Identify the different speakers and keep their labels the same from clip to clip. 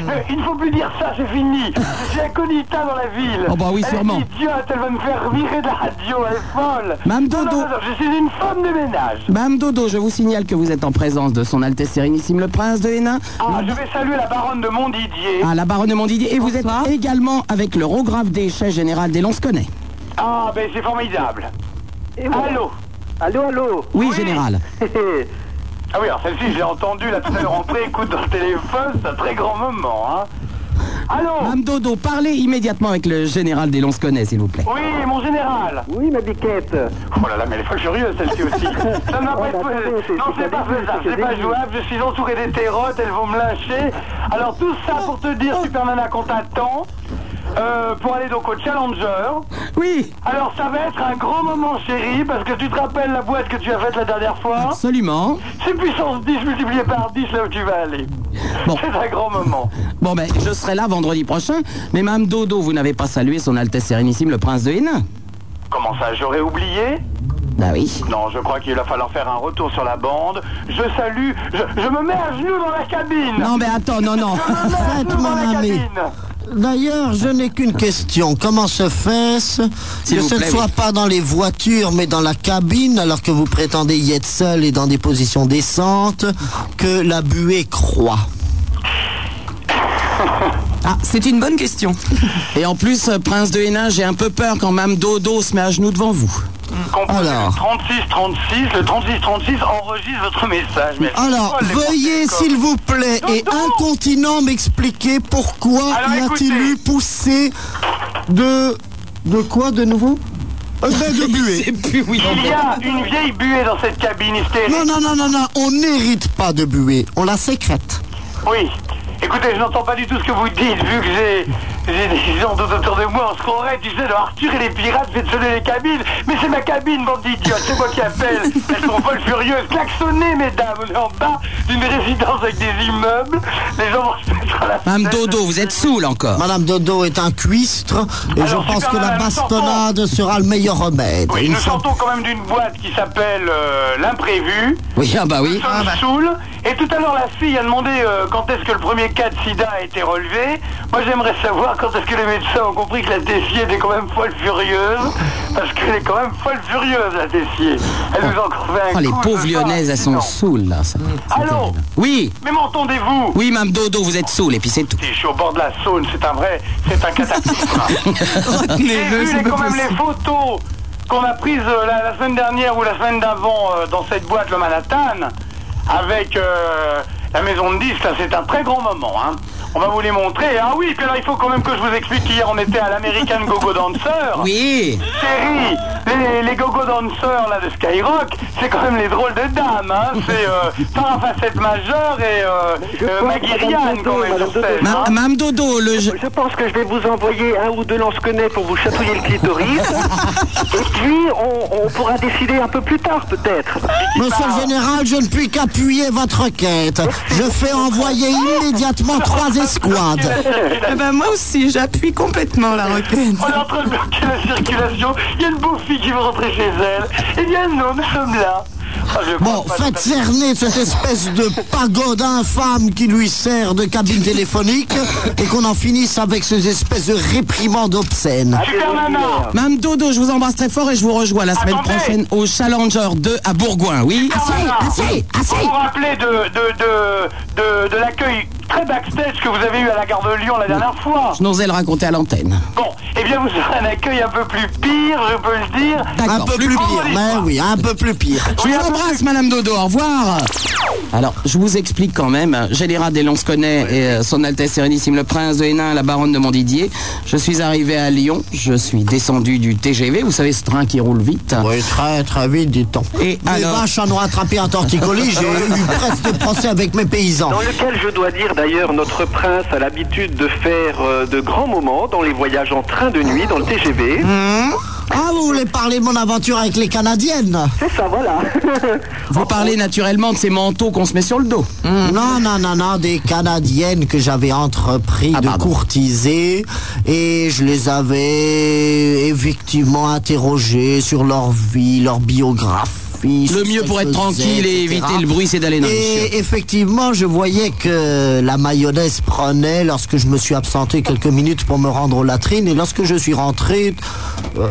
Speaker 1: Eh
Speaker 2: Eh, Il ne faut plus dire ça, c'est fini. Je suis incognita dans la ville.
Speaker 1: Ah. Oh bah oui,
Speaker 2: elle
Speaker 1: sûrement.
Speaker 2: Est idiote, elle va me faire virer de la radio, elle est folle.
Speaker 1: Mme
Speaker 2: Non, non,
Speaker 1: Dodo.
Speaker 2: non, non, je suis une femme de ménage.
Speaker 1: Madame Dodo, je vous signale que vous êtes en présence de son Altesse Sérénissime le Prince de Hénin.
Speaker 2: Ah, je vais saluer la baronne de Montdidier.
Speaker 1: Ah, la baronne de Montdidier. Et vous êtes également avec le rographe des chefs général des Lons-Connais.
Speaker 2: Ah, ben c'est formidable. Allô
Speaker 3: Allô, allô
Speaker 1: Oui, général.
Speaker 2: Ah oui, alors celle-ci, je l'ai entendue la tout à l'heure entrer, écoute dans le téléphone, c'est un très grand moment, hein. Allô
Speaker 1: Madame Dodo, parlez immédiatement avec le général des Lons-Connais, s'il vous plaît.
Speaker 2: Oui, mon général
Speaker 3: Oui, ma biquette.
Speaker 2: Oh là là, mais elle est folle furieuse celle-ci aussi. Ça ne va pas
Speaker 3: Oh,
Speaker 2: être possible.
Speaker 3: bah, attendez, c'est-
Speaker 2: Non,
Speaker 3: c'est
Speaker 2: c'est pas
Speaker 3: débile,
Speaker 2: faisable,
Speaker 3: c'est
Speaker 2: c'est pas
Speaker 3: débile.
Speaker 2: jouable. Je suis entouré d'hétérotes, elles vont me lâcher. Alors tout ça pour te dire, Superman, qu'on t'attend. euh, pour aller donc au Challenger.
Speaker 1: Oui,
Speaker 2: Alors ça va être un grand moment chéri parce que tu te rappelles la boîte que tu as faite la dernière fois
Speaker 1: absolument.
Speaker 2: C'est puissance 10 multiplié par 10 là où tu vas aller.
Speaker 1: Bon.
Speaker 2: C'est un grand moment.
Speaker 1: Bon, ben, je serai là vendredi prochain. Mais Madame Dodo, vous n'avez pas salué son Altesse Sérénissime le Prince de Hénin.
Speaker 2: Comment ça, j'aurais oublié
Speaker 1: Bah oui.
Speaker 2: Non, je crois qu'il va falloir faire un retour sur la bande. Je salue, je, je me mets à genoux dans la cabine
Speaker 1: Non, mais attends, non, non.
Speaker 2: Je me mets à genoux
Speaker 4: Faites-moi
Speaker 2: dans la
Speaker 4: ma main.
Speaker 2: cabine
Speaker 4: D'ailleurs, je n'ai qu'une question. Comment se fait-ce
Speaker 1: S'il
Speaker 4: que
Speaker 1: vous
Speaker 4: ce
Speaker 1: plaît,
Speaker 4: ne soit
Speaker 1: oui.
Speaker 4: pas dans les voitures, mais dans la cabine, alors que vous prétendez y être seul et dans des positions décentes, que la buée croît
Speaker 5: Ah, c'est une bonne question.
Speaker 1: Et en plus, euh, Prince de Hénin, j'ai un peu peur quand Madame Dodo se met à genoux devant vous.
Speaker 5: Mm.
Speaker 1: Oh,
Speaker 2: Composez
Speaker 4: Alors.
Speaker 2: le 36 36, le 36 36 enregistre votre message. Merci.
Speaker 4: Alors,
Speaker 2: Oh, les
Speaker 4: veuillez,
Speaker 2: Français,
Speaker 4: s'il vous plaît, et
Speaker 2: Dodo
Speaker 4: incontinent m'expliquer pourquoi
Speaker 2: Alors,
Speaker 4: y a-t-il
Speaker 2: écoutez.
Speaker 4: eu poussé de... De quoi, de nouveau Euh, ben, De buée.
Speaker 1: plus, oui.
Speaker 2: comme- Il y a une vieille buée dans cette cabine hystérique.
Speaker 4: Non, non, non, non, non, on n'hérite pas de buée, on la sécrète.
Speaker 2: Oui. Écoutez, je n'entends pas du tout ce que vous dites, vu que j'ai j'ai des gens tout autour de moi, on se croirait, tu sais, dans Arthur et les pirates, fait de sonner les cabines. Mais c'est ma cabine, bande d'idiotes, c'est moi qui appelle. Elles sont folles furieuses. Klaxonnez, mesdames, on est en bas d'une résidence avec des immeubles. Les gens vont se mettre à la
Speaker 1: Madame
Speaker 2: fenêtre.
Speaker 1: Dodo, vous êtes saoule encore.
Speaker 4: Madame Dodo est un cuistre et
Speaker 2: Alors,
Speaker 4: je pense
Speaker 2: Superman,
Speaker 4: que la
Speaker 2: nous
Speaker 4: bastonnade sera le meilleur remède.
Speaker 2: Oui,
Speaker 4: Il
Speaker 2: nous
Speaker 4: faut-
Speaker 2: sortons quand même d'une boîte qui s'appelle euh, L'Imprévu.
Speaker 1: Oui, ah bah oui.
Speaker 2: Nous sommes saouls. Et tout à l'heure, la fille a demandé euh, quand est-ce que le premier cas de sida a été relevé. Moi, j'aimerais savoir quand est-ce que les médecins ont compris que la Tessier était quand même folle furieuse. Parce qu'elle est quand même folle furieuse, la Tessier. Elle nous a encore fait un
Speaker 1: Oh, les
Speaker 2: coup
Speaker 1: pauvres
Speaker 2: de
Speaker 1: lyonnaises, elles sont
Speaker 2: accident.
Speaker 1: saoules, là. ça- c'est
Speaker 5: Mm.
Speaker 2: Allô
Speaker 1: terrible. Oui,
Speaker 2: Mais m'entendez-vous
Speaker 1: oui, Madame Dodo, vous êtes saoule, et puis c'est tout.
Speaker 2: Je suis au bord de la Saône, c'est un vrai, c'est un cataclysme. J'ai vu les- quand même les photos qu'on a prises euh, la, la semaine dernière ou la semaine d'avant euh, dans cette boîte, le Manhattan, avec euh, la maison de disques. là, C'est un très grand moment. hein. On va vous les montrer. Ah oui, puis alors il faut quand même que je vous explique qu'hier on était à l'American Gogo Dancer.
Speaker 1: Oui,
Speaker 2: Chérie, les, les gogo danseurs là de Skyrock, c'est quand même les drôles de dames, hein. C'est euh, Farah Facette Major et euh, euh, Maggie
Speaker 3: Madame
Speaker 2: Ryan
Speaker 3: Dodo,
Speaker 2: quand même
Speaker 3: Madame
Speaker 2: sur
Speaker 3: Dodo.
Speaker 6: Bah
Speaker 2: scène, hein.
Speaker 1: Ma- Madame Dodo, le... je-
Speaker 3: Je pense que je vais vous envoyer un ou deux lance-connais pour vous chatouiller le clitoris. et puis, on, on pourra décider un peu plus tard, peut-être. Bah.
Speaker 4: Monsieur le Général, je ne puis qu'appuyer votre requête. Je fais envoyer immédiatement trois escouades.
Speaker 5: Eh ben, moi aussi, j'appuie complètement la requête.
Speaker 2: On est en train de bloquer la circulation. Il y a une beau fille qui veut rentrer chez elle. Eh bien non, nous sommes là. Ah, je
Speaker 4: Bon,
Speaker 2: crois pas
Speaker 4: faites
Speaker 2: tout à fait.
Speaker 4: cerner cette espèce de pagode infâme qui lui sert de cabine téléphonique et qu'on en finisse avec ces espèces de réprimandes obscènes.
Speaker 3: Ah,
Speaker 2: Super Nana
Speaker 1: Madame Dodo, je vous embrasse très fort et je vous rejoins la semaine
Speaker 2: Attendez.
Speaker 1: prochaine au Challenger 2 à Bourgoin, oui
Speaker 2: Assez,
Speaker 4: assez, assez.
Speaker 2: Vous vous rappelez de, de, de, de, de l'accueil très backstage que vous avez eu à la gare de Lyon la dernière fois
Speaker 1: Je n'osais le raconter à l'antenne.
Speaker 2: Bon, eh bien vous aurez un accueil un peu plus pire, je peux le dire.
Speaker 4: Un
Speaker 1: D'accord,
Speaker 4: peu plus pire, mais oui, un peu plus pire.
Speaker 1: Je vous embrasse, Madame Dodo, au revoir. Alors, je vous explique quand même, Général des se connaît et euh, son Altesse Sérénissime le Prince de Hénin, la Baronne de Montdidier. Je suis arrivé à Lyon, je suis descendu du TGV, vous savez ce train qui roule vite.
Speaker 4: Oui, très très vite, dit-on.
Speaker 1: Et
Speaker 4: Les
Speaker 1: alors
Speaker 4: vaches en ont attrapé un torticolis, j'ai eu presque de procès avec mes paysans.
Speaker 3: Dans lequel je dois dire d'ailleurs, notre prince a l'habitude de faire euh, de grands moments dans les voyages en train de nuit, dans le TGV.
Speaker 4: Ah, vous voulez parler de mon aventure avec les Canadiennes
Speaker 3: C'est ça, voilà.
Speaker 1: Vous parlez naturellement de ces manteaux qu'on se met sur le dos.
Speaker 4: Mm. Non, non, non, non, des Canadiennes que j'avais entrepris
Speaker 1: Ah,
Speaker 4: de
Speaker 1: pardon.
Speaker 4: courtiser et je les avais effectivement interrogées sur leur vie, leur biographie. fiche.
Speaker 1: Le
Speaker 4: ce
Speaker 1: mieux
Speaker 4: qu'elle
Speaker 1: pour être
Speaker 4: faisait,
Speaker 1: tranquille et
Speaker 4: etc.
Speaker 1: éviter le bruit, c'est d'aller dans les chiottes.
Speaker 4: Et effectivement, je voyais que la mayonnaise prenait lorsque je me suis absenté quelques minutes pour me rendre aux latrines. Et lorsque je suis rentré, euh,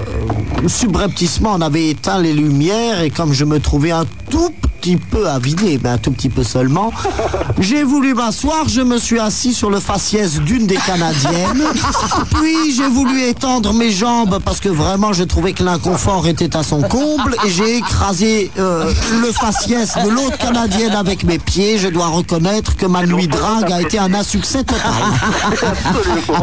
Speaker 4: subrepticement, on avait éteint les lumières. Et comme je me trouvais un tout petit peu avidé, ben, un tout petit peu seulement, j'ai voulu m'asseoir. Je me suis assis sur le faciès d'une des Canadiennes. Puis j'ai voulu étendre mes jambes parce que vraiment, je trouvais que l'inconfort était à son comble. Et j'ai écrasé euh, le faciès de l'autre Canadienne avec mes pieds. Je dois reconnaître que ma nuit drague a été un insuccès total.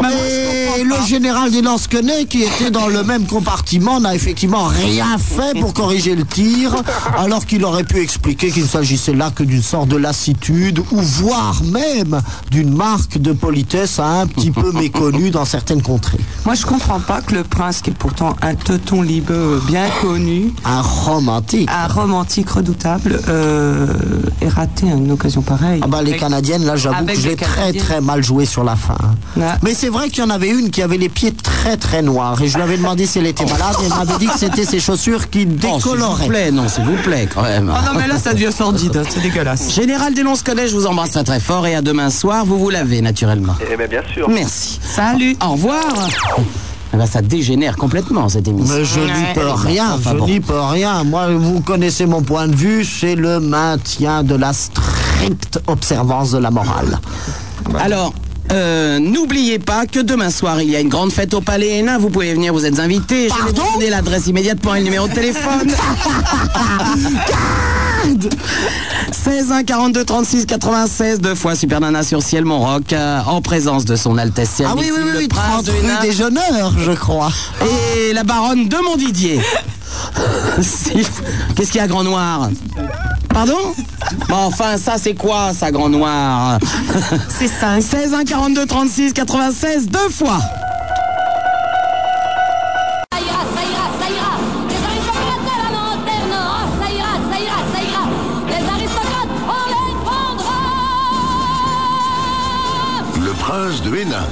Speaker 4: Mais le général des Lansquenets, qui était dans le même compartiment, n'a effectivement rien fait pour corriger le tir, alors qu'il aurait pu expliquer qu'il ne s'agissait là que d'une sorte de lassitude, ou voire même d'une marque de politesse un petit peu méconnue dans certaines contrées.
Speaker 5: Moi, je comprends pas que le prince, qui est pourtant un teuton libeux bien connu,
Speaker 4: un romantique,
Speaker 5: un romantique redoutable, euh, ait raté une occasion pareille.
Speaker 4: Ah bah les
Speaker 5: Avec-
Speaker 4: Canadiennes, là j'avoue
Speaker 5: avec
Speaker 4: que je
Speaker 5: les
Speaker 4: l'ai très
Speaker 5: Canadiennes.
Speaker 4: très mal joué sur la fin. hein.
Speaker 5: Ouais.
Speaker 4: Mais c'est vrai qu'il y en avait une qui avait les pieds très très noirs et je lui avais demandé si elle était malade et elle m'avait dit que c'était ses chaussures qui
Speaker 1: Oh, s'il vous
Speaker 4: décoloraient.
Speaker 1: plaît, non, s'il vous plaît, quand même.
Speaker 5: Ah non, mais là, ça devient sordide, c'est dégueulasse.
Speaker 1: Général Delonce Collet, je vous embrasse très très fort et à demain soir, vous vous lavez naturellement.
Speaker 3: Eh bien, bien sûr.
Speaker 1: Merci.
Speaker 5: Salut.
Speaker 1: Au revoir. Ah bah, ça dégénère complètement cette émission.
Speaker 4: Mais je n'y peux rien,
Speaker 1: Enfin,
Speaker 4: je
Speaker 1: bon.
Speaker 4: n'y peux rien. Moi, vous connaissez mon point de vue, c'est le maintien de la stricte observance de la morale.
Speaker 1: Alors, euh, n'oubliez pas que demain soir, il y a une grande fête au Palais Hénin. Vous pouvez venir, vous êtes invités. Je vais vous donner l'adresse immédiatement et le numéro de téléphone.
Speaker 4: Ah
Speaker 1: 16 1 42 36 96 deux fois Super Nana sur ciel mon rock euh, en présence de son Altesse
Speaker 4: Ah oui, oui,
Speaker 1: Sérénissime,
Speaker 4: oui,
Speaker 1: le
Speaker 4: oui,
Speaker 1: prince
Speaker 4: 30
Speaker 1: de
Speaker 4: rue
Speaker 1: Hénin.
Speaker 4: des Jeuneurs, je crois.
Speaker 1: et la baronne de Montdidier. Si- Qu'est-ce qu'il y a, Grand Noir Pardon Bah, Enfin, ça, c'est quoi, ça, Grand Noir
Speaker 5: C'est ça.
Speaker 1: 16 1 42 36 96 deux fois
Speaker 7: Ça ira, ça ira, ça ira. Les aristocrates à la montagne, oh, ça ira, ça ira, ça ira. Les aristocrates, on les prendra.
Speaker 8: Le prince de Hénin.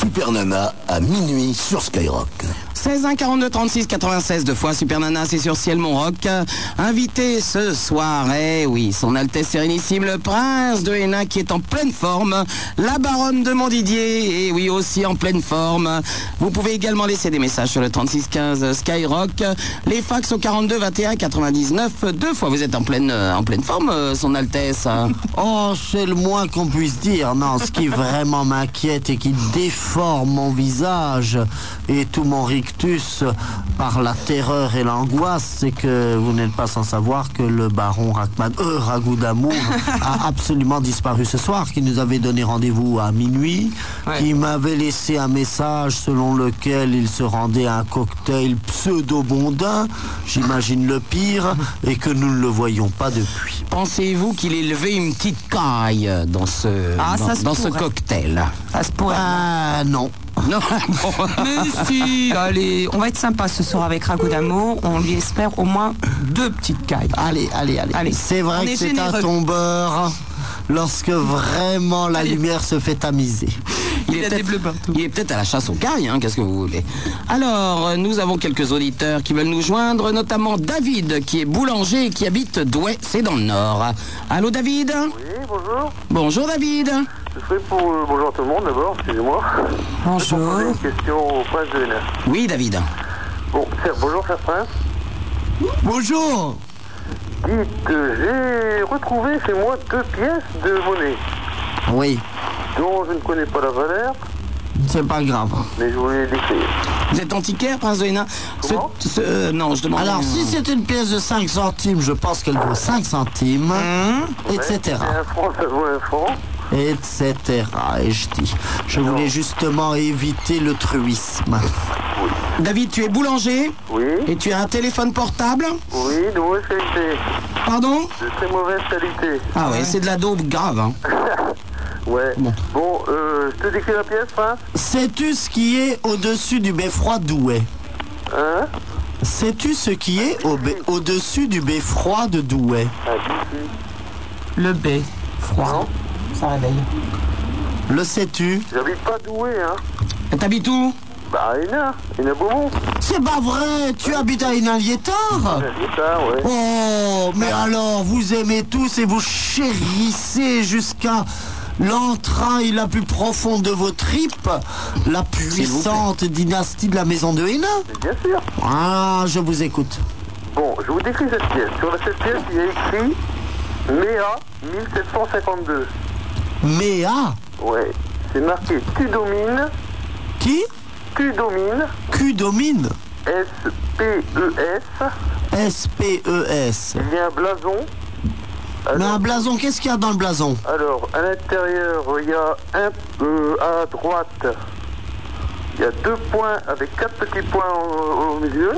Speaker 8: Super Nana à minuit sur Skyrock.
Speaker 1: 16 1 42 36 96 deux fois Super Nana c'est sur ciel mon rock Euh, invité ce soir eh oui son Altesse Sérénissime le prince de Hénin qui est en pleine forme la baronne de Montdidier et oui aussi en pleine forme vous pouvez également laisser des messages sur le 36 15 Skyrock les fax au 42 21 99 deux fois vous êtes en pleine euh, en pleine forme euh, son Altesse hein.
Speaker 4: Oh, c'est le moins qu'on puisse dire. Non, ce qui vraiment m'inquiète et qui déforme mon visage et tout mon rictus par la terreur et l'angoisse, c'est que vous n'êtes pas sans savoir que le baron Rachman, euh, Ragout d'amour, a absolument disparu ce soir, qui nous avait donné rendez-vous à minuit, qui m'avait laissé un message selon lequel il se rendait à un cocktail pseudo-bondin, j'imagine le pire, et que nous ne le voyons pas depuis.
Speaker 1: pensez-vous qu'il ait levé une petite caille dans ce
Speaker 5: Ah,
Speaker 1: dans,
Speaker 5: ça se
Speaker 1: dans ce
Speaker 5: pourrait.
Speaker 1: cocktail
Speaker 5: Ça se pourrait.
Speaker 4: Ah non.
Speaker 1: non bon.
Speaker 5: Mais si, allez, on va être sympa ce soir avec Rago d'amour. On lui espère au moins deux petites cailles.
Speaker 4: Allez, allez, allez.
Speaker 5: Allez.
Speaker 4: C'est
Speaker 5: On
Speaker 4: vrai
Speaker 5: est
Speaker 4: que c'est un
Speaker 5: généreux.
Speaker 4: tombeur lorsque vraiment la lumière se fait tamiser.
Speaker 5: Il a des
Speaker 1: peut-être-
Speaker 5: bleus partout.
Speaker 1: il est peut-être à la chasse aux cailles, hein, qu'est-ce que vous voulez Alors, euh, nous avons quelques auditeurs qui veulent nous joindre, notamment David, qui est boulanger et qui habite Douai, c'est dans le Nord. Allô David
Speaker 3: Oui, bonjour.
Speaker 1: Bonjour David
Speaker 3: Je serai pour... euh, bonjour à tout le monde d'abord, excusez-moi. Je vais poser
Speaker 5: Bonjour.
Speaker 3: une question au prince de Hénin.
Speaker 1: Oui David.
Speaker 3: Bon, cher- bonjour, cher prince.
Speaker 4: Bonjour
Speaker 3: Dites, euh, j'ai retrouvé chez moi deux pièces de monnaie
Speaker 4: Oui,
Speaker 3: dont je ne connais pas la valeur,
Speaker 4: c'est pas grave.
Speaker 3: mais je voulais l'essayer.
Speaker 1: Vous êtes antiquaire, Prince de Hénin Ce-
Speaker 3: Comment
Speaker 1: ce- euh, Non, je demande...
Speaker 4: Alors, si c'est une pièce de 5 centimes, je pense qu'elle vaut 5 centimes,
Speaker 5: Mmh.
Speaker 4: etc.
Speaker 3: C'est un franc, ça vaut un franc.
Speaker 4: Etc. Et je dis, je voulais justement éviter le truisme.
Speaker 1: David, tu es boulanger
Speaker 3: Oui,
Speaker 1: et tu as un téléphone portable
Speaker 3: oui, de mauvaise qualité.
Speaker 1: Pardon
Speaker 3: De très mauvaise qualité.
Speaker 1: Ah ouais, c'est de la daube grave. hein.
Speaker 3: Ouais.
Speaker 1: Bon.
Speaker 3: Bon, euh, je te décris la pièce, hein. prince
Speaker 4: Sais-tu ce qui est au-dessus du beffroi d'Ouai
Speaker 3: Hein
Speaker 4: Sais-tu ce qui est au be- au-dessus du beffroi de Douai
Speaker 3: Ah, ici.
Speaker 5: Le B.
Speaker 3: Non,
Speaker 5: Ça réveille.
Speaker 4: Le sais-tu
Speaker 3: j'habite pas doué, hein.
Speaker 1: T'habites où
Speaker 3: Bah, Hénin, Hénin Beaumont.
Speaker 4: C'est pas vrai, tu habites à Hénin-Liétard
Speaker 3: Ça, ouais. Bah.
Speaker 4: Oh, mais alors, vous aimez tous et vous chérissez jusqu'à l'entraille la plus profonde de vos tripes, la puissante dynastie de la maison de Hénin
Speaker 3: Bien sûr.
Speaker 4: Ah, je vous écoute.
Speaker 3: Bon, je vous décris cette pièce. Sur cette pièce, il y a écrit Méa 1752.
Speaker 4: Mais ah,
Speaker 3: Ouais. C'est marqué Tu domines,
Speaker 4: qui
Speaker 3: tu domines,
Speaker 4: Q domine
Speaker 3: S-P-E-S.
Speaker 4: S-P-E-S.
Speaker 3: E Il y a un blason.
Speaker 4: E Mais un blason, qu'est-ce qu'il y a dans le blason
Speaker 3: Alors, à l'intérieur, il y a un, euh, à droite, il y a deux points avec quatre petits points au, au milieu.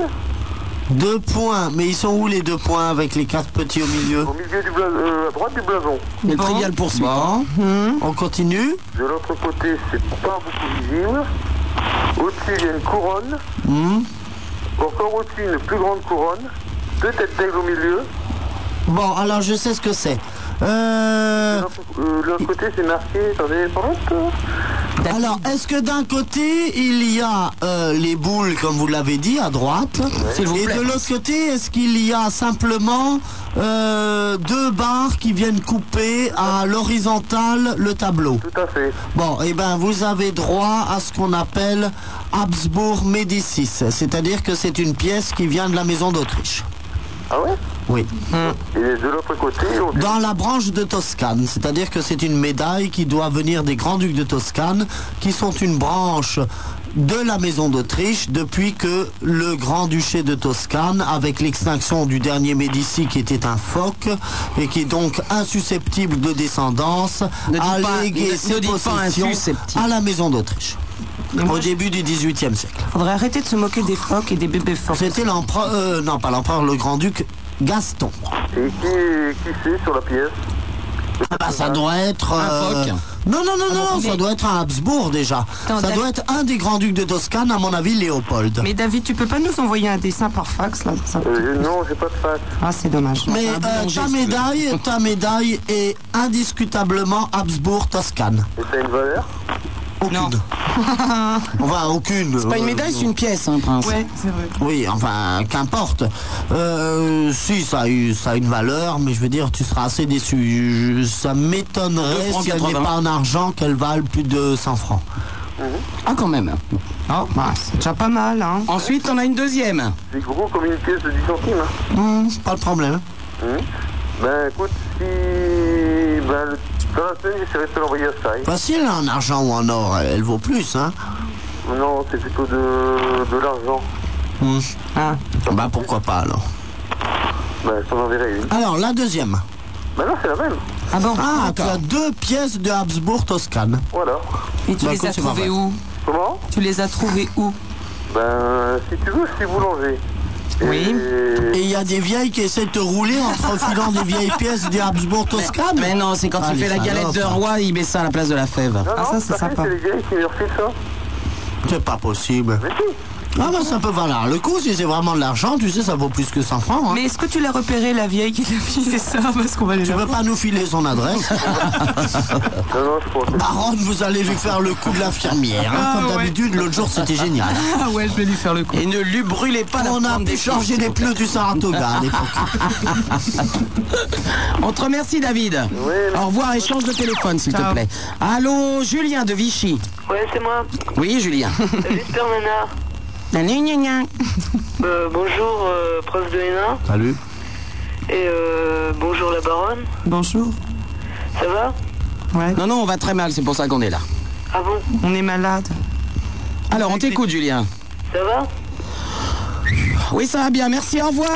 Speaker 4: Deux points, mais ils sont où les deux points avec les quatre petits au milieu
Speaker 3: Au milieu du blason, à droite du blason.
Speaker 1: Le trial poursuit.
Speaker 4: Bon,
Speaker 1: Hmm.
Speaker 4: on continue
Speaker 3: De l'autre côté, c'est pas beaucoup visible. Au-dessus, il y a une couronne.
Speaker 4: Hmm.
Speaker 3: Encore au-dessus, une plus grande couronne. Deux têtes d'aigle au milieu.
Speaker 4: Bon, alors je sais ce que c'est. Euh,
Speaker 3: De l'autre- euh, de l'autre côté, c'est marqué. Attendez, pardon
Speaker 4: alors, est-ce que d'un côté, il y a euh, les boules, comme vous l'avez dit, à droite
Speaker 1: S'il vous
Speaker 4: Et
Speaker 1: plaît.
Speaker 4: de l'autre côté, est-ce qu'il y a simplement euh, deux barres qui viennent couper à l'horizontale le tableau
Speaker 3: Tout à fait.
Speaker 4: Bon, eh ben, vous avez droit à ce qu'on appelle Habsbourg Médicis, c'est-à-dire que c'est une pièce qui vient de la maison d'Autriche.
Speaker 3: Ah ouais
Speaker 4: Oui.
Speaker 3: Et de l'autre côté, on
Speaker 4: Dans la branche de Toscane, c'est-à-dire que c'est une médaille qui doit venir des grands-ducs de Toscane, qui sont une branche de la maison d'Autriche depuis que le grand-duché de Toscane, avec l'extinction du dernier Médicis qui était un phoque et qui est donc insusceptible de descendance,
Speaker 1: Ne dites
Speaker 4: a
Speaker 1: pas- ne-
Speaker 4: légué
Speaker 1: ne
Speaker 4: ses
Speaker 1: dites pas
Speaker 4: possessions
Speaker 1: insusceptible.
Speaker 4: à la maison d'Autriche
Speaker 5: moi,
Speaker 4: au début du XVIIIe siècle.
Speaker 5: Faudrait arrêter de se moquer des phoques et des bébés phoques.
Speaker 4: C'était l'empereur, euh, non pas l'empereur, le grand-duc Gaston.
Speaker 3: Et qui, qui c'est sur la pièce
Speaker 4: Ah bah, ça doit être. euh,
Speaker 1: Un phoque.
Speaker 4: Non, non, non, non, ça
Speaker 5: Ah mais-
Speaker 4: doit être un Habsbourg déjà.
Speaker 5: Attends,
Speaker 4: ça
Speaker 5: David-
Speaker 4: doit être un des grands-ducs de Toscane, à mon avis, Léopold. Mais,
Speaker 5: Mais David, tu peux pas nous envoyer un dessin par fax là ça-
Speaker 3: Euh, Non, j'ai pas de face.
Speaker 5: Ah, c'est dommage.
Speaker 4: euh,
Speaker 1: boulanger,
Speaker 4: ta
Speaker 1: si tu veux.
Speaker 4: médaille, ta médaille est indiscutablement Habsbourg-Toscane.
Speaker 3: Et ça a une valeur
Speaker 4: Aucune. enfin, aucune.
Speaker 1: Pas une
Speaker 4: euh,
Speaker 1: médaille, c'est une pièce, hein, prince.
Speaker 5: Ouais, c'est vrai.
Speaker 4: Oui, enfin, qu'importe. Euh, si, ça a, eu, ça a une valeur, mais je veux dire, tu seras assez déçu. Je- Ça m'étonnerait
Speaker 1: Deux francs
Speaker 4: si elle n'est
Speaker 1: 80.
Speaker 4: pas en argent qu'elle vale plus de 100 francs.
Speaker 1: Ah, quand même.
Speaker 5: Oh, bah, c'est déjà pas mal, hein.
Speaker 1: Ensuite, on a une deuxième.
Speaker 3: C'est gros comme une pièce de 10 centimes. hein.
Speaker 4: Hmm, pas de problème.
Speaker 3: Hum. Ben écoute, si. Ben, le- dans la semaine, j'essaierai de te l'envoyer à Sky.
Speaker 4: Facile, en argent ou en or, elle vaut plus, hein.
Speaker 3: Non, c'est plutôt de, de l'argent.
Speaker 1: Mmh.
Speaker 4: Hmm.
Speaker 5: Ah.
Speaker 4: Bah pourquoi pas alors.
Speaker 3: Ben, je t'en enverrai une.
Speaker 4: Alors la deuxième.
Speaker 3: Ben non, c'est la même.
Speaker 5: Ah bon
Speaker 4: Ah, tu as
Speaker 5: d'accord.
Speaker 4: deux pièces de Habsbourg Toscane.
Speaker 3: Voilà.
Speaker 5: Et tu
Speaker 4: Bah,
Speaker 5: les
Speaker 4: écoute,
Speaker 5: as
Speaker 4: c'est pas
Speaker 5: trouvés
Speaker 4: mal.
Speaker 5: où
Speaker 3: Comment
Speaker 5: Tu les as trouvés où
Speaker 3: Ben, si tu veux, je suis boulanger.
Speaker 5: Oui.
Speaker 4: Et
Speaker 3: Et...
Speaker 4: il y a des vieilles qui essaient de te rouler en te refilant des vieilles pièces des Habsbourg Toscane.
Speaker 1: Mais non, c'est quand
Speaker 4: Ah,
Speaker 1: il
Speaker 4: les
Speaker 1: fait la galette de
Speaker 4: salopes.
Speaker 1: roi, il met ça à la place de la fève.
Speaker 3: Non,
Speaker 5: Ah,
Speaker 3: non,
Speaker 5: ça, c'est
Speaker 3: par contre,
Speaker 5: sympa.
Speaker 3: C'est les gars qui me refilent ça.
Speaker 4: C'est pas possible.
Speaker 3: Mais si.
Speaker 4: Ah bah ça peut valoir le coup si c'est vraiment de l'argent, tu sais, ça vaut plus que 100 francs. hein.
Speaker 5: Mais est-ce que tu l'as repéré, la vieille qui t'a filé ça Parce qu'on va les
Speaker 4: Tu veux pas nous filer son adresse
Speaker 3: Non, non, je pense.
Speaker 4: Baronne, vous allez lui faire le coup de l'infirmière. hein.
Speaker 5: Ah,
Speaker 4: Comme
Speaker 5: ouais.
Speaker 4: d'habitude, l'autre jour c'était génial.
Speaker 5: Ah ouais, je vais lui faire le coup.
Speaker 1: Et ne lui brûlez pas la
Speaker 4: On a
Speaker 1: pointe
Speaker 4: pu
Speaker 1: des
Speaker 4: changer les
Speaker 1: pieds.
Speaker 4: pneus du Saratoga à l'époque.
Speaker 1: On te remercie, David.
Speaker 3: mais-
Speaker 1: Au revoir, échange de téléphone, s'il te
Speaker 5: Ciao.
Speaker 1: plaît. Allô, Julien de Vichy.
Speaker 6: Ouais, c'est moi,
Speaker 1: Oui, Julien.
Speaker 6: J'espère Nana.
Speaker 1: Gna, gna, gna, gna.
Speaker 6: Euh, bonjour, euh, prof de Hénin.
Speaker 4: Salut.
Speaker 6: Et euh, bonjour, la baronne.
Speaker 5: Bonjour.
Speaker 6: Ça va
Speaker 5: Ouais.
Speaker 1: Non, non, on va très mal, c'est pour ça qu'on est là.
Speaker 6: Ah bon
Speaker 5: On est malade.
Speaker 1: Alors, on t'écoute, Julien.
Speaker 6: Ça va
Speaker 1: Oui, ça va bien, merci, au revoir.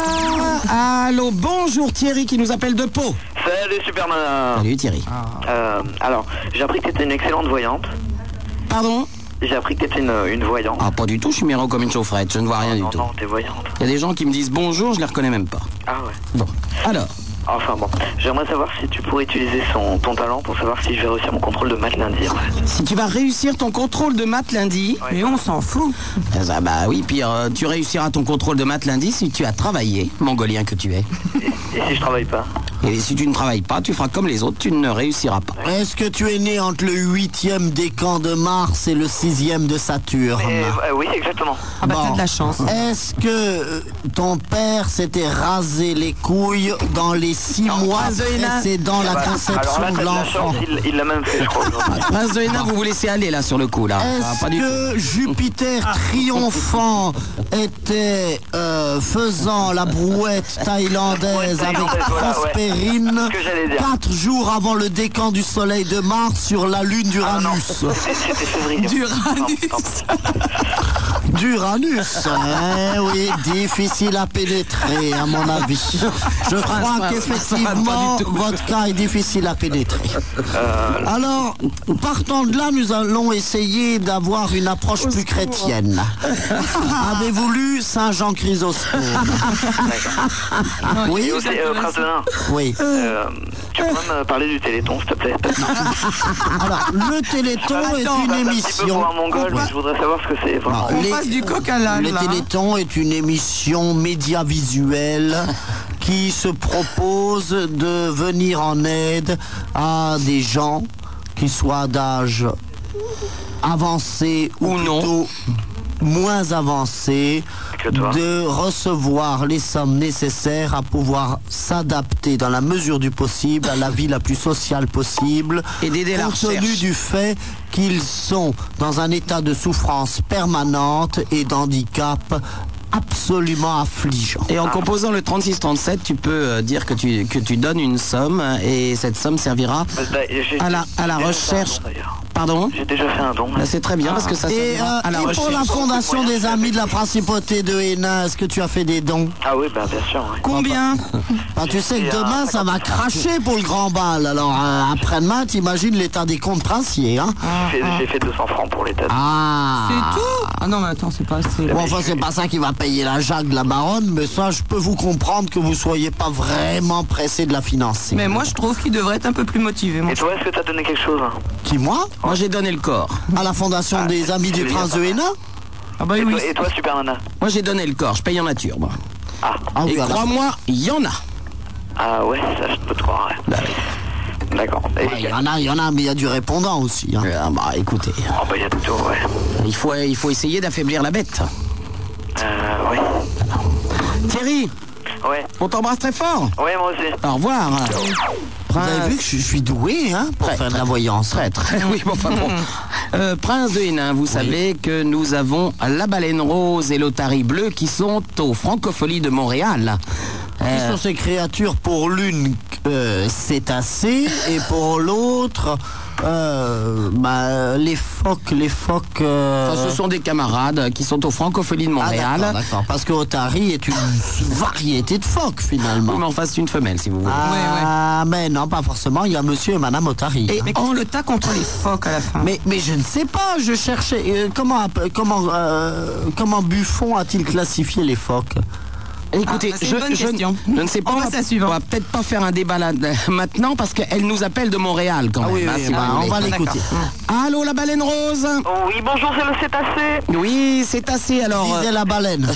Speaker 1: Allô, bonjour Thierry qui nous appelle de Pau.
Speaker 6: Salut, Super Nana.
Speaker 1: Salut Thierry.
Speaker 6: Euh, alors, j'ai appris que t'étais une excellente voyante.
Speaker 1: Pardon
Speaker 6: J'ai appris que t'étais une, une voyante.
Speaker 1: Ah, pas du tout, je suis méro comme une chaufferette, je ne vois rien du
Speaker 6: non,
Speaker 1: tout.
Speaker 6: non, t'es voyante.
Speaker 1: Il y a des gens qui me disent bonjour, je les reconnais même pas.
Speaker 6: Ah ouais.
Speaker 1: Bon, alors,
Speaker 6: Enfin bon, j'aimerais savoir si tu pourrais utiliser son, ton talent pour savoir si je vais réussir mon contrôle de maths lundi. en fait.
Speaker 1: si tu vas réussir ton contrôle de maths lundi,
Speaker 5: Mais on s'en fout.
Speaker 1: Ah, ça, bah oui, pire, euh, tu réussiras ton contrôle de maths lundi si tu as travaillé, mongolien que tu es.
Speaker 6: Et si je travaille pas
Speaker 1: Et si tu ne travailles pas, tu feras comme les autres, tu ne réussiras pas.
Speaker 4: Est-ce que tu es né entre le 8e décan de Mars et le 6e de Saturne
Speaker 6: Mais, euh, oui, exactement.
Speaker 5: Ah bah
Speaker 4: Bon.
Speaker 5: t'as de la chance.
Speaker 4: Est-ce que euh, ton père s'était rasé les couilles dans les six mois
Speaker 5: Ah,
Speaker 1: Prince de Hénin.
Speaker 4: précédant la
Speaker 6: Bah, alors là,
Speaker 4: conception
Speaker 6: t'as
Speaker 4: de
Speaker 6: de la
Speaker 4: l'enfant
Speaker 6: chance, il- il l'a même fait, je crois. aujourd'hui.
Speaker 1: Prince de Hénin, vous vous laissez aller là sur le coup, là.
Speaker 5: Euh,
Speaker 1: Ah,
Speaker 4: Est-ce
Speaker 1: pas du tout.
Speaker 4: que
Speaker 5: Ah.
Speaker 4: Jupiter triomphant était euh, faisant la brouette thaïlandaise
Speaker 6: Ouais,
Speaker 4: avec
Speaker 6: thaïlandaise, voilà, ouais.
Speaker 4: Prospérine
Speaker 6: Ce que j'allais dire.
Speaker 4: quatre jours avant le décan du soleil de Mars sur la
Speaker 6: Ah
Speaker 4: lune
Speaker 6: non,
Speaker 4: d'Uranus
Speaker 6: c'était c'était février.
Speaker 5: D'Uranus.
Speaker 6: Non, non.
Speaker 4: D'Uranus Eh oui, difficile à pénétrer à mon avis. Je crois
Speaker 1: ça- ça va
Speaker 4: qu'effectivement,
Speaker 1: pas du tout.
Speaker 4: votre cas est difficile à pénétrer.
Speaker 3: Euh,
Speaker 6: Euh,
Speaker 4: Alors, partant de là, nous allons essayer d'avoir une approche plus chrétienne. Avez-vous lu Saint Jean Chrysostome Oui,
Speaker 1: Ah
Speaker 6: Et au- euh, Prince de Nain,
Speaker 4: oui.
Speaker 6: euh, tu peux me parler du Téléthon, s'il te plaît
Speaker 4: Alors, le Téléthon
Speaker 6: Bah,
Speaker 4: est une
Speaker 6: c'est un petit peu
Speaker 4: émission.
Speaker 6: pour un mongol, mais je voudrais savoir ce que c'est. vraiment.
Speaker 4: Non,
Speaker 8: Ah,
Speaker 5: On passe du coq à l'âne,
Speaker 4: Le
Speaker 5: là, hein.
Speaker 4: Téléthon est une émission média visuelle qui se propose de venir en aide à des gens qui soient d'âge avancé ou,
Speaker 1: Ou non.
Speaker 4: plutôt moins avancé,
Speaker 6: Que toi.
Speaker 4: de recevoir les sommes nécessaires à pouvoir s'adapter dans la mesure du possible à la vie la plus sociale possible
Speaker 1: Et d'aider la
Speaker 4: compte tenu
Speaker 1: recherche.
Speaker 4: du fait qu'ils sont dans un état de souffrance permanente et d'handicap absolument affligeant.
Speaker 1: Et en
Speaker 6: Ah.
Speaker 1: composant le 36-37, tu peux euh, dire que tu, que tu donnes une somme euh, et cette somme servira
Speaker 6: Bah, j'ai-
Speaker 1: à la, à la
Speaker 6: j'ai déjà fait un
Speaker 1: recherche.
Speaker 6: don, d'ailleurs.
Speaker 1: Pardon
Speaker 6: J'ai déjà fait un don.
Speaker 1: Bah, C'est très bien parce que ça
Speaker 4: Et,
Speaker 1: servira
Speaker 4: euh,
Speaker 1: à la
Speaker 4: et pour la
Speaker 1: recherche.
Speaker 4: fondation des amis de la principauté de Hénin, est-ce que tu as fait des dons
Speaker 6: Ah oui, bah bien sûr. ouais.
Speaker 5: Combien
Speaker 4: Ah, Tu sais
Speaker 1: euh,
Speaker 4: que demain, ça va cracher pour le grand bal. Alors, euh, après-demain, t'imagines l'état des comptes princiers. Hein
Speaker 1: Ah,
Speaker 6: J'ai fait- j'ai fait 200 francs pour l'État.
Speaker 5: C'est
Speaker 4: ah
Speaker 5: tout Ah non, mais attends, c'est pas assez.
Speaker 4: Bon, enfin, c'est pas ça qui va payer la Jacques de la Baronne, mais ça, je peux vous comprendre que vous soyez pas vraiment pressé de la financer.
Speaker 5: Mais moi, je trouve qu'il devrait être un peu plus motivé. moi.
Speaker 6: Et toi, est-ce que t'as donné quelque chose
Speaker 4: Qui, moi
Speaker 1: Moi j'ai donné le corps.
Speaker 4: À la fondation
Speaker 1: Ah,
Speaker 4: des Amis du
Speaker 6: Ah, c'est
Speaker 4: Prince de Hénin
Speaker 5: Ah bah
Speaker 6: et,
Speaker 5: oui.
Speaker 6: toi, et toi, Super Nana
Speaker 1: Moi j'ai donné le corps, je paye en nature. moi.
Speaker 6: Ah,
Speaker 4: Ah
Speaker 1: Et
Speaker 4: oui, à la-
Speaker 1: crois-moi, il y en a.
Speaker 6: ah ouais, ça je peux te croire.
Speaker 1: Bah
Speaker 6: ouais. D'accord. Et-
Speaker 4: Ouais, Bah, Il y en a, il y en a, mais il y a du répondant aussi. hein.
Speaker 1: Ah, bah écoutez,
Speaker 6: Oh bah y a de tout, ouais.
Speaker 1: il faut, il faut essayer d'affaiblir la bête.
Speaker 6: Euh, ouais.
Speaker 1: Thierry,
Speaker 6: Ouais,
Speaker 1: on t'embrasse très fort.
Speaker 6: ouais, moi aussi.
Speaker 1: Au revoir.
Speaker 4: Vous avez vu que je, je suis doué hein, pour faire de la voyance.
Speaker 1: Traître. Oui, bon, enfin bon. Euh, Prince de Hénin, vous savez que nous avons la baleine rose et l'otarie bleue qui sont aux Francopholies de Montréal.
Speaker 4: Qui
Speaker 1: Euh,
Speaker 4: sont ces créatures pour l'une euh, cétacée et pour l'autre euh, bah, les phoques, les phoques. euh,
Speaker 1: Enfin, ce sont des camarades qui sont aux Francopholies de
Speaker 4: ah,
Speaker 1: Montréal.
Speaker 4: d'accord, d'accord, parce que Otari est une variété de phoques
Speaker 1: Oui,
Speaker 4: finalement.
Speaker 1: mais enfin, c'est une femelle, si vous voulez.
Speaker 4: Ah, mais non, pas forcément. Il y a Monsieur et Madame Otari.
Speaker 5: Et mais qu'est-ce que t'as contre les phoques à la fin
Speaker 4: Mais, mais je ne sais pas, je cherchais. euh, comment app- comment, euh, comment Buffon a-t-il classifié les phoques
Speaker 1: Écoutez,
Speaker 5: Ah, c'est
Speaker 1: je,
Speaker 5: une bonne
Speaker 1: je-
Speaker 5: question.
Speaker 1: je ne sais pas. On
Speaker 5: On passe à la
Speaker 1: va,
Speaker 5: suivante.
Speaker 1: on va peut-être pas faire un débat là, euh, maintenant parce qu'elle nous appelle de Montréal quand même. hein, si
Speaker 4: bah,
Speaker 1: vous
Speaker 4: on
Speaker 1: voulez.
Speaker 4: va
Speaker 5: D'accord.
Speaker 4: l'écouter.
Speaker 1: Allô, la baleine rose
Speaker 6: Oh, oui, bonjour, c'est le cétacé.
Speaker 1: Oui, c'est assez alors. euh,
Speaker 4: Disait la baleine.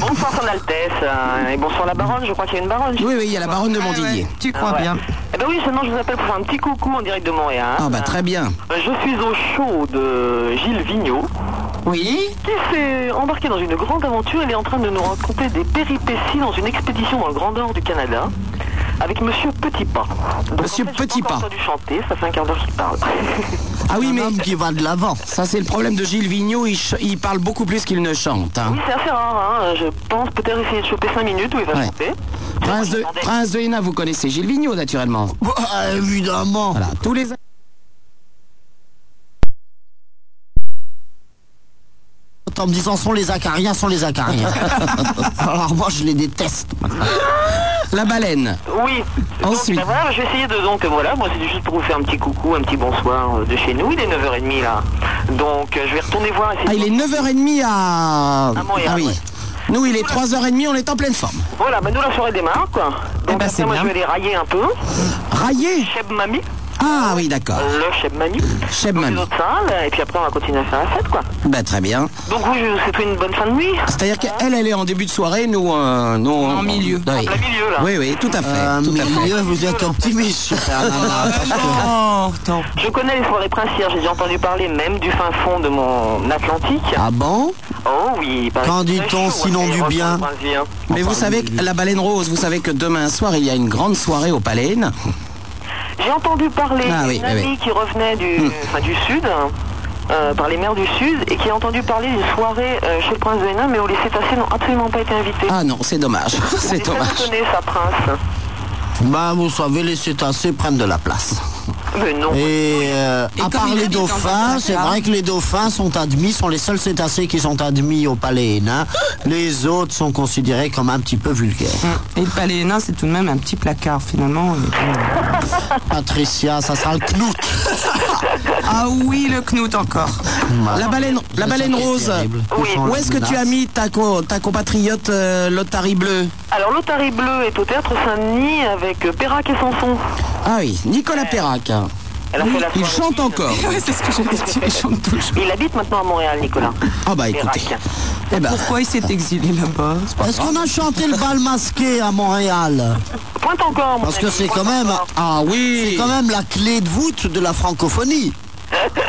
Speaker 6: Bonsoir, son Altesse. euh, et bonsoir, la baronne. Je crois qu'il y a une baronne.
Speaker 1: Oui, oui, il y a la baronne de
Speaker 5: Ah ouais,
Speaker 1: Montdidier.
Speaker 5: Tu
Speaker 6: Ah,
Speaker 5: crois
Speaker 6: ouais.
Speaker 5: bien
Speaker 6: Eh ben oui, seulement je vous appelle pour faire un petit coucou en direct de Montréal. Euh,
Speaker 1: Ah, bah très bien.
Speaker 6: Je suis au show de Gilles Vigneault,
Speaker 1: Oui
Speaker 6: qui s'est embarqué dans une grande aventure. Il est en train de nous raconter des péripéties dans une expédition dans le Grand Nord du Canada. Avec Monsieur Petit Pas. Donc,
Speaker 1: Monsieur
Speaker 6: en fait, j'ai
Speaker 1: Petit
Speaker 6: pas.
Speaker 1: Pas.
Speaker 6: entendu chanter, ça fait un quart d'heure qu'il parle.
Speaker 1: Ah oui,
Speaker 4: un
Speaker 1: mais
Speaker 4: homme qui va de l'avant.
Speaker 1: ça c'est le problème de Gilles Vigneault, il, ch- il parle beaucoup plus qu'il ne chante. hein.
Speaker 6: oui, c'est assez rare, hein. Je pense peut-être essayer de choper 5 minutes où il va
Speaker 1: Ouais.
Speaker 6: chanter.
Speaker 1: Prince de,
Speaker 6: Attendez.
Speaker 1: Prince de Hénin, vous connaissez Gilles Vigneault naturellement.
Speaker 4: Bah, évidemment.
Speaker 1: Voilà, tous les...
Speaker 4: En me disant sont les acariens, sont les acariens. Alors moi je les déteste.
Speaker 1: La baleine.
Speaker 6: Oui.
Speaker 1: Ensuite.
Speaker 6: Donc, bah, voilà, je vais essayer de donc euh, voilà, moi c'est juste pour vous faire un petit coucou, un petit bonsoir euh, de chez nous. Il est 9h30 là. Donc euh, je vais retourner voir essayer
Speaker 1: Ah,
Speaker 6: de-
Speaker 1: il est 9h30 à...
Speaker 6: À Montréal,
Speaker 1: Ah oui.
Speaker 6: ouais.
Speaker 1: Nous, il est 3h30, on est en pleine forme. Eh ben,
Speaker 6: Voilà, bah nous la soirée démarre quoi. Donc
Speaker 5: bah,
Speaker 6: après,
Speaker 5: c'est
Speaker 6: moi
Speaker 5: bien.
Speaker 6: je vais les railler un peu.
Speaker 1: Raillé
Speaker 6: Cheb Mami.
Speaker 1: Ah oui, d'accord.
Speaker 6: Le Cheb Mami.
Speaker 1: Cheb
Speaker 6: Dans une
Speaker 1: Mami.
Speaker 6: autre salle, et puis après on va continuer à faire la fête, quoi.
Speaker 4: Ben,
Speaker 1: Bah, très bien.
Speaker 6: Donc oui, je vous souhaite une bonne fin de nuit.
Speaker 1: C'est-à-dire qu'elle, elle est en début de soirée, nous, euh, nous en milieu. Oui.
Speaker 6: plein milieu, là.
Speaker 1: oui, oui, tout à fait.
Speaker 4: Euh,
Speaker 1: tout à fait. Bah,
Speaker 4: milieu, vous êtes optimiste, super nana, parce que-
Speaker 5: Oh, attends.
Speaker 6: Je connais les soirées princières, j'ai déjà entendu parler même du fin fond de mon Atlantique.
Speaker 4: Ah bon
Speaker 6: Oh oui, bah,
Speaker 4: Qu'en
Speaker 6: c'est très
Speaker 4: dit-on,
Speaker 6: chaud,
Speaker 4: sinon
Speaker 6: hein,
Speaker 4: du
Speaker 6: les
Speaker 4: bien
Speaker 6: restaurants princières.
Speaker 1: Mais vous savez, que la baleine rose, vous savez que demain soir, il y a une grande soirée au Palais.
Speaker 6: J'ai entendu parler
Speaker 1: Ah oui,
Speaker 6: d'une
Speaker 1: ah oui. Hmm.
Speaker 6: amie qui revenait du, enfin, du sud, euh, par les mers du sud, et qui a entendu parler d'une soirée euh, chez le prince de Hénin, mais où les cétacés n'ont absolument pas été invités.
Speaker 1: Ah non, c'est dommage. C'est
Speaker 6: ça
Speaker 1: dommage.
Speaker 6: ça, prince.
Speaker 4: Bah, vous savez, les cétacés prennent de la place.
Speaker 6: Mais non.
Speaker 4: Et, euh, à
Speaker 5: comme
Speaker 4: part
Speaker 5: il
Speaker 4: les
Speaker 5: habite dans
Speaker 4: dauphins,
Speaker 5: un
Speaker 4: c'est
Speaker 5: placard.
Speaker 4: vrai que les dauphins sont admis, sont les seuls cétacés qui sont admis au palais Hénin. Les autres sont considérés comme un petit peu vulgaires.
Speaker 5: Et le palais nain, c'est tout de même un petit placard finalement. euh,
Speaker 4: Patricia, ça sera le knout.
Speaker 5: Ah oui, le knout encore. Ah.
Speaker 1: La baleine, la baleine rose.
Speaker 6: Oui.
Speaker 1: Où est-ce que tu as mis ta, co- ta compatriote euh, Lotari Bleu
Speaker 6: Alors, l'Otari Bleu est au théâtre Saint-Denis avec euh, Perrac et Sanson.
Speaker 1: Ah oui, Nicolas
Speaker 6: Euh.
Speaker 1: Perrac. Euh,
Speaker 6: Elle a fait la
Speaker 1: Il
Speaker 6: soirée
Speaker 1: chante
Speaker 6: Sud.
Speaker 1: encore.
Speaker 5: Ouais, c'est ce que j'avais dit, il chante toujours.
Speaker 6: Il habite maintenant à Montréal, Nicolas.
Speaker 1: Ah bah écoutez.
Speaker 6: Perrac.
Speaker 1: Eh ben,
Speaker 5: Pourquoi il s'est exilé là-bas
Speaker 4: Est-ce qu'on a chanté le bal masqué à Montréal
Speaker 6: Pointe encore, mon
Speaker 4: Parce que
Speaker 6: ami,
Speaker 4: c'est
Speaker 6: pointe
Speaker 4: quand même,
Speaker 6: encore.
Speaker 1: ah oui,
Speaker 4: quand même la clé de voûte de la francophonie.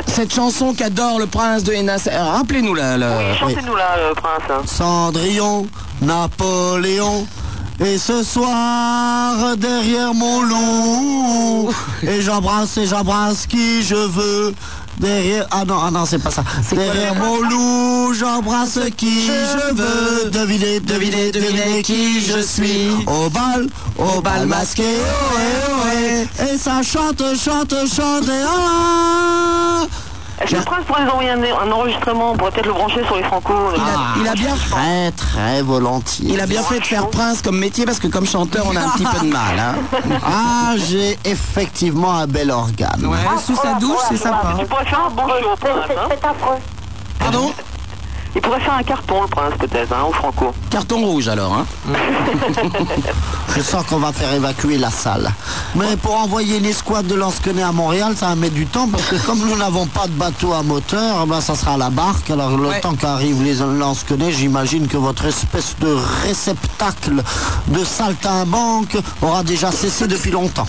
Speaker 1: cette chanson qu'adore le prince de Hénin. c'est- Rappelez-nous la. la-
Speaker 6: Oui, Chantez-nous là, euh, prince.
Speaker 4: Cendrillon, Napoléon. Et ce soir, derrière mon loup, et j'embrasse et j'embrasse qui je veux. Derrière, ah non, ah non, c'est pas ça. Derrière mon loup, j'embrasse qui je veux. Devinez, devinez, devinez qui je suis. Au bal, au bal masqué, ohé, ohé. Et ça chante, chante, chante, et ah
Speaker 6: Est-ce que le prince pourrait nous envoyer un, un enregistrement On pourrait peut-être le brancher sur les franco. euh,
Speaker 1: Il a bien fait.
Speaker 4: Ah, Très, très volontiers.
Speaker 1: Il a bien fait de faire prince comme métier parce que comme chanteur on a un petit peu de mal. hein.
Speaker 4: Ah, j'ai effectivement un bel organe.
Speaker 5: Ouais,
Speaker 6: Ah,
Speaker 5: sous sa douche, c'est sympa. hein.
Speaker 6: Il pourrait faire un bon show, prince. hein.
Speaker 1: Pardon
Speaker 6: Il pourrait faire un carton, le prince, peut-être, hein, au franco. Ah,
Speaker 1: Carton rouge alors. Hein.
Speaker 4: Je sens qu'on va faire évacuer la salle. Mais pour envoyer une escouade de lansquenets à Montréal, ça va mettre du temps parce que comme nous n'avons pas de bateau à moteur, eh ben ça sera à la barque. Alors le
Speaker 5: Ouais.
Speaker 4: temps qu'arrivent les lansquenets, j'imagine que votre espèce de réceptacle de saltimbanque aura déjà cessé depuis longtemps.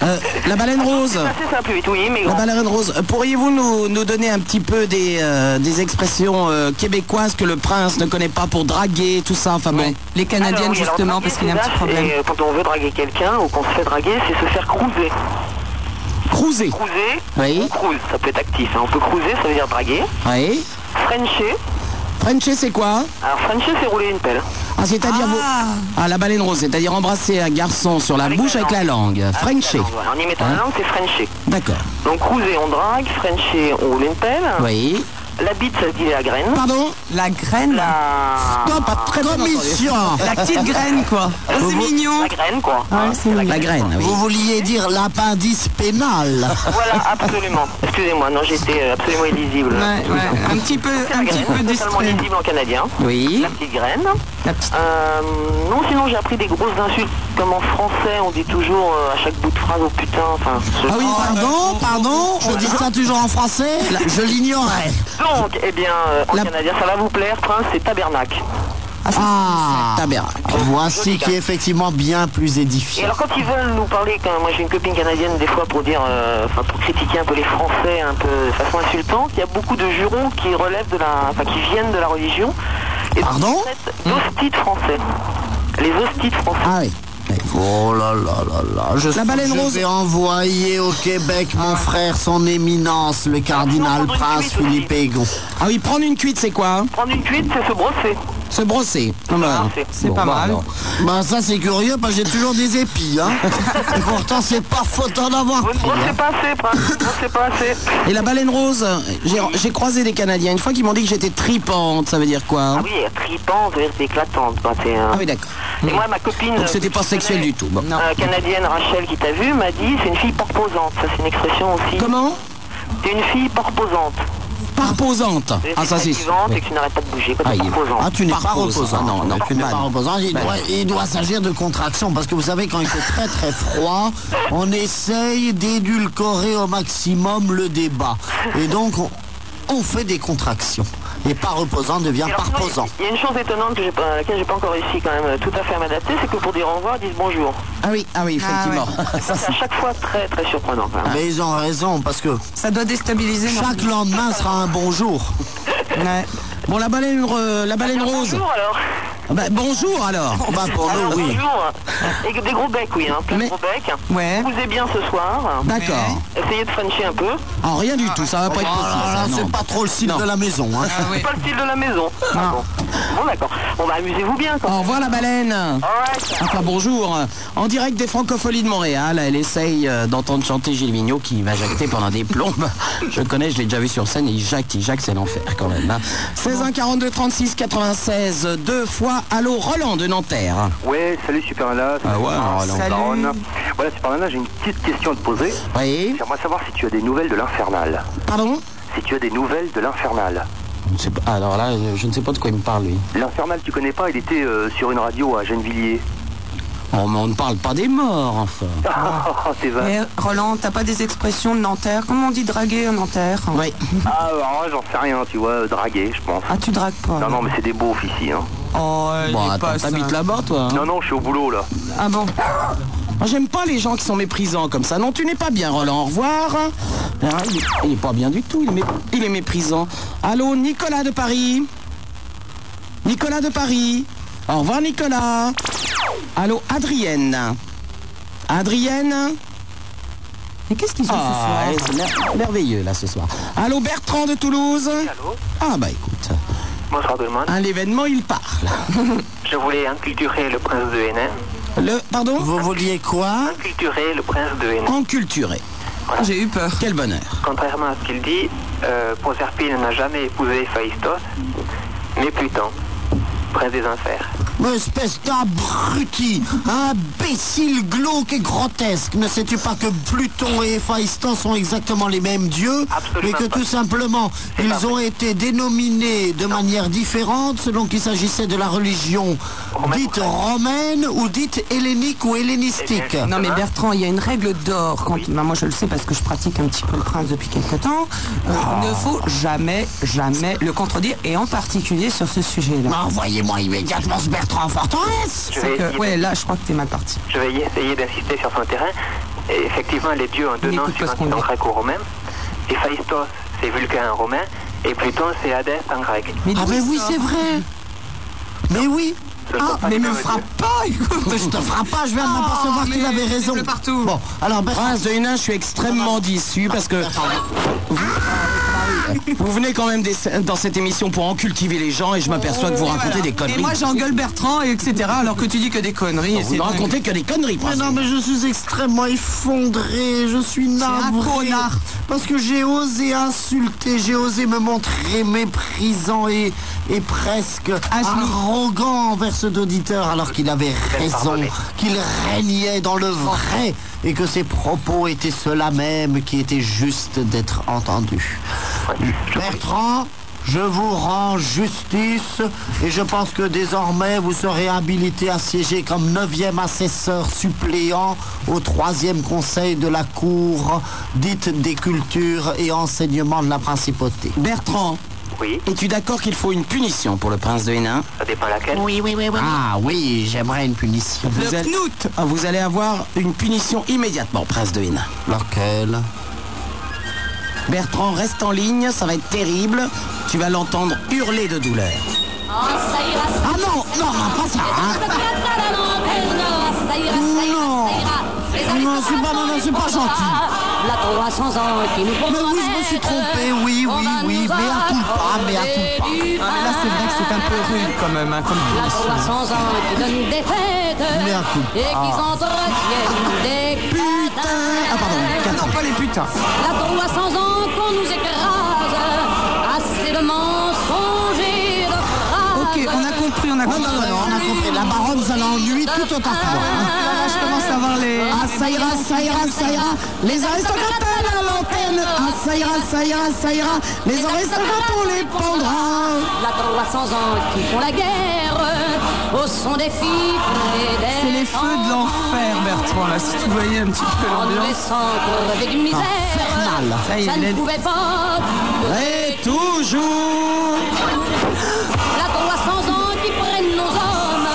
Speaker 1: Euh, la baleine rose.
Speaker 6: Passer ça plus vite, oui,
Speaker 1: La
Speaker 6: mais
Speaker 5: Ah,
Speaker 6: grand.
Speaker 5: bah,
Speaker 1: baleine rose, euh, pourriez-vous nous, nous donner un petit peu des, euh, des expressions euh, québécoises que le prince ne connaît pas pour draguer, tout ça, enfin bon.
Speaker 5: Les
Speaker 6: Alors,
Speaker 5: Canadiennes,
Speaker 6: oui, alors,
Speaker 5: justement,
Speaker 6: draguer,
Speaker 5: parce qu'il y a un
Speaker 6: c'est
Speaker 5: petit
Speaker 6: vache,
Speaker 5: problème.
Speaker 6: et, euh, quand on veut draguer quelqu'un ou qu'on se fait draguer, c'est se faire cruiser.
Speaker 1: Cruiser.
Speaker 6: Cruiser,
Speaker 1: Oui.
Speaker 6: on cruise, ça peut être actif. hein. On peut cruiser, ça veut dire draguer.
Speaker 1: Oui.
Speaker 6: Frencher,
Speaker 1: Frencher, c'est quoi
Speaker 6: alors Frencher, c'est rouler une pelle.
Speaker 1: Ah, c'est-à-dire vous-
Speaker 5: Ah.
Speaker 1: Ah, la baleine rose, c'est-à-dire embrasser un garçon sur la
Speaker 6: Avec
Speaker 1: bouche
Speaker 6: la
Speaker 1: avec la langue. Frencher.
Speaker 6: Ah, voilà, En y mettant
Speaker 1: Hein
Speaker 6: la langue, c'est Frencher.
Speaker 1: D'accord.
Speaker 6: Donc cruiser, on drague. Frencher, on roule une pelle.
Speaker 1: Oui.
Speaker 6: La bite, ça se dit la graine.
Speaker 1: Pardon
Speaker 5: La graine, la,
Speaker 6: La...
Speaker 1: Non, pas très bien entendu.
Speaker 4: Commission
Speaker 5: petite graine, quoi. Ah, c'est mignon.
Speaker 6: La graine, quoi. Hein,
Speaker 5: c'est mignon.
Speaker 1: La graine, oui.
Speaker 4: Ah, Vous vouliez dire l'appendice pénal
Speaker 6: Voilà, absolument. Excusez-moi, non, j'étais euh, absolument illisible.
Speaker 5: Ouais, ouais, un petit peu, un
Speaker 6: La graine,
Speaker 5: petit peu
Speaker 6: totalement
Speaker 5: distrait.
Speaker 6: illisible en canadien.
Speaker 1: Oui.
Speaker 6: La petite graine.
Speaker 5: La petite-
Speaker 6: Euh, non, sinon j'ai appris des grosses insultes, comme en français, on dit toujours euh, à chaque bout de phrase, oh putain, enfin... ce-
Speaker 1: Ah oui,
Speaker 4: Pardon, pardon, on dit ça toujours en français Je l'ignorais.
Speaker 6: Donc, eh bien, euh, en
Speaker 1: La-
Speaker 6: canadien, ça va vous plaire, prince, c'est tabernacle.
Speaker 4: Ah,
Speaker 1: Tabera.
Speaker 4: voici qui est effectivement bien plus
Speaker 6: Et
Speaker 4: édifié.
Speaker 6: alors quand ils veulent nous parler, quand moi j'ai une copine canadienne des fois pour dire, euh, enfin pour critiquer un peu les Français un peu de façon insultante, il y a beaucoup de jurons qui relèvent de la, enfin qui viennent de la religion. Et
Speaker 4: Pardon
Speaker 6: D'hostites français. Les hostites français.
Speaker 1: Ah oui.
Speaker 4: Oh là là là là, je,
Speaker 1: La baleine
Speaker 4: je
Speaker 1: rose.
Speaker 4: vais envoyer au Québec mon frère, son éminence, le cardinal
Speaker 6: Sinon, on prend Ah, une
Speaker 4: prince
Speaker 6: cuite aussi.
Speaker 4: Philippe Aigon.
Speaker 1: Ah oui, prendre une cuite, c'est quoi hein
Speaker 6: Prendre une cuite, c'est se brosser.
Speaker 1: Se brosser. Ah bah,
Speaker 6: C'est-
Speaker 5: c'est pas mal.
Speaker 4: Ben ça c'est curieux parce que j'ai toujours des épis, hein. Et pourtant c'est pas faute d'en avoir
Speaker 6: Vous ne
Speaker 4: pris.
Speaker 6: brossez
Speaker 4: hein.
Speaker 6: pas assez, prince, vous ne brossez pas assez.
Speaker 1: Et la baleine rose, j'ai- j'ai croisé des Canadiens une fois qui m'ont dit que j'étais tripante, ça veut dire quoi
Speaker 6: Ah
Speaker 1: hein
Speaker 6: oui, tripant, ça veut dire que c'est éclatante. quoi, c'est, euh,
Speaker 1: Ah oui, d'accord.
Speaker 6: Et moi, ma copine.
Speaker 1: Donc
Speaker 6: euh,
Speaker 1: c'était pas
Speaker 6: que je connais,
Speaker 1: sexuel du tout, bon.
Speaker 6: euh, canadienne Rachel qui t'a vu m'a dit c'est une fille porposante. Ça, c'est une expression aussi.
Speaker 1: Comment
Speaker 6: T'es une fille porposante.
Speaker 1: Par posante. Ah, ça, c'est.
Speaker 6: vivante et que tu n'arrêtes pas de bouger. Quoi,
Speaker 1: Ah,
Speaker 6: t'es
Speaker 1: il-
Speaker 6: reposant.
Speaker 4: Ah, tu n'es
Speaker 1: Par
Speaker 4: pas
Speaker 1: pause.
Speaker 4: reposant.
Speaker 1: Ah, non, non,
Speaker 4: Tu n'es
Speaker 1: mal.
Speaker 4: pas reposant. Il
Speaker 6: Ben.
Speaker 1: Mal.
Speaker 4: doit, il doit s'agir de contraction. Parce que vous savez, quand il fait très très froid, on essaye d'édulcorer au maximum le débat. Et donc, on, on fait des contractions. Et pas reposant devient
Speaker 6: Et alors,
Speaker 4: par
Speaker 6: sinon,
Speaker 4: posant.
Speaker 6: Il y a une chose étonnante que j'ai pas- à laquelle j'ai pas encore réussi quand même euh, tout à fait à m'adapter, c'est que pour dire au revoir, ils disent bonjour.
Speaker 1: Ah oui, ah oui, effectivement.
Speaker 6: Et ça, c'est à chaque fois très très surprenant. Quand même.
Speaker 4: Mais ils ont raison, parce que
Speaker 5: Ça doit déstabiliser. non
Speaker 4: chaque lendemain sera un bon jour.
Speaker 5: Ouais.
Speaker 1: Bon, la baleine, euh, la baleine rose.
Speaker 6: Bonjour alors.
Speaker 1: Ah bah, bonjour alors.
Speaker 4: Bah, pour nous,
Speaker 6: Alors,
Speaker 4: oui.
Speaker 6: Bonjour. Et que des gros becs, oui, hein, plein
Speaker 1: Mais-
Speaker 6: de gros becs.
Speaker 5: Ouais.
Speaker 6: Vous êtes bien ce soir.
Speaker 1: D'accord.
Speaker 6: Essayez de frencher un peu.
Speaker 1: Ah, rien du tout, ça va Ah, pas être
Speaker 4: Oh
Speaker 1: possible.
Speaker 4: là là,
Speaker 1: ça, non.
Speaker 4: c'est pas trop le style
Speaker 1: Non.
Speaker 4: de la maison. hein.
Speaker 5: Ah oui.
Speaker 6: C'est pas le style de la maison. Ah bon. Bon, d'accord. Bon, bah, amusez-vous bien quand
Speaker 1: Au
Speaker 6: même.
Speaker 1: revoir la baleine.
Speaker 6: Alright.
Speaker 1: Enfin bonjour, en direct des Francopholies de Montréal, elle essaye euh, d'entendre chanter Gilles Vigneault qui va jacter pendant des plombes. Je connais, je l'ai déjà vu sur scène, il jacte, il jacte, c'est l'enfer quand même. hein. 16 1 42 36 96, deux fois Allô Roland de Nanterre.
Speaker 9: Ouais, salut Super Nana, salut
Speaker 1: Ah ouais, Roland.
Speaker 4: oh,
Speaker 5: Salut.
Speaker 9: Baronne. Voilà Super Nana, j'ai une petite question à te poser.
Speaker 1: Oui,
Speaker 9: J'aimerais savoir si tu as des nouvelles de l'infernal.
Speaker 1: pardon
Speaker 9: Si tu as des nouvelles de l'infernal.
Speaker 1: Je ne sais pas- Alors là, euh, je ne sais pas de quoi il me parle lui.
Speaker 9: L'infernal, tu connais pas, il était euh, sur une radio à Gennevilliers.
Speaker 1: Oh, mais on ne parle pas des morts enfin.
Speaker 9: Ah, t'es
Speaker 6: Bah.
Speaker 9: vache.
Speaker 5: Mais Eh, Roland, t'as pas des expressions de Nanterre Comment on dit draguer en Nanterre
Speaker 1: Oui.
Speaker 9: Ah, alors là, j'en sais rien, tu vois, draguer, je pense.
Speaker 5: Ah, tu dragues pas
Speaker 9: Non, non, mais c'est des beaufs ici, hein.
Speaker 5: Oh, il
Speaker 1: Bon,
Speaker 5: est
Speaker 1: attends,
Speaker 5: pas
Speaker 1: t'habites
Speaker 5: ça.
Speaker 1: là-bas toi hein
Speaker 9: Non, non, je suis au boulot, là.
Speaker 5: Ah bon
Speaker 1: Moi, J'aime pas les gens qui sont méprisants comme ça. Non, tu n'es pas bien, Roland. Au revoir. Hein, il, est, il est pas bien du tout. Il est, mé- il est méprisant. Allô, Nicolas de Paris. Nicolas de Paris. Au revoir, Nicolas. Allô, Adrienne. Adrienne.
Speaker 5: Mais qu'est-ce qu'ils ont
Speaker 1: Ah, ouais,
Speaker 5: ce
Speaker 1: c'est mer- merveilleux là ce soir. Allô, Bertrand de Toulouse. Ah bah écoute,
Speaker 6: Bonsoir tout le monde.
Speaker 1: à l'événement il parle.
Speaker 6: Je voulais inculturer le prince de Hénin.
Speaker 1: Le pardon,
Speaker 4: Vous vouliez quoi
Speaker 6: Inculturer le prince de Hénin.
Speaker 1: enculturé.
Speaker 4: Ah,
Speaker 5: soir J'ai eu peur.
Speaker 1: Quel bonheur.
Speaker 6: Contrairement à ce qu'il dit, euh, Proserpine n'a jamais épousé Héphaïstos, mais Pluton, prince des enfers.
Speaker 4: Mais Espèce d'abruti, imbécile, glauque et grotesque. Ne sais-tu pas que Pluton et Héphaïstan sont exactement les mêmes dieux
Speaker 6: Absolument
Speaker 4: Mais que
Speaker 6: pas.
Speaker 4: tout simplement,
Speaker 6: pas
Speaker 4: ils ont été dénominés de manière différente selon qu'il s'agissait de la religion
Speaker 6: Romaine.
Speaker 4: dite romaine ou dite hellénique ou hellénistique.
Speaker 6: Eh bien,
Speaker 5: Non mais Bertrand, il y a une règle d'or. Quand
Speaker 6: Oui.
Speaker 5: Bah, moi je le sais parce que je pratique un petit peu le prince depuis quelque temps. Euh, Il ne faut jamais, jamais le contredire et en particulier sur ce
Speaker 4: Mais
Speaker 5: sujet-là.
Speaker 4: Envoyez-moi immédiatement ce Bertrand Forteresse
Speaker 6: Je
Speaker 5: C'est
Speaker 6: vais,
Speaker 5: que-
Speaker 6: y-
Speaker 5: ouais, là je crois que t'es mal parti.
Speaker 6: je vais y essayer d'insister sur son terrain. Et effectivement, les dieux en deux noms
Speaker 5: n'écoute pas
Speaker 6: sur
Speaker 5: ce
Speaker 6: un
Speaker 5: qu'on
Speaker 6: titan
Speaker 5: dit.
Speaker 6: gréco-romain. Héphaïstos, c'est Vulcain en romain, et Pluton, c'est Hadès en grec.
Speaker 4: Ah mais oui, c'est vrai Mais oui
Speaker 6: Je
Speaker 4: Ah,
Speaker 6: comprends
Speaker 4: mais
Speaker 6: ce
Speaker 4: me
Speaker 6: que veut
Speaker 4: frappe pas, écoute Je te frappe pas, je viens de m'apercevoir qu'il
Speaker 1: Ah,
Speaker 4: avait raison
Speaker 5: partout.
Speaker 4: Bon, alors Bertrand...
Speaker 1: Prince de Hénin, je suis extrêmement déçu parce que Vous venez quand même des- dans cette émission pour en cultiver les gens et je m'aperçois que vous racontez des conneries.
Speaker 5: Et moi j'engueule Bertrand, et etc. Alors que tu dis que des conneries. et
Speaker 1: vous
Speaker 5: c'est
Speaker 1: ne
Speaker 5: dingue.
Speaker 1: racontez que des conneries,
Speaker 4: Mais
Speaker 1: Prince.
Speaker 4: non, mais je suis extrêmement effondré, je suis navré.
Speaker 5: connard.
Speaker 4: Parce que j'ai osé insulter, j'ai osé me montrer méprisant et, et presque
Speaker 1: Ah,
Speaker 4: arrogant envers cet auditeur alors qu'il avait raison,
Speaker 6: pardonner.
Speaker 4: qu'il régnait dans le vrai et que ses propos étaient ceux-là même qui étaient justes d'être entendus. Bertrand, je vous rends justice et je pense que désormais vous serez habilité à siéger comme neuvième assesseur suppléant au troisième conseil de la Cour dite des cultures et enseignements de la principauté.
Speaker 1: Bertrand,
Speaker 6: Oui,
Speaker 1: es-tu d'accord qu'il faut une punition pour le prince de Hénin
Speaker 6: ça dépend laquelle.
Speaker 4: Oui, oui, oui, oui. Ah oui, j'aimerais une punition.
Speaker 1: vous, allez- Ah, vous allez avoir une punition immédiatement, prince de Hénin.
Speaker 4: Laquelle
Speaker 1: Bertrand, reste en ligne, ça va être terrible. Tu vas l'entendre hurler de douleur.
Speaker 7: Oh, ça ira, ça
Speaker 4: Ah non, non, non, pas ça, hein.
Speaker 7: Je te gratte à la lanterne, ah, ça ira, ça ira,
Speaker 4: Non.
Speaker 7: ça ira. Les
Speaker 4: Non,
Speaker 7: aristocrates
Speaker 4: c'est pas- non,
Speaker 7: ont
Speaker 4: non,
Speaker 7: les
Speaker 4: c'est pas
Speaker 7: beaux
Speaker 4: gentil.
Speaker 7: bras. La 300 ans qui nous
Speaker 4: Mais oui, je me suis trompé, oui,
Speaker 7: On
Speaker 4: oui,
Speaker 7: va
Speaker 4: oui,
Speaker 7: nous
Speaker 4: mais à tout pas, mais à tout pas.
Speaker 7: accorder du
Speaker 5: Ah, mais là c'est vrai que c'est un peu rude quand même. hein, comme
Speaker 7: La
Speaker 10: Ah.
Speaker 7: 300 ans qui donne des fêtes
Speaker 4: Mais à coup
Speaker 7: et qui s'entretiennent des putains.
Speaker 4: Ah, pardon,
Speaker 5: Ah, non, pas les putains.
Speaker 7: La 300 ans qu'on nous
Speaker 4: Ah,
Speaker 7: écrase, assez de mensonges et de phrases.
Speaker 5: Ok, on a compris, on a compris.
Speaker 4: on a compris. La baronne, ça l'ennuie tout autant que moi.
Speaker 5: Là, je commence à avoir les.
Speaker 4: Ah, ça ira, ça ira, ça ira. Les aristocrates à l'antenne. Ah, ça ira, ça ira, ça ira. Les aristocrates, on les pendra.
Speaker 7: La 300 ans qui font la guerre au son des fifres et des
Speaker 5: C'est les feux de l'enfer, Bertrand, là, si tu voyais un petit peu
Speaker 7: En nous
Speaker 5: l'ambiance.
Speaker 7: laissant crever d'une misère
Speaker 4: Infernal.
Speaker 5: Ça y est,
Speaker 7: Ça
Speaker 5: il
Speaker 7: ne
Speaker 5: est-
Speaker 7: pouvait pas
Speaker 1: Et toujours
Speaker 7: La 300 ans qui prennent nos hommes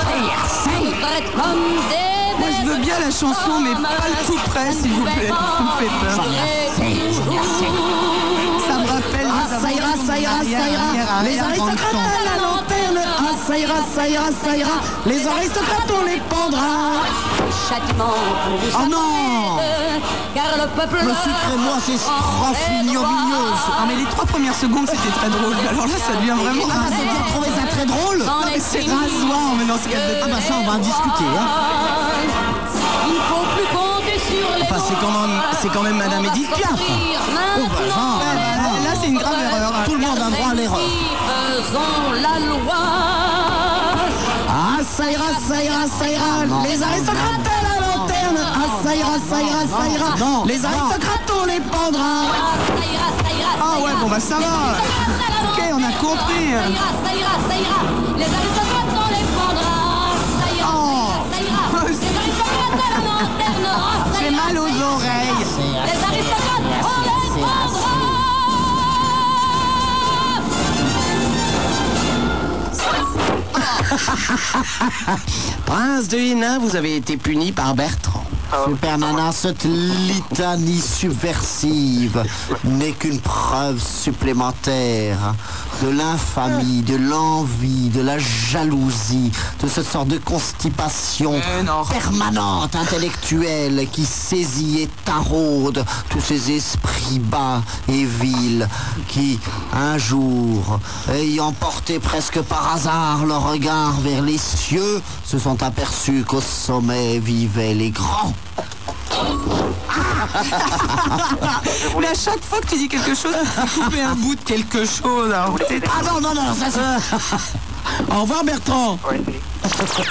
Speaker 7: Nous traitent comme des
Speaker 5: Moi, je veux bien la chanson, mais pas le tout près, s'il vous plaît. Ça me fait peur. Ça me rappelle.
Speaker 4: Ah, ça ira, ça ira, ça ira. Les aristocrates à la lanterne. Ah, ça ira, ça ira, ça ira. Les aristocrates, on les pendra.
Speaker 5: Ah
Speaker 7: Châtiment pour vous
Speaker 4: Oh non
Speaker 7: satisfaire, Car le peuple
Speaker 4: Le sucre et moi, ces strophes ignominieuses.
Speaker 5: Ah, mais les trois premières secondes, c'était très drôle. Alors là, ça devient vraiment.
Speaker 4: Ah, c'est bien trouvé ça très drôle.
Speaker 7: Non, mais
Speaker 5: C'est rasoir, mais non, c'est
Speaker 4: Ah, bah ça, on va en discuter. Hein.
Speaker 7: Il ne faut plus compter sur les
Speaker 1: Enfin, c'est quand même- c'est quand même Madame Edith Piaf.
Speaker 4: Oh, bah,
Speaker 7: Maintenant,
Speaker 5: Là, c'est une grave erreur.
Speaker 4: Tout le monde a droit à l'erreur.
Speaker 7: faisons la loi.
Speaker 4: Ah, ça ira, ça ira, ça
Speaker 7: Ah,
Speaker 4: ira. les aristocrates à la lanterne. Ah, ça ira, ça ira, ça ira. les aristocrates, on les pendra.
Speaker 7: Ah, ça ira, ça ira, ça
Speaker 5: Ah ouais,
Speaker 7: ira.
Speaker 5: bon, bah, ça
Speaker 7: Les
Speaker 5: va.
Speaker 7: aristocrates à la
Speaker 5: Ok, on a
Speaker 7: lanterne.
Speaker 5: compris.
Speaker 7: Ça ira, ça ira, ça ira. Les aristocrates, on les prendra. Ça ira, ça ira, ça ira. Les aristocrates à la lanterne. Ah, ça
Speaker 5: J'ai
Speaker 7: ira,
Speaker 5: mal
Speaker 7: ça
Speaker 5: aux
Speaker 7: ira.
Speaker 5: oreilles.
Speaker 7: Les aristocrates, on les
Speaker 1: Prince de Hénin, vous avez été puni par Bertrand.
Speaker 4: Super Nana, cette litanie subversive n'est qu'une preuve supplémentaire de l'infamie, de l'envie, de la jalousie, de cette sorte de constipation
Speaker 5: Mais non.
Speaker 4: permanente, intellectuelle, qui saisit et taraude tous ces esprits bas et vils qui, un jour, ayant porté presque par hasard leur regard vers les cieux, se sont aperçus qu'au sommet vivaient les grands.
Speaker 5: Mais à chaque fois que tu dis quelque chose, tu coupes un bout de quelque chose. alors, t'es-
Speaker 4: Ah non, non, non, ça c'est...
Speaker 1: Au revoir Bertrand.
Speaker 9: Ouais.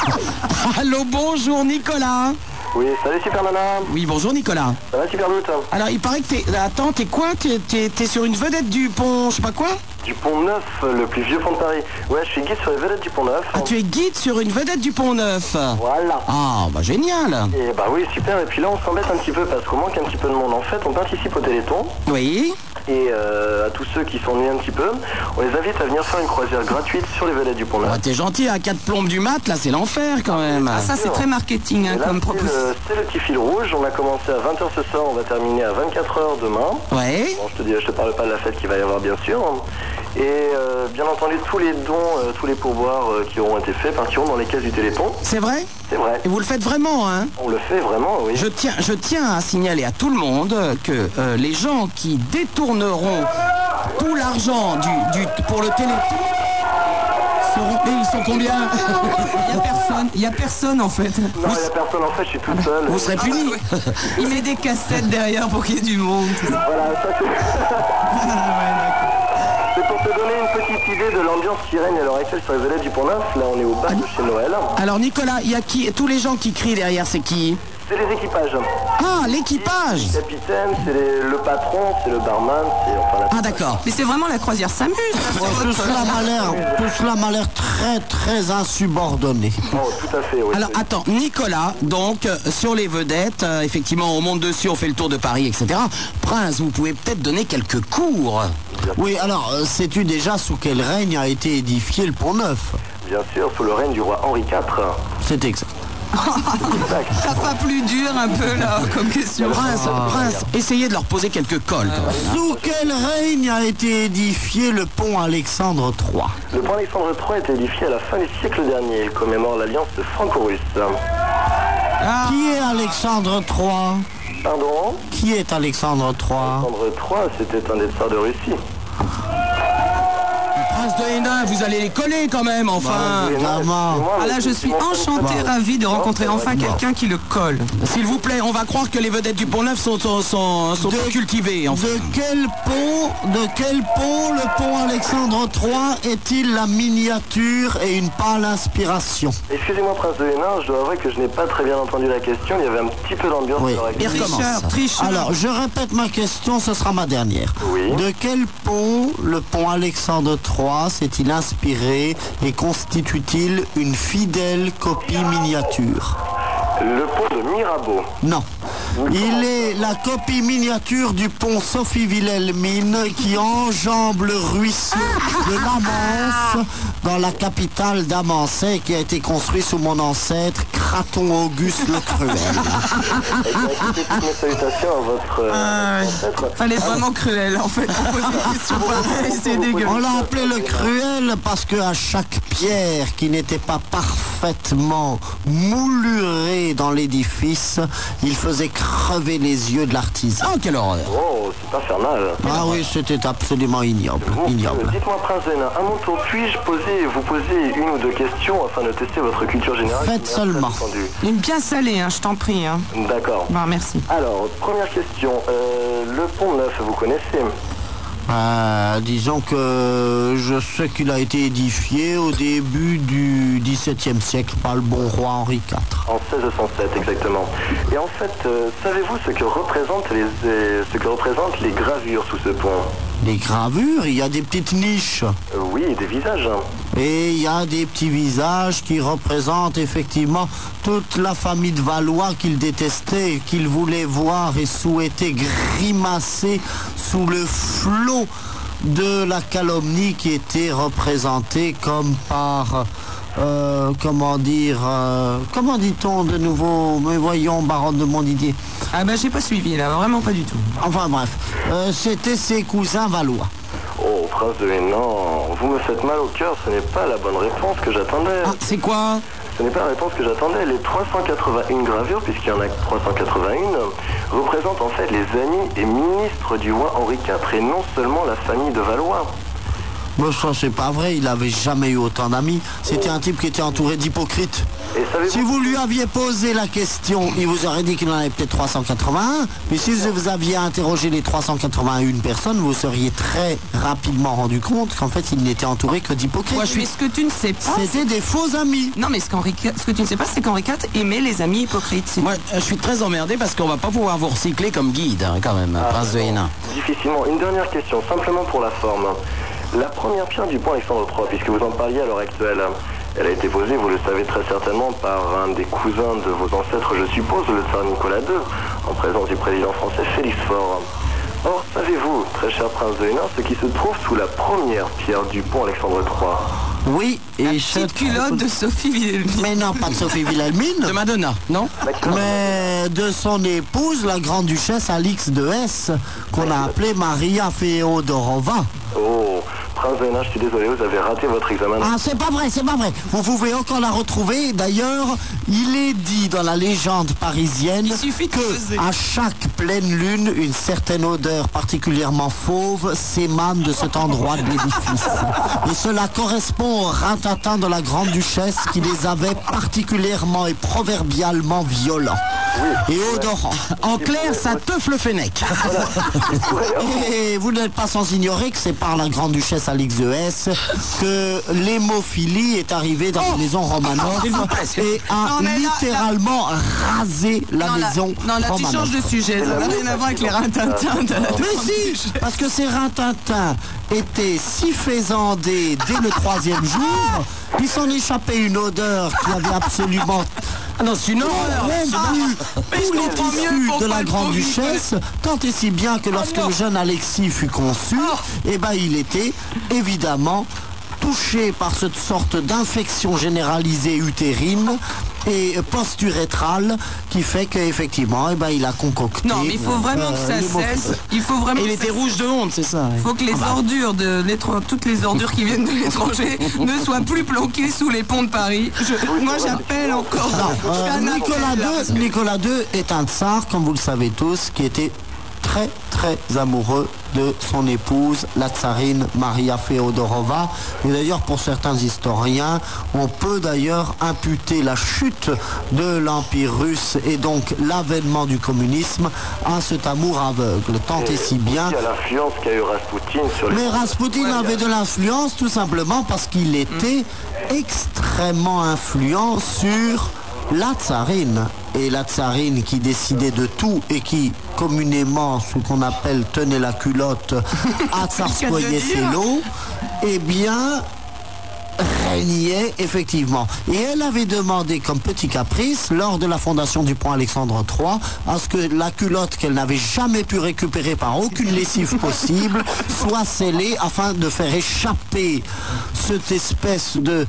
Speaker 1: Allô, bonjour Nicolas.
Speaker 9: Oui, salut Super Nana.
Speaker 1: Oui, bonjour Nicolas.
Speaker 9: Ça va Super Doute
Speaker 1: Alors, il paraît que t'es... Attends, t'es quoi T'es- T'es t'es sur une vedette du pont, je sais pas quoi
Speaker 9: Du Pont Neuf, le plus vieux pont de Paris. Ouais, je suis guide sur les vedettes du Pont Neuf.
Speaker 1: Ah, tu es guide sur une vedette du pont Neuf.
Speaker 9: Voilà.
Speaker 1: Ah, bah génial.
Speaker 9: Et bah oui, super. Et puis là, on s'embête un petit peu parce qu'on manque un petit peu de monde. En fait, on participe au Téléthon.
Speaker 1: Oui.
Speaker 9: Et euh, à tous ceux qui s'ennuient un petit peu, on les invite à venir faire une croisière gratuite sur les vedettes du Pont Neuf.
Speaker 1: Bah, t'es gentil, à quatre plombes du mat, là, c'est l'enfer quand même.
Speaker 5: Ah, ça, c'est très marketing hein,
Speaker 9: Et là,
Speaker 5: comme
Speaker 9: c'est
Speaker 5: proposition.
Speaker 9: le- c'est le, petit fil rouge. On a commencé à 20h ce soir, on va terminer à 24h demain.
Speaker 1: Ouais.
Speaker 9: Bon, je te dis, je te parle pas de la fête qu'il va y avoir, bien sûr. Et euh, bien entendu, tous les dons, euh, tous les pourboires euh, qui auront été faits partiront dans les caisses du Téléthon.
Speaker 1: C'est vrai
Speaker 9: C'est vrai.
Speaker 1: Et vous le faites vraiment, hein
Speaker 9: On le fait vraiment, oui.
Speaker 1: Je tiens, je tiens à signaler à tout le monde que euh, les gens qui détourneront tout l'argent du, du- pour le téléthon seront. Mais ils sont combien
Speaker 5: Il y a personne, il y a personne en fait. Ah bah,
Speaker 9: Non, il n'y a personne, en fait, je suis Ah tout seul.
Speaker 1: Vous serez punis.
Speaker 9: bah,
Speaker 5: Il met des cassettes derrière pour qu'il y ait du monde.
Speaker 9: Voilà, ça c'est... C'est pour te donner une petite idée de l'ambiance qui règne à l'heure actuelle sur les vedettes du Pont-Neuf. Là, on est au bas de chez Noël.
Speaker 1: Alors Nicolas, il y a qui Tous les gens qui crient derrière, c'est qui
Speaker 9: C'est les équipages.
Speaker 1: Ah, l'équipage.
Speaker 9: C'est le capitaine, c'est les- le patron, c'est le barman, c'est enfin la...
Speaker 1: Ah d'accord.
Speaker 5: Mais c'est vraiment la croisière s'amuse. hein,
Speaker 4: Bon, tout cela m'a l'air, tout cela m'a l'air très, très insubordonné.
Speaker 9: Oh, tout à fait, oui.
Speaker 1: Alors attends, Nicolas, donc euh, sur les vedettes, euh, effectivement, on monte dessus, on fait le tour de Paris, etc. Prince, vous pouvez peut-être donner quelques cours.
Speaker 4: Oui, alors, euh, sais-tu déjà sous quel règne a été édifié le Pont Neuf
Speaker 9: Bien sûr, sous le règne du roi Henri IV.
Speaker 4: C'est exact.
Speaker 5: T'as pas plus dur un peu là comme question.
Speaker 1: Prince, Prince, essayez de leur poser quelques cols. quand même.
Speaker 4: Ah, Euh, Sous quel règne a été édifié le pont Alexandre III
Speaker 9: Le pont Alexandre III a été édifié à la fin du siècle dernier. Il commémore l'alliance franco-russe.
Speaker 1: Ah.
Speaker 4: Qui est Alexandre III
Speaker 9: Pardon
Speaker 4: Qui est Alexandre III
Speaker 9: Alexandre III, c'était un des tsars de Russie.
Speaker 4: Ah,
Speaker 1: princes de Hénin, vous allez les coller quand même, enfin
Speaker 5: Ah là, je suis enchanté, ravi de rencontrer enfin quelqu'un qui le colle.
Speaker 1: S'il vous plaît, on va croire que les vedettes du Pont-Neuf sont, sont, sont, sont pas cultivées, enfin.
Speaker 4: De quel pont, de quel pont le pont Alexandre III est-il la miniature et une pâle inspiration
Speaker 9: Excusez-moi, Prince de Hénin, je dois avouer que je n'ai pas très bien entendu la question. Il y avait un petit peu d'ambiance sur la question.
Speaker 4: Alors, je répète ma question, ce sera ma dernière. De quel pont le pont Alexandre III s'est-il inspiré et constitue-t-il une fidèle copie miniature
Speaker 9: Le pont de Mirabeau.
Speaker 4: Non. Il est la copie miniature du pont Sophie Wilhelmine qui enjambe le ruisseau de l'Amance dans la capitale d'Amancet qui a été construit sous mon ancêtre Craton Auguste le
Speaker 9: Eh
Speaker 4: Cruel.
Speaker 9: bien, écoutez, toutes mes salutations à votre. euh, ancêtre.
Speaker 5: Fallait vraiment cruel, Ah, en fait, pour poser une question pareille, c'est dégueu.
Speaker 4: On l'a appelé le cruel parce que à chaque pierre qui n'était pas parfaitement moulurée dans l'édifice, il faisait crever les yeux de l'artisan.
Speaker 1: Oh, quelle horreur
Speaker 9: Oh, c'est infernal.
Speaker 4: Ah oui, c'était absolument ignoble, ignoble.
Speaker 9: Dites-moi, Prince de Hénin, à mon tour, puis-je poser, vous poser une ou deux questions afin de tester votre culture générale
Speaker 4: Faites
Speaker 9: qui m'a bien
Speaker 4: seulement.
Speaker 9: entendu.
Speaker 5: Une bien salée, hein, je t'en prie. Hein.
Speaker 9: D'accord.
Speaker 5: Bon, merci.
Speaker 9: Alors, première question. euh, le pont neuf, vous connaissez
Speaker 4: Euh, disons que je sais qu'il a été édifié au début du XVIIe siècle par le bon roi Henri IV.
Speaker 9: En 1607, exactement. Et en fait, euh, savez-vous ce que représentent les euh, ce que représentent les gravures sous ce pont
Speaker 4: Des gravures, il y a des petites niches.
Speaker 9: Euh, Oui, des visages. hein.
Speaker 4: Et il y a des petits visages qui représentent effectivement toute la famille de Valois qu'il détestait, et qu'il voulait voir et souhaitait grimacer sous le flot de la calomnie qui était représentée comme par, euh, comment dire, euh, comment dit-on de nouveau, mais voyons, baronne de Montdidier.
Speaker 5: Ah ben, j'ai pas suivi, là, vraiment pas du tout.
Speaker 4: Enfin bref, euh, c'était ses cousins Valois.
Speaker 9: Oh, prince de Hénan, vous me faites mal au cœur, ce n'est pas la bonne réponse que j'attendais.
Speaker 4: Ah,
Speaker 1: C'est quoi
Speaker 9: Ce n'est pas la réponse que j'attendais. Les 381 gravures, puisqu'il y en a que 381, représentent en fait les amis et ministres du roi Henri IV et non seulement la famille de Valois.
Speaker 4: Mais ça, c'est pas vrai, il avait jamais eu autant d'amis. C'était un type qui était entouré d'hypocrites.
Speaker 9: Et
Speaker 4: Si
Speaker 9: savez-vous
Speaker 4: vous lui aviez posé la question, il vous aurait dit qu'il en avait peut-être 381, mais si vous aviez interrogé les 381 personnes, vous seriez très rapidement rendu compte qu'en fait, il n'était entouré que d'hypocrites.
Speaker 5: Moi, je suis... ce que tu ne sais pas...
Speaker 4: C'était des faux amis.
Speaker 5: Non, mais ce, qu'Henri IV- ce que tu ne sais pas, c'est qu'Henri IV aimait les amis hypocrites. c'est
Speaker 1: Moi, Euh, je suis très emmerdé parce qu'on va pas pouvoir vous recycler comme guide, hein, quand même,
Speaker 9: Ah,
Speaker 1: prince de Hénin.
Speaker 9: Difficilement. Une dernière question, simplement pour la forme. La première pierre du pont Alexandre III, puisque vous en parliez à l'heure actuelle, elle a été posée, vous le savez très certainement, par un des cousins de vos ancêtres, je suppose, le tsar Nicolas II, en présence du président français Félix Faure. Or, savez-vous, très cher prince de Hénin, ce qui se trouve sous la première pierre du pont Alexandre III
Speaker 4: Oui, et
Speaker 5: Petite culotte de Sophie Wilhelmine.
Speaker 4: Mais non, pas de Sophie Wilhelmine,
Speaker 1: De Madonna, non
Speaker 4: mais de son épouse, la grande-duchesse Alix de Hesse, qu'on a appelée Maria Feodorova.
Speaker 9: Oh, prince de Hénin, je suis désolé, vous avez raté votre examen.
Speaker 4: Ah, c'est pas vrai, c'est pas vrai. Vous pouvez encore la retrouver. D'ailleurs, il est dit dans la légende parisienne
Speaker 5: Il suffit de
Speaker 4: que
Speaker 5: creuser.
Speaker 4: à chaque pleine lune, une certaine odeur particulièrement fauve s'émane de cet endroit de l'édifice. Et cela correspond au rintintin de la grande-duchesse qui les avait particulièrement et proverbialement violents et odorants.
Speaker 1: En clair, ça teuf le fennec.
Speaker 4: Et vous n'êtes pas sans ignorer que c'est par la grande-duchesse Alix de Hesse que l'hémophilie est arrivée dans la maison Romanov
Speaker 1: S'il vous plaît, s'il vous
Speaker 4: et a
Speaker 5: Non, mais là,
Speaker 4: littéralement rasé la
Speaker 5: Non, là-
Speaker 4: maison
Speaker 5: non, là, tu
Speaker 4: Romanov.
Speaker 5: changes de sujet. Ça n'a rien à voir avec les ratintins. de-
Speaker 4: Mais si, parce que ces rintintins étaient si faisandés dès le troisième jour qu'ils s'en échappait une odeur qui avait absolument
Speaker 1: Ah non, c'est une horreur.
Speaker 4: rompu Ah. tous les
Speaker 5: comprends mieux
Speaker 4: tissus de
Speaker 5: pourquoi
Speaker 4: la
Speaker 5: le
Speaker 4: grande
Speaker 5: pauvre
Speaker 4: duchesse, tant et si bien que lorsque le jeune Alexis fut conçu,
Speaker 5: Ah.
Speaker 4: eh ben il était évidemment touché par cette sorte d'infection généralisée utérine et posturétrale qui fait qu'effectivement eh ben, il a concocté.
Speaker 5: Non, mais il faut vraiment que ça
Speaker 4: euh, l'hémophilie.
Speaker 5: cesse. Il faut vraiment
Speaker 1: Il
Speaker 5: que
Speaker 1: était
Speaker 5: ça
Speaker 1: rouge de honte, c'est ça. ouais.
Speaker 5: faut que les
Speaker 1: bah.
Speaker 5: ordures de l'étran- toutes les ordures qui viennent de l'étranger ne soient plus planquées sous les ponts de Paris. Je- moi j'appelle encore.
Speaker 1: Ah,
Speaker 4: Non,
Speaker 5: Je fais
Speaker 4: euh,
Speaker 5: un appel,
Speaker 4: Nicolas
Speaker 5: là.
Speaker 4: II, Nicolas II est un tsar, comme vous le savez tous, qui était très très amoureux de son épouse, la tsarine Maria Féodorova. Et d'ailleurs, pour certains historiens, on peut d'ailleurs imputer la chute de l'Empire russe et donc l'avènement du communisme à cet amour aveugle. Tant et si bien
Speaker 9: Il y a l'influence qu'a eu Rasputin sur les...
Speaker 4: mais Rasputin avait de l'influence tout simplement parce qu'il était extrêmement influent sur la tsarine. Et la tsarine qui décidait de tout et qui, communément, ce qu'on appelle tenait la culotte, à
Speaker 5: de
Speaker 4: s'arsoyer
Speaker 5: dire.
Speaker 4: ses lots, eh bien, régnait effectivement. Et elle avait demandé comme petit caprice, lors de la fondation du pont Alexandre III, à ce que la culotte qu'elle n'avait jamais pu récupérer par aucune lessive possible soit scellée afin de faire échapper cette espèce de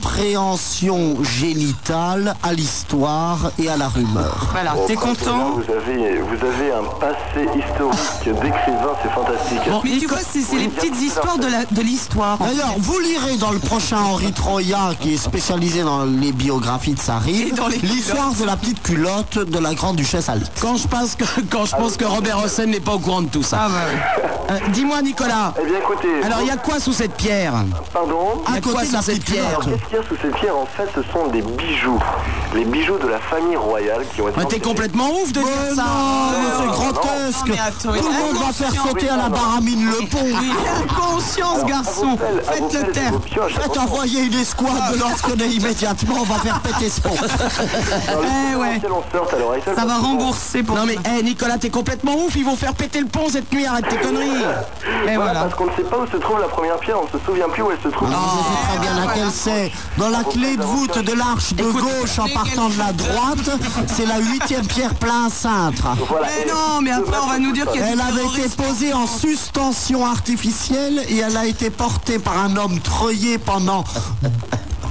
Speaker 4: d'incompréhension génitale à l'histoire et à la rumeur.
Speaker 5: Voilà,
Speaker 9: Bon,
Speaker 5: t'es
Speaker 9: bravo,
Speaker 5: content
Speaker 9: là, vous avez, vous avez un passé historique d'écrivain, c'est fantastique.
Speaker 5: Mais tu vois, c'est c'est les petites histoires de la- de l'histoire. en
Speaker 4: D'ailleurs, vous lirez dans le prochain Henri Troya, qui est spécialisé dans les biographies de
Speaker 5: Et
Speaker 4: Sarine,
Speaker 5: dans les
Speaker 4: l'histoire de la petite culotte de la grande duchesse Alix.
Speaker 1: Quand je pense que, quand je pense que
Speaker 9: Ah,
Speaker 1: Robert Hossein n'est pas au courant de tout ça.
Speaker 5: Ah ouais.
Speaker 1: Euh, Dis-moi, Nicolas,
Speaker 9: Eh bien écoutez,
Speaker 1: alors il y a quoi sous cette pierre
Speaker 9: pardon.
Speaker 1: Il y
Speaker 4: À
Speaker 1: a quoi
Speaker 4: côté de la
Speaker 1: sous cette
Speaker 4: petite
Speaker 1: pierre
Speaker 4: culotte.
Speaker 9: Qu'est-ce qu'il y a sous ces pierres En fait, ce sont des bijoux. Les bijoux de la famille royale qui ont été.
Speaker 1: Ouais, T'es
Speaker 9: enterrés.
Speaker 1: complètement ouf de dire ça
Speaker 4: Oh, c'est
Speaker 9: non,
Speaker 4: grotesque
Speaker 5: Oh, non, mais attends,
Speaker 4: Tout le monde va
Speaker 5: attention,
Speaker 4: faire sauter à la
Speaker 9: mais non,
Speaker 4: baramine le pont
Speaker 5: Oui, Conscience,
Speaker 9: Alors, à vos
Speaker 5: garçon.
Speaker 9: pelles, à vos
Speaker 5: Faites
Speaker 9: pelles
Speaker 5: le
Speaker 9: et
Speaker 5: taire.
Speaker 9: vos pioches.
Speaker 4: Faites envoyer une escouade de lansquenets immédiatement, on va faire péter ce pont
Speaker 9: Dans les
Speaker 5: Eh ouais.
Speaker 9: dans lesquelles on sort à l'heure actuelle,
Speaker 5: Ça va
Speaker 9: parce que-
Speaker 5: rembourser pour
Speaker 1: Non mais, hé Nicolas, t'es complètement ouf, ils vont faire péter le pont cette nuit, arrête tes conneries
Speaker 5: Et
Speaker 9: Voilà,
Speaker 5: voilà.
Speaker 9: Parce qu'on ne sait pas où se trouve la première pierre, on ne se souvient plus où elle se trouve.
Speaker 4: Vous savez très bien laquelle c'est Dans la clé de voûte de l'arche de gauche en partant de la droite, c'est la huitième pierre plein cintre
Speaker 9: Voilà,
Speaker 5: Mais
Speaker 9: et-
Speaker 5: non, mais après on va nous dire qu'il y a
Speaker 4: Elle
Speaker 5: du
Speaker 4: avait été
Speaker 5: terrorisme.
Speaker 4: posée en suspension artificielle et elle a été portée par un homme treuillé pendant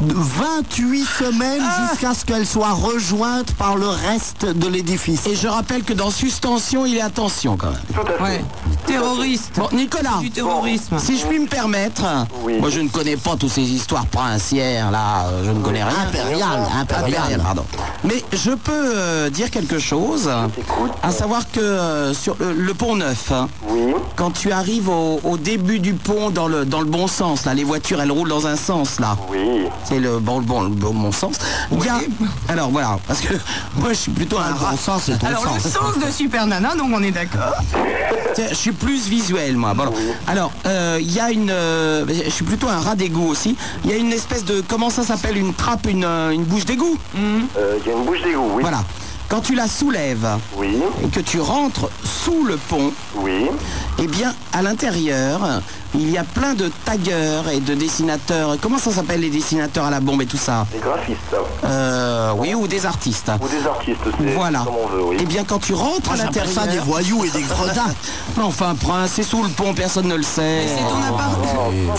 Speaker 4: 28 semaines
Speaker 5: Ah.
Speaker 4: jusqu'à ce qu'elle soit rejointe par le reste de l'édifice.
Speaker 1: Et je rappelle que dans Suspension, il est attention quand même.
Speaker 9: Tout à fait.
Speaker 5: Ouais. Terroriste.
Speaker 1: Bon, Nicolas,
Speaker 5: Du terrorisme.
Speaker 1: si je puis me permettre,
Speaker 9: Oui.
Speaker 1: moi je ne connais pas toutes ces histoires princières là, euh, je ne connais rien.
Speaker 4: Impérial, impérial.
Speaker 1: Impérial, pardon. Mais je peux euh, dire quelque chose,
Speaker 9: t'écoute.
Speaker 1: à savoir que euh, sur le, le pont neuf, hein,
Speaker 9: Oui.
Speaker 1: quand tu arrives au, au début du pont dans le, dans le bon sens, là, les voitures elles roulent dans un sens là.
Speaker 9: Oui.
Speaker 1: C'est le bon, le bon, le bon, bon sens. Il y a- Alors voilà, parce que moi je suis plutôt un
Speaker 4: Bon
Speaker 1: rat.
Speaker 4: sens, c'est ton
Speaker 5: Alors le
Speaker 4: sens.
Speaker 5: sens de Super Nana, donc on est d'accord.
Speaker 1: Tiens, Je suis plus visuel moi. Bon, alors, alors, euh, il y a une. euh, je suis plutôt un rat d'égout aussi. Il y a une espèce de. Comment ça s'appelle Une trappe, une, euh, une bouche d'égout
Speaker 9: Euh, Il y a une bouche d'égout, oui.
Speaker 1: Voilà. Quand tu la soulèves
Speaker 9: Oui.
Speaker 1: et que tu rentres sous le pont,
Speaker 9: Oui.
Speaker 1: eh bien, à l'intérieur, il y a plein de taggeurs et de dessinateurs. Comment ça s'appelle les dessinateurs à la bombe et tout ça
Speaker 9: Des graphistes.
Speaker 1: Euh, Oui, ou des artistes.
Speaker 9: Ou des artistes, c'est
Speaker 1: Voilà.
Speaker 9: comme on veut, oui.
Speaker 1: Eh bien, quand tu rentres à
Speaker 4: J'appelle ça
Speaker 1: l'intérieur...
Speaker 4: des voyous et des gredins.
Speaker 1: Enfin, prince, c'est sous le pont, personne ne le sait. Oh,
Speaker 5: C'est ton appart.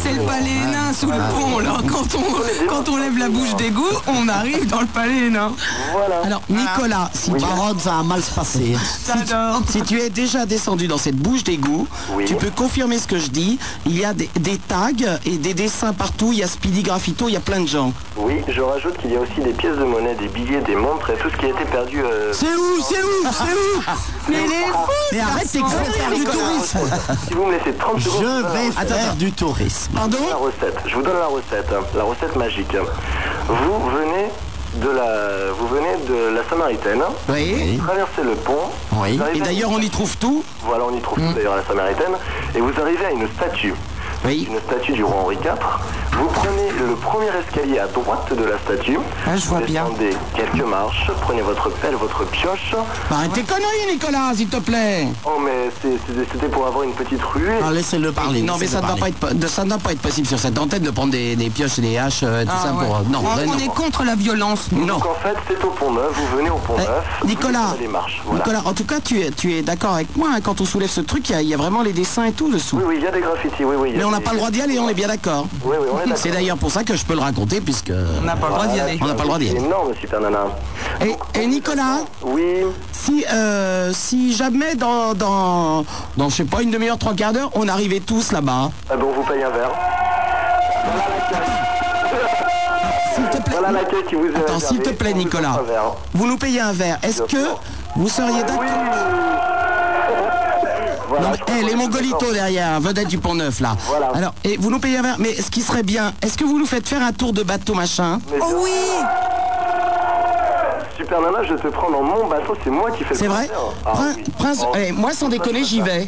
Speaker 5: C'est le palais des nains sous le pont là. Quand on, quand on lève la bouche d'égout, on arrive dans le palais des nains.
Speaker 9: Voilà.
Speaker 1: Alors, Nicolas, si, tu,
Speaker 4: Baronne, ça a mal se passé.
Speaker 5: J'adore.
Speaker 1: si tu es déjà descendu dans cette bouche d'égout,
Speaker 9: Oui.
Speaker 1: tu peux confirmer ce que je dis. Il y a des, des tags et des dessins partout. Il y a Speedy Graffito, il y a plein de gens.
Speaker 9: Oui, je rajoute qu'il y a aussi des pièces de monnaie, des billets, des montres et tout ce qui a été perdu. euh,
Speaker 4: C'est où C'est où C'est où
Speaker 5: Mais les fous.
Speaker 1: Mais arrête, c'est
Speaker 5: garçon.
Speaker 1: faire du tourisme.
Speaker 9: Si vous me laissez 30 secondes, je vous donne
Speaker 4: Je
Speaker 9: la
Speaker 4: vais
Speaker 9: recette.
Speaker 4: faire du tourisme.
Speaker 1: Pardon
Speaker 9: la recette. Je vous donne la recette, hein, la recette magique. Vous venez de la, vous venez de la Samaritaine.
Speaker 1: Oui.
Speaker 9: vous Traversez le pont.
Speaker 4: Oui.
Speaker 9: vous arrivez
Speaker 1: Et
Speaker 9: à-
Speaker 1: d'ailleurs, on y trouve tout. Mm.
Speaker 9: voilà, on y trouve d'ailleurs la Samaritaine. Et vous arrivez à une statue.
Speaker 1: Oui.
Speaker 9: Une statue du roi Henri IV. Vous prenez le premier escalier à droite de la statue.
Speaker 5: Ah, je vois
Speaker 9: vous
Speaker 5: bien.
Speaker 9: descendez quelques marches. Prenez votre pelle, votre pioche.
Speaker 1: Bah, Arrête tes conneries, Nicolas, s'il te plaît.
Speaker 9: Oh, mais c'est- c'est- c'était pour avoir une petite ruée.
Speaker 4: Ah, Laissez-le parler.
Speaker 1: non, mais
Speaker 4: laissez-le
Speaker 1: ça ne, va
Speaker 4: parler.
Speaker 1: pas être, po- de- ça ne va pas être possible sur cette antenne de prendre des, des pioches et des haches, euh, tout
Speaker 5: Ah,
Speaker 1: ça
Speaker 5: ouais.
Speaker 1: pour... euh, non,
Speaker 5: on,
Speaker 1: ben
Speaker 5: on
Speaker 1: non.
Speaker 5: est contre la violence. nous. Euh,
Speaker 1: Non.
Speaker 9: Donc en fait, c'est au pont neuf. Vous venez au pont
Speaker 1: Eh,
Speaker 9: neuf. vous
Speaker 1: Nicolas,
Speaker 9: descendez les marches. Voilà.
Speaker 1: Nicolas, en tout cas, tu es, tu es d'accord avec moi. hein, quand on soulève ce truc, il y a- il y, a vraiment les dessins et tout dessous.
Speaker 9: Oui, oui, il y a des graffitis, oui, oui. il y a
Speaker 1: Mais on n'a
Speaker 9: des-
Speaker 1: pas le droit d'y aller, on est bien d'accord.
Speaker 9: Oui, oui, on est d'accord.
Speaker 1: C'est d'ailleurs pour ça que je peux le raconter, puisque...
Speaker 5: On n'a pas le droit d'y aller.
Speaker 1: On n'a pas le droit d'y
Speaker 9: C'est
Speaker 1: aller.
Speaker 9: énorme, Super Nana.
Speaker 1: Et, et Nicolas,
Speaker 9: Oui,
Speaker 1: si, euh, si jamais dans, dans, dans, je sais pas, une demi-heure, trois quarts d'heure, on arrivait tous là-bas,
Speaker 9: ah ben, on vous paye un verre.
Speaker 1: s'il te plaît...
Speaker 9: Voilà la queue qui vous est
Speaker 1: Attends,
Speaker 9: réservée.
Speaker 1: s'il te plaît,
Speaker 9: On vous offre
Speaker 1: Nicolas,
Speaker 9: un verre.
Speaker 1: vous nous payez un verre. Est-ce que vous seriez
Speaker 9: Oui
Speaker 1: d'accord
Speaker 9: voilà,
Speaker 1: Non,
Speaker 9: je
Speaker 1: mais,
Speaker 9: crois
Speaker 1: eh,
Speaker 9: qu'on
Speaker 1: les
Speaker 9: est
Speaker 1: Mongolitos
Speaker 9: d'accord.
Speaker 1: derrière, hein, vedette du Pont Neuf là.
Speaker 9: Voilà.
Speaker 1: Alors, et vous nous payez un verre, mais ce qui serait bien, est-ce que vous nous faites faire un tour de bateau machin
Speaker 9: Mais bien- Super Nana, je te prends dans mon bateau, c'est moi qui fais le
Speaker 1: C'est vrai
Speaker 9: concert. Ah
Speaker 1: Prin-
Speaker 9: oui.
Speaker 1: Prince,
Speaker 9: Oh.
Speaker 1: eh, moi sans déconner, j'y vais.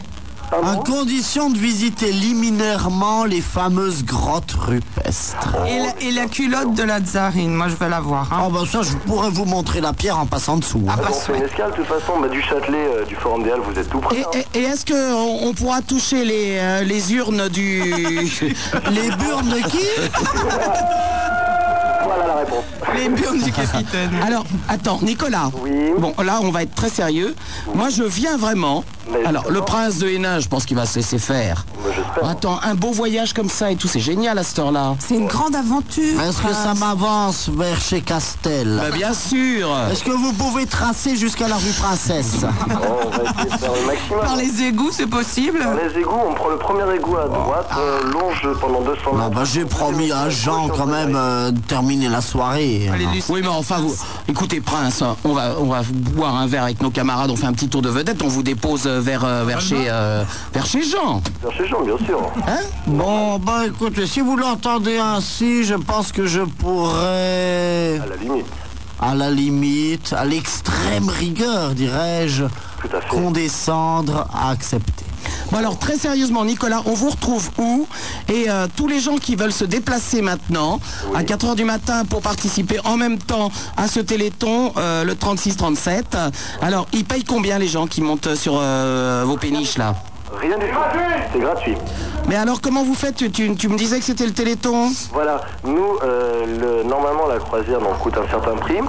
Speaker 4: À condition de visiter liminairement les fameuses grottes rupestres.
Speaker 5: Et la, et la culotte de la tsarine, moi je vais la voir. hein.
Speaker 4: Ah ben ça, je pourrais vous montrer la pierre en passant dessous. hein.
Speaker 5: Ah,
Speaker 9: On
Speaker 5: pas
Speaker 9: fait
Speaker 5: souhait.
Speaker 9: une escale, de toute façon, bah, du Châtelet, euh, du Forum des Halles, vous êtes tout près.
Speaker 1: Et,
Speaker 9: hein.
Speaker 1: et- et est-ce qu'on on pourra toucher les, euh, les urnes du.
Speaker 4: Les burnes de qui
Speaker 9: Voilà la réponse.
Speaker 5: Les burnes du capitaine.
Speaker 1: Alors, attends, Nicolas.
Speaker 9: Oui.
Speaker 1: Bon, là, on va être très sérieux. Moi, je viens vraiment.
Speaker 9: Mais
Speaker 1: Alors, le
Speaker 9: justement.
Speaker 1: prince de Hénin, je pense qu'il va se laisser faire.
Speaker 9: Mais j'espère.
Speaker 1: Attends, un beau voyage comme ça et tout, c'est génial à cette heure-là.
Speaker 5: C'est une grande aventure.
Speaker 4: Est-ce que ça m'avance vers chez Castel
Speaker 1: Bah, bien sûr.
Speaker 4: Est-ce que vous pouvez tracer jusqu'à la rue Princesse
Speaker 9: Oh, on va essayer de faire le maximum.
Speaker 5: Par les égouts, c'est possible
Speaker 9: Dans les égouts, on prend le premier égout à droite,
Speaker 1: Ah.
Speaker 9: euh, longe pendant 200
Speaker 4: Ah
Speaker 9: mètres.
Speaker 4: bah j'ai promis à Jean quand même euh, de terminer la soirée. hein.
Speaker 5: Allez, Lucie.
Speaker 1: Oui, mais enfin, vous. Écoutez, prince, hein, on va, on va boire un verre avec nos camarades, on fait un petit tour de vedette, on vous dépose euh, vers, euh, vers, chez, euh, vers chez Jean.
Speaker 9: Chez Jean, bien sûr.
Speaker 1: Hein
Speaker 4: Bon bah écoutez, si vous l'entendez ainsi, je pense que je pourrais,
Speaker 9: À la limite.
Speaker 4: à la limite, à l'extrême rigueur dirais-je,
Speaker 9: Tout à fait.
Speaker 4: condescendre à accepter.
Speaker 1: Bon alors très sérieusement Nicolas, on vous retrouve où Et euh, tous les gens qui veulent se déplacer maintenant à 4h du matin pour participer en même temps à ce téléthon euh, le 36-37. Alors ils payent combien les gens qui montent sur euh, vos péniches là
Speaker 9: Rien du tout. C'est gratuit.
Speaker 1: Mais alors comment vous faites tu, tu- tu me disais que c'était le téléthon
Speaker 9: Voilà, nous, euh, le- normalement, la croisière donc, coûte un certain prix.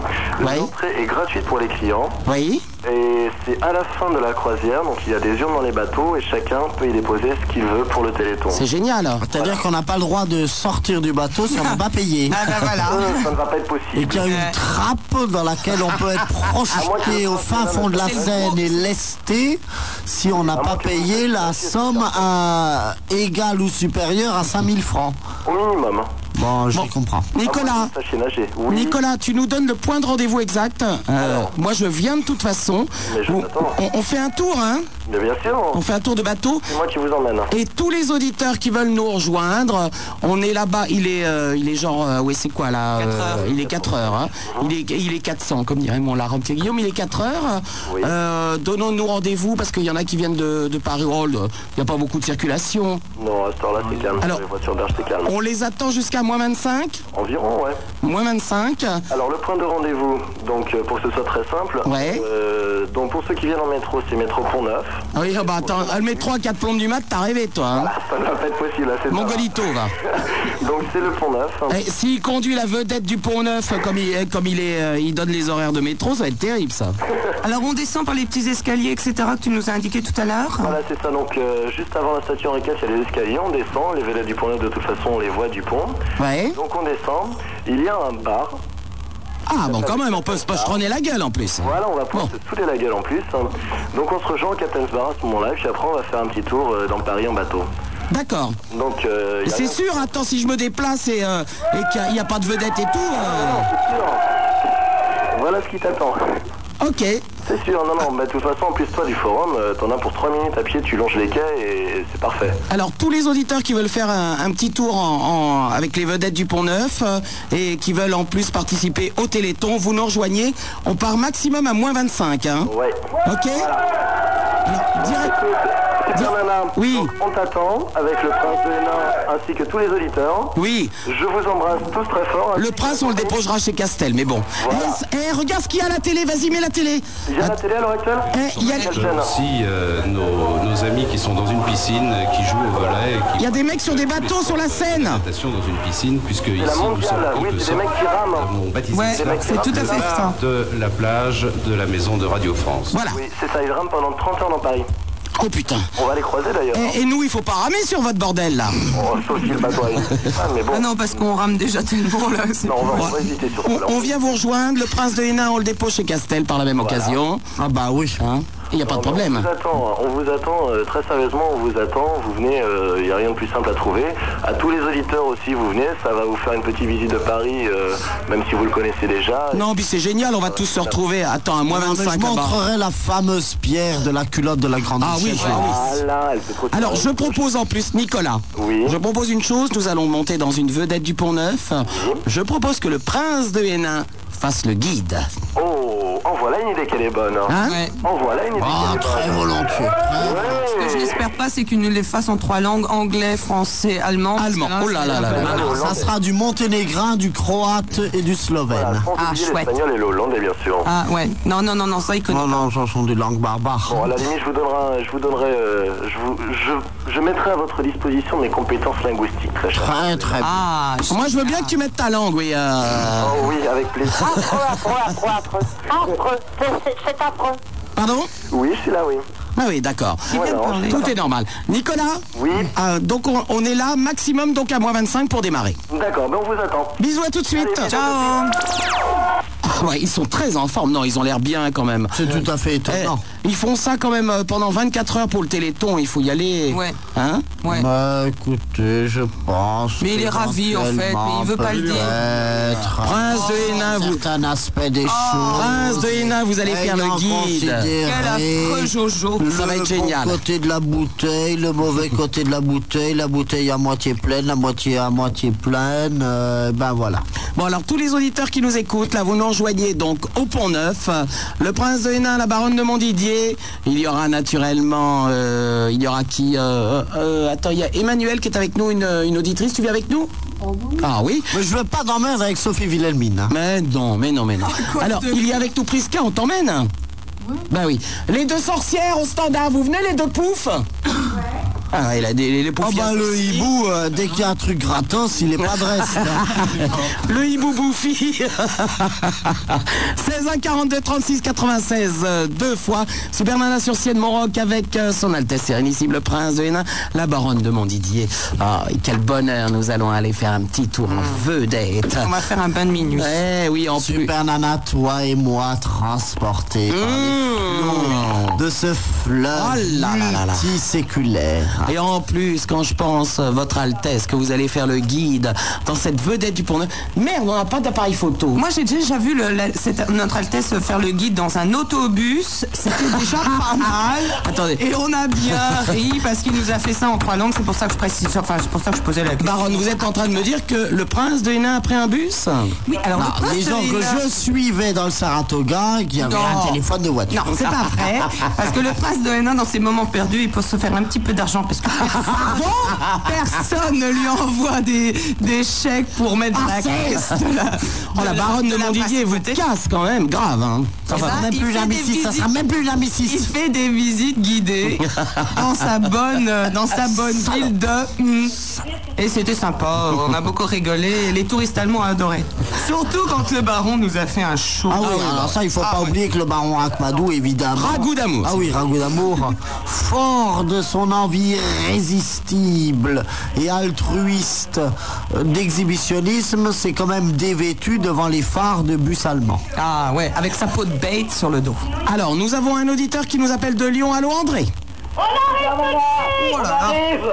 Speaker 1: Ouais.
Speaker 9: L'entrée est gratuite pour les clients.
Speaker 1: Oui
Speaker 9: Et c'est à la fin de la croisière, donc il y a des urnes dans les bateaux et chacun peut y déposer ce qu'il veut pour le téléthon.
Speaker 1: C'est génial hein.
Speaker 4: C'est-à-dire qu'on n'a pas le droit de sortir du bateau si on n'est pas payé.
Speaker 5: Ah
Speaker 1: ben
Speaker 5: bah voilà.
Speaker 9: Euh, ça ne va pas être
Speaker 4: Et
Speaker 9: possible.
Speaker 4: qu'il y a une trappe dans laquelle on peut être projeté au fin fond de la Seine et lesté si on n'a pas payé la somme à- égale ou supérieure à 5000 francs.
Speaker 9: Au minimum. hein.
Speaker 4: Bon, je comprends.
Speaker 1: Nicolas
Speaker 9: Sachez nager. Oui.
Speaker 1: Nicolas, tu nous donnes le point de rendez-vous exact. Euh, moi, je viens de toute façon.
Speaker 9: Mais je
Speaker 1: On,
Speaker 9: t'attends.
Speaker 1: on- on fait un tour, hein
Speaker 9: Mais bien sûr.
Speaker 1: On fait un tour de bateau.
Speaker 9: C'est moi qui vous emmène.
Speaker 1: Et tous les auditeurs qui veulent nous rejoindre, on est là-bas, il est euh, il est genre euh, ouais, c'est quoi là euh, il est 4 heures hein.
Speaker 9: Mhm.
Speaker 1: Il est il est 400 comme dirait mon larron petit Guillaume, il est 4 heures.
Speaker 9: Oui.
Speaker 1: Euh, donnons-nous rendez-vous parce qu'il y en a qui viennent de, de Paris Hold, il n'y a pas beaucoup de circulation.
Speaker 9: Non, à cette heure-là, c'est calme.
Speaker 1: Alors-
Speaker 9: les voitures d'âge, c'est calme.
Speaker 1: On les attend jusqu'à moins 25,
Speaker 9: Environ, ouais.
Speaker 1: moins 25.
Speaker 9: Alors, le point de rendez-vous, donc, euh, pour que ce soit très simple.
Speaker 1: Ouais.
Speaker 9: euh, donc, pour ceux qui viennent en métro, c'est métro Pont-Neuf.
Speaker 1: Ah oui, ah bah attends, le métro à 4 plombes du mat, t'as rêvé toi. hein.
Speaker 9: Ça ne va pas être possible, là, c'est ça.
Speaker 1: Mongolito va.
Speaker 9: Donc, c'est le Pont-Neuf. hein.
Speaker 1: Eh, S'il conduit la vedette du Pont Neuf euh, comme il, comme il est, euh, il donne les horaires de métro, ça va être terrible ça.
Speaker 5: Alors on descend par les petits escaliers, etc. que tu nous as indiqué tout à l'heure.
Speaker 9: Voilà, c'est ça. Donc, euh, juste avant la statue Henri IV, il y a les escaliers. On descend. Les vélas du Pont-Neuf, de toute façon, on les voit du pont.
Speaker 1: Ouais.
Speaker 9: Donc, on descend. Il y a un bar.
Speaker 1: Ah bon quand même, on peut se pocheronner la gueule en plus.
Speaker 9: Voilà, on va pouvoir
Speaker 1: Bon.
Speaker 9: se souder la gueule en plus. hein. Donc, on se rejoint au Captain's Bar à ce moment-là. Puis après, on va faire un petit tour euh, dans Paris en bateau.
Speaker 1: D'accord.
Speaker 9: Donc, euh, il y a
Speaker 1: C'est
Speaker 9: rien-
Speaker 1: sûr, attends, si je me déplace et, euh, et qu'il n'y a, il y a pas de vedette et tout. euh,
Speaker 9: C'est sûr. Voilà ce qui t'attend.
Speaker 1: ok.
Speaker 9: C'est sûr, non, non, bah, de toute façon, en plus, toi, du forum, euh, t'en as pour 3 minutes à pied, tu longes les quais et c'est parfait.
Speaker 1: Alors tous les auditeurs qui veulent faire un, un petit tour en, en- avec les vedettes du Pont Neuf euh, et qui veulent en plus participer au Téléthon, vous nous rejoignez. On part maximum à moins 25. Hein.
Speaker 9: Ouais.
Speaker 1: Ok Alors, direct.
Speaker 9: Super Nana,
Speaker 1: Oui.
Speaker 9: donc, on t'attend avec le prince de Hénin ainsi que tous les auditeurs.
Speaker 1: Oui.
Speaker 9: Je vous embrasse tous très fort.
Speaker 1: Le prince, on le déposera chez Castel, mais bon. Eh, eh, regarde ce qu'il y a à la télé, vas-y, mets la télé.
Speaker 9: Il y a la télé à l'heure actuelle
Speaker 1: Eh, il y a-
Speaker 9: Quelle
Speaker 11: Euh,
Speaker 9: chaîne
Speaker 11: aussi euh, nos, nos amis qui sont dans une piscine, euh, qui jouent au volet. et qui-
Speaker 1: Il y a des mecs sur des
Speaker 11: tous les
Speaker 1: bateaux sur la
Speaker 11: sports de
Speaker 1: Seine.
Speaker 11: natation dans une piscine, puisque ici,
Speaker 9: la
Speaker 11: nous sommes
Speaker 9: mondiale,
Speaker 11: en
Speaker 9: oui,
Speaker 11: quelque
Speaker 9: c'est des
Speaker 11: sorte,
Speaker 9: mecs qui rament.
Speaker 11: nous avons baptisé
Speaker 5: Ouais,
Speaker 11: cela
Speaker 5: c'est tout à
Speaker 11: le
Speaker 5: fait
Speaker 11: bar
Speaker 5: ça.
Speaker 11: de la plage de la maison de Radio France.
Speaker 1: Voilà.
Speaker 9: Oui, c'est ça, ils rament pendant 30 heures dans Paris.
Speaker 1: Oh putain.
Speaker 9: On va les croiser d'ailleurs. hein.
Speaker 1: Eh, et nous, il faut pas ramer sur votre bordel là.
Speaker 9: Oh, sauf si le bateau a une- Ah, mais bon.
Speaker 5: Ah non, parce qu'on rame déjà tellement là. c'est-
Speaker 9: Non, on va, on va hésiter sur
Speaker 1: On,
Speaker 9: cela.
Speaker 1: on vient vous rejoindre, le prince de Hénin, on le dépose chez Castel par la même occasion.
Speaker 4: Ah bah oui.
Speaker 1: Hein Il n'y a pas de
Speaker 9: Non, mais
Speaker 1: problème.
Speaker 9: hein. On vous attend, on vous attend euh, très sérieusement, on vous attend, vous venez, euh, il y n'y a rien de plus simple à trouver. À tous les auditeurs aussi, vous venez, ça va vous faire une petite visite de Paris, euh, même si vous le connaissez déjà.
Speaker 1: Non, puis c'est génial, on va tous se retrouver. Attends, à moins
Speaker 4: Non, mais
Speaker 1: 25
Speaker 4: Je
Speaker 1: là-bas.
Speaker 4: montrerai la fameuse pierre de la culotte de la grande
Speaker 1: Ah oui,
Speaker 4: Duchesse.
Speaker 1: ah oui. Alors je propose en plus, Nicolas, je propose une chose, nous allons monter dans une vedette du Pont Neuf. Je propose que le prince de Hénin fasse le guide.
Speaker 9: Oh, en voilà une idée qu'elle est bonne. hein. Bah,
Speaker 1: Hein
Speaker 9: en voilà une idée qu'elle est bonne.
Speaker 5: Ce que je n'espère pas, c'est qu'il nous les fasse en trois langues anglais, français, allemand. Allemand.
Speaker 4: Oh là là là là là. Ça sera du monténégrin, du croate et du slovène.
Speaker 5: Ah, chouette.
Speaker 9: L'espagnol et le hollandais, bien sûr.
Speaker 5: Ah ouais. Non, non, non, non, ça, il connaît.
Speaker 4: Oh Non, non, ce sont des langues barbares.
Speaker 9: Bon, à la limite, je vous donnerai, un- je vous donnerai, euh, je, vous- je- je mettrai à votre disposition mes compétences linguistiques, très cher.
Speaker 4: Très, très
Speaker 1: Ah, Moi je veux bien que tu mettes ta langue, oui. euh. Ah,
Speaker 9: Oh oui, avec plaisir.
Speaker 7: Ah, C'est affreux.
Speaker 1: Pardon
Speaker 9: Oui, je suis là, oui.
Speaker 1: Ah oui, d'accord. Tout est normal. Nicolas euh,
Speaker 9: Oui.
Speaker 1: donc on, on est là, maximum donc à moins 25 pour démarrer.
Speaker 9: D'accord, ben on vous attend.
Speaker 1: Bisous à tout de suite. Ciao. Ah ouais, ils sont très en forme. Non, ils ont l'air bien quand même.
Speaker 4: C'est tout à fait étonnant.
Speaker 1: Eh, ils font ça quand même euh, pendant 24 heures pour le téléthon. Il faut y aller.
Speaker 5: Ouais.
Speaker 1: Hein
Speaker 4: Bah écoutez, je pense.
Speaker 5: Mais il est ravi, en fait, mais il veut pas le dire.
Speaker 4: Prince
Speaker 1: de
Speaker 4: Hénin, vous. Oh, C'est un Oh, aspect des choses.
Speaker 1: Prince de Hénin, vous allez faire le
Speaker 4: Ayant
Speaker 1: guide.
Speaker 4: considéré
Speaker 1: Quel affreux
Speaker 5: Jojo.
Speaker 1: Ça va être génial.
Speaker 4: Le bon côté de la bouteille, le mauvais côté de la bouteille, la bouteille à moitié pleine, la moitié à moitié pleine, euh, ben voilà.
Speaker 1: Bon, alors tous les auditeurs qui nous écoutent, là, vous nous rejoignez donc au Pont Neuf. Euh, Le prince de Hénin, la baronne de Montdidier. Il y aura naturellement, euh, il y aura qui euh, euh, Attends, il y a Emmanuel qui est avec nous, une, une auditrice. Tu viens avec nous Ah oui
Speaker 4: Mais je veux pas d'emmerde avec Sophie Wilhelmine. hein.
Speaker 1: Mais non, mais non, mais non.
Speaker 4: quoi
Speaker 1: alors,
Speaker 4: de-
Speaker 1: il y a avec nous Priska, on t'emmène Ben oui. Les deux sorcières au standard, vous venez les deux poufs Ah, il a des les
Speaker 4: Oh bah le hibou, euh, dès qu'il y a un truc gratos, il est pas de reste. hein.
Speaker 1: Le hibou bouffi 16 1 42 36 96 euh, deux fois Superman sur Sienne Monroc avec euh, son Altesse Sérénissime le Prince de Hénin la Baronne de Montdidier Ah, et quel bonheur nous allons aller faire un petit tour en vedette
Speaker 5: Mm. On va faire un bain de minuit.
Speaker 1: Eh oui en plus
Speaker 4: Super Nana, toi et moi, transportés par les flots de ce fleuve
Speaker 1: Mmh. Oh là là là là.
Speaker 4: multiséculaire.
Speaker 1: Et en plus, quand je pense, euh, Votre Altesse, que vous allez faire le guide dans cette vedette du Pont-Neuf, merde, on n'a pas d'appareil photo.
Speaker 5: Moi, j'ai déjà vu le- Euh, la- cette- notre Altesse faire le guide dans un autobus. C'était déjà pas mal.
Speaker 1: Attendez.
Speaker 5: Et on a bien ri parce qu'il nous a fait ça en trois langues. C'est pour ça que je précise. Enfin, c'est pour ça que je posais la question.
Speaker 1: Baronne, vous êtes en train de me dire que le prince de Hénin a pris un bus
Speaker 5: Oui, alors
Speaker 4: Non,
Speaker 5: le prince
Speaker 4: disons
Speaker 5: de
Speaker 4: que
Speaker 5: Hénin-
Speaker 4: je suivais dans le Saratoga, il y avait
Speaker 5: Non.
Speaker 4: un téléphone de voiture.
Speaker 5: Non, c'est pas vrai. Parce que le prince de Hénin, dans ses moments perdus, il peut se faire un petit peu d'argent. Parce que
Speaker 1: Ah.
Speaker 5: personne, Ah. personne ne lui envoie des, des chèques pour mettre dans la caisse. de la-
Speaker 1: Ah. Oh, la
Speaker 5: de
Speaker 1: baronne de
Speaker 5: la
Speaker 1: Montdidier vous casse quand même, grave. Hein.
Speaker 4: Ça
Speaker 5: Eh
Speaker 4: sera
Speaker 5: ben,
Speaker 4: même
Speaker 5: il
Speaker 4: plus
Speaker 5: fait
Speaker 4: la
Speaker 5: des
Speaker 4: M6, ça sera
Speaker 5: visites.
Speaker 4: même plus la
Speaker 5: Il
Speaker 4: M6.
Speaker 5: fait des visites guidées dans sa bonne, euh, dans sa bonne ville de. hmm. Et c'était sympa, on a beaucoup rigolé, les touristes allemands adoraient. Surtout quand le baron nous a fait un show.
Speaker 4: Ah oui, alors ça, il faut pas oublier que le baron Akmadou, évidemment.
Speaker 1: Ragout d'amour.
Speaker 4: Ah oui, ragout d'amour. fort de son envie irrésistible et altruiste euh, d'exhibitionnisme, s'est quand même dévêtu devant les phares de bus allemands.
Speaker 5: Ah ouais, avec sa peau de bête sur le dos.
Speaker 1: Alors, nous avons un auditeur qui nous appelle de Lyon. Allô, André
Speaker 2: On
Speaker 8: Oh
Speaker 2: arrive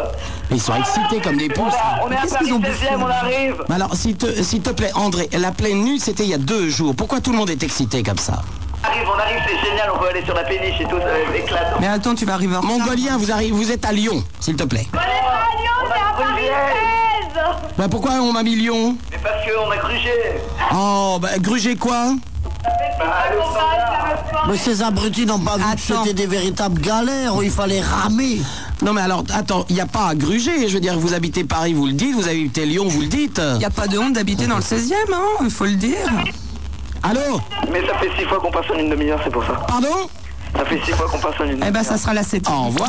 Speaker 1: Ils sont excités comme des pousses.
Speaker 2: On est à Paris 16e, on arrive
Speaker 1: Mais alors, s'il te, s'il te plaît, André, la pleine nuit, c'était il y a deux jours. Pourquoi tout le monde est excité comme ça
Speaker 2: On arrive, on arrive, c'est génial, on peut aller sur la péniche et tout, ça va être éclatant.
Speaker 5: Mais attends, tu vas arriver en retard.
Speaker 1: Mongolien, vous, arrivez, vous êtes à Lyon, s'il te plaît.
Speaker 2: On est pas à Lyon, on est à Paris
Speaker 1: Bah, pourquoi on m'a mis Lyon
Speaker 2: Mais parce qu'on a grugé
Speaker 1: Oh, bah, grugez quoi
Speaker 4: Mais ces abrutis n'ont pas vu que
Speaker 5: Attends.
Speaker 4: c'était des véritables galères où il fallait ramer.
Speaker 1: Non mais alors, attends, il n'y a pas à gruger, je veux dire, vous habitez Paris, vous le dites, vous habitez Lyon, vous le dites.
Speaker 5: Il n'y a pas de honte d'habiter dans le 16 e hein, il faut le dire.
Speaker 1: Allô
Speaker 9: Mais ça fait six fois qu'on passe en une demi-heure, c'est pour ça.
Speaker 1: Pardon
Speaker 9: Ça fait six fois qu'on passe en une
Speaker 5: Eh
Speaker 9: demi-heure.
Speaker 5: ben, ça sera la 7
Speaker 1: Au revoir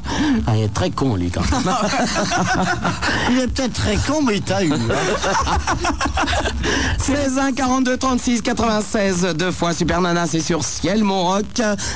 Speaker 1: Ah, Il est très con lui quand même.
Speaker 4: Il est peut-être très con, mais il t'a eu. hein.
Speaker 1: 16 1 42 36 96 deux fois Super Nana c'est sur Ciel Mon Roc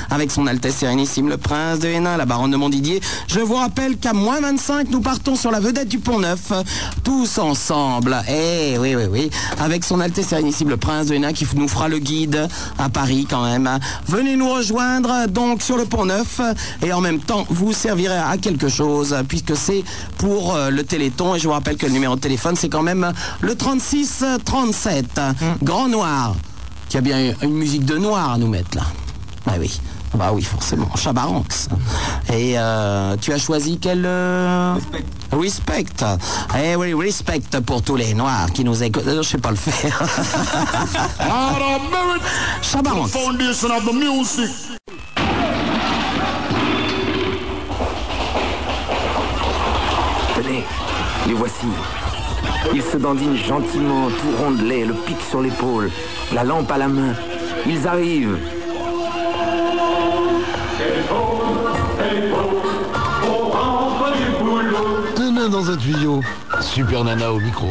Speaker 1: avec son Altesse Sérénissime le Prince de Hénin la Baronne de Montdidier je vous rappelle qu'à moins 25 nous partons sur la vedette du Pont Neuf euh, tous ensemble eh oui oui oui avec son Altesse Sérénissime le Prince de Hénin qui f- nous fera le guide à Paris quand même hein. Venez nous rejoindre donc sur le pont neuf et en même temps vous servirez à quelque chose puisque c'est pour euh, le Téléthon et je vous rappelle que le numéro de téléphone c'est quand même le 36 37 Grand Noir qui a bien une musique de noir à nous mettre là. Bah oui. Bah oui, forcément. Chabaranx. Et euh, tu as choisi quel... euh, Respect. Eh oui, respect pour tous les noirs qui nous écoutent. Euh, Je sais pas le faire. Chabaranx.
Speaker 8: Foundation of the music.
Speaker 12: Tenez, les voici. Ils se dandinent gentiment, tout rondelés, le pic sur l'épaule, la lampe à la main. Ils arrivent.
Speaker 13: Deux nains dans un tuyau. Super Nana au micro.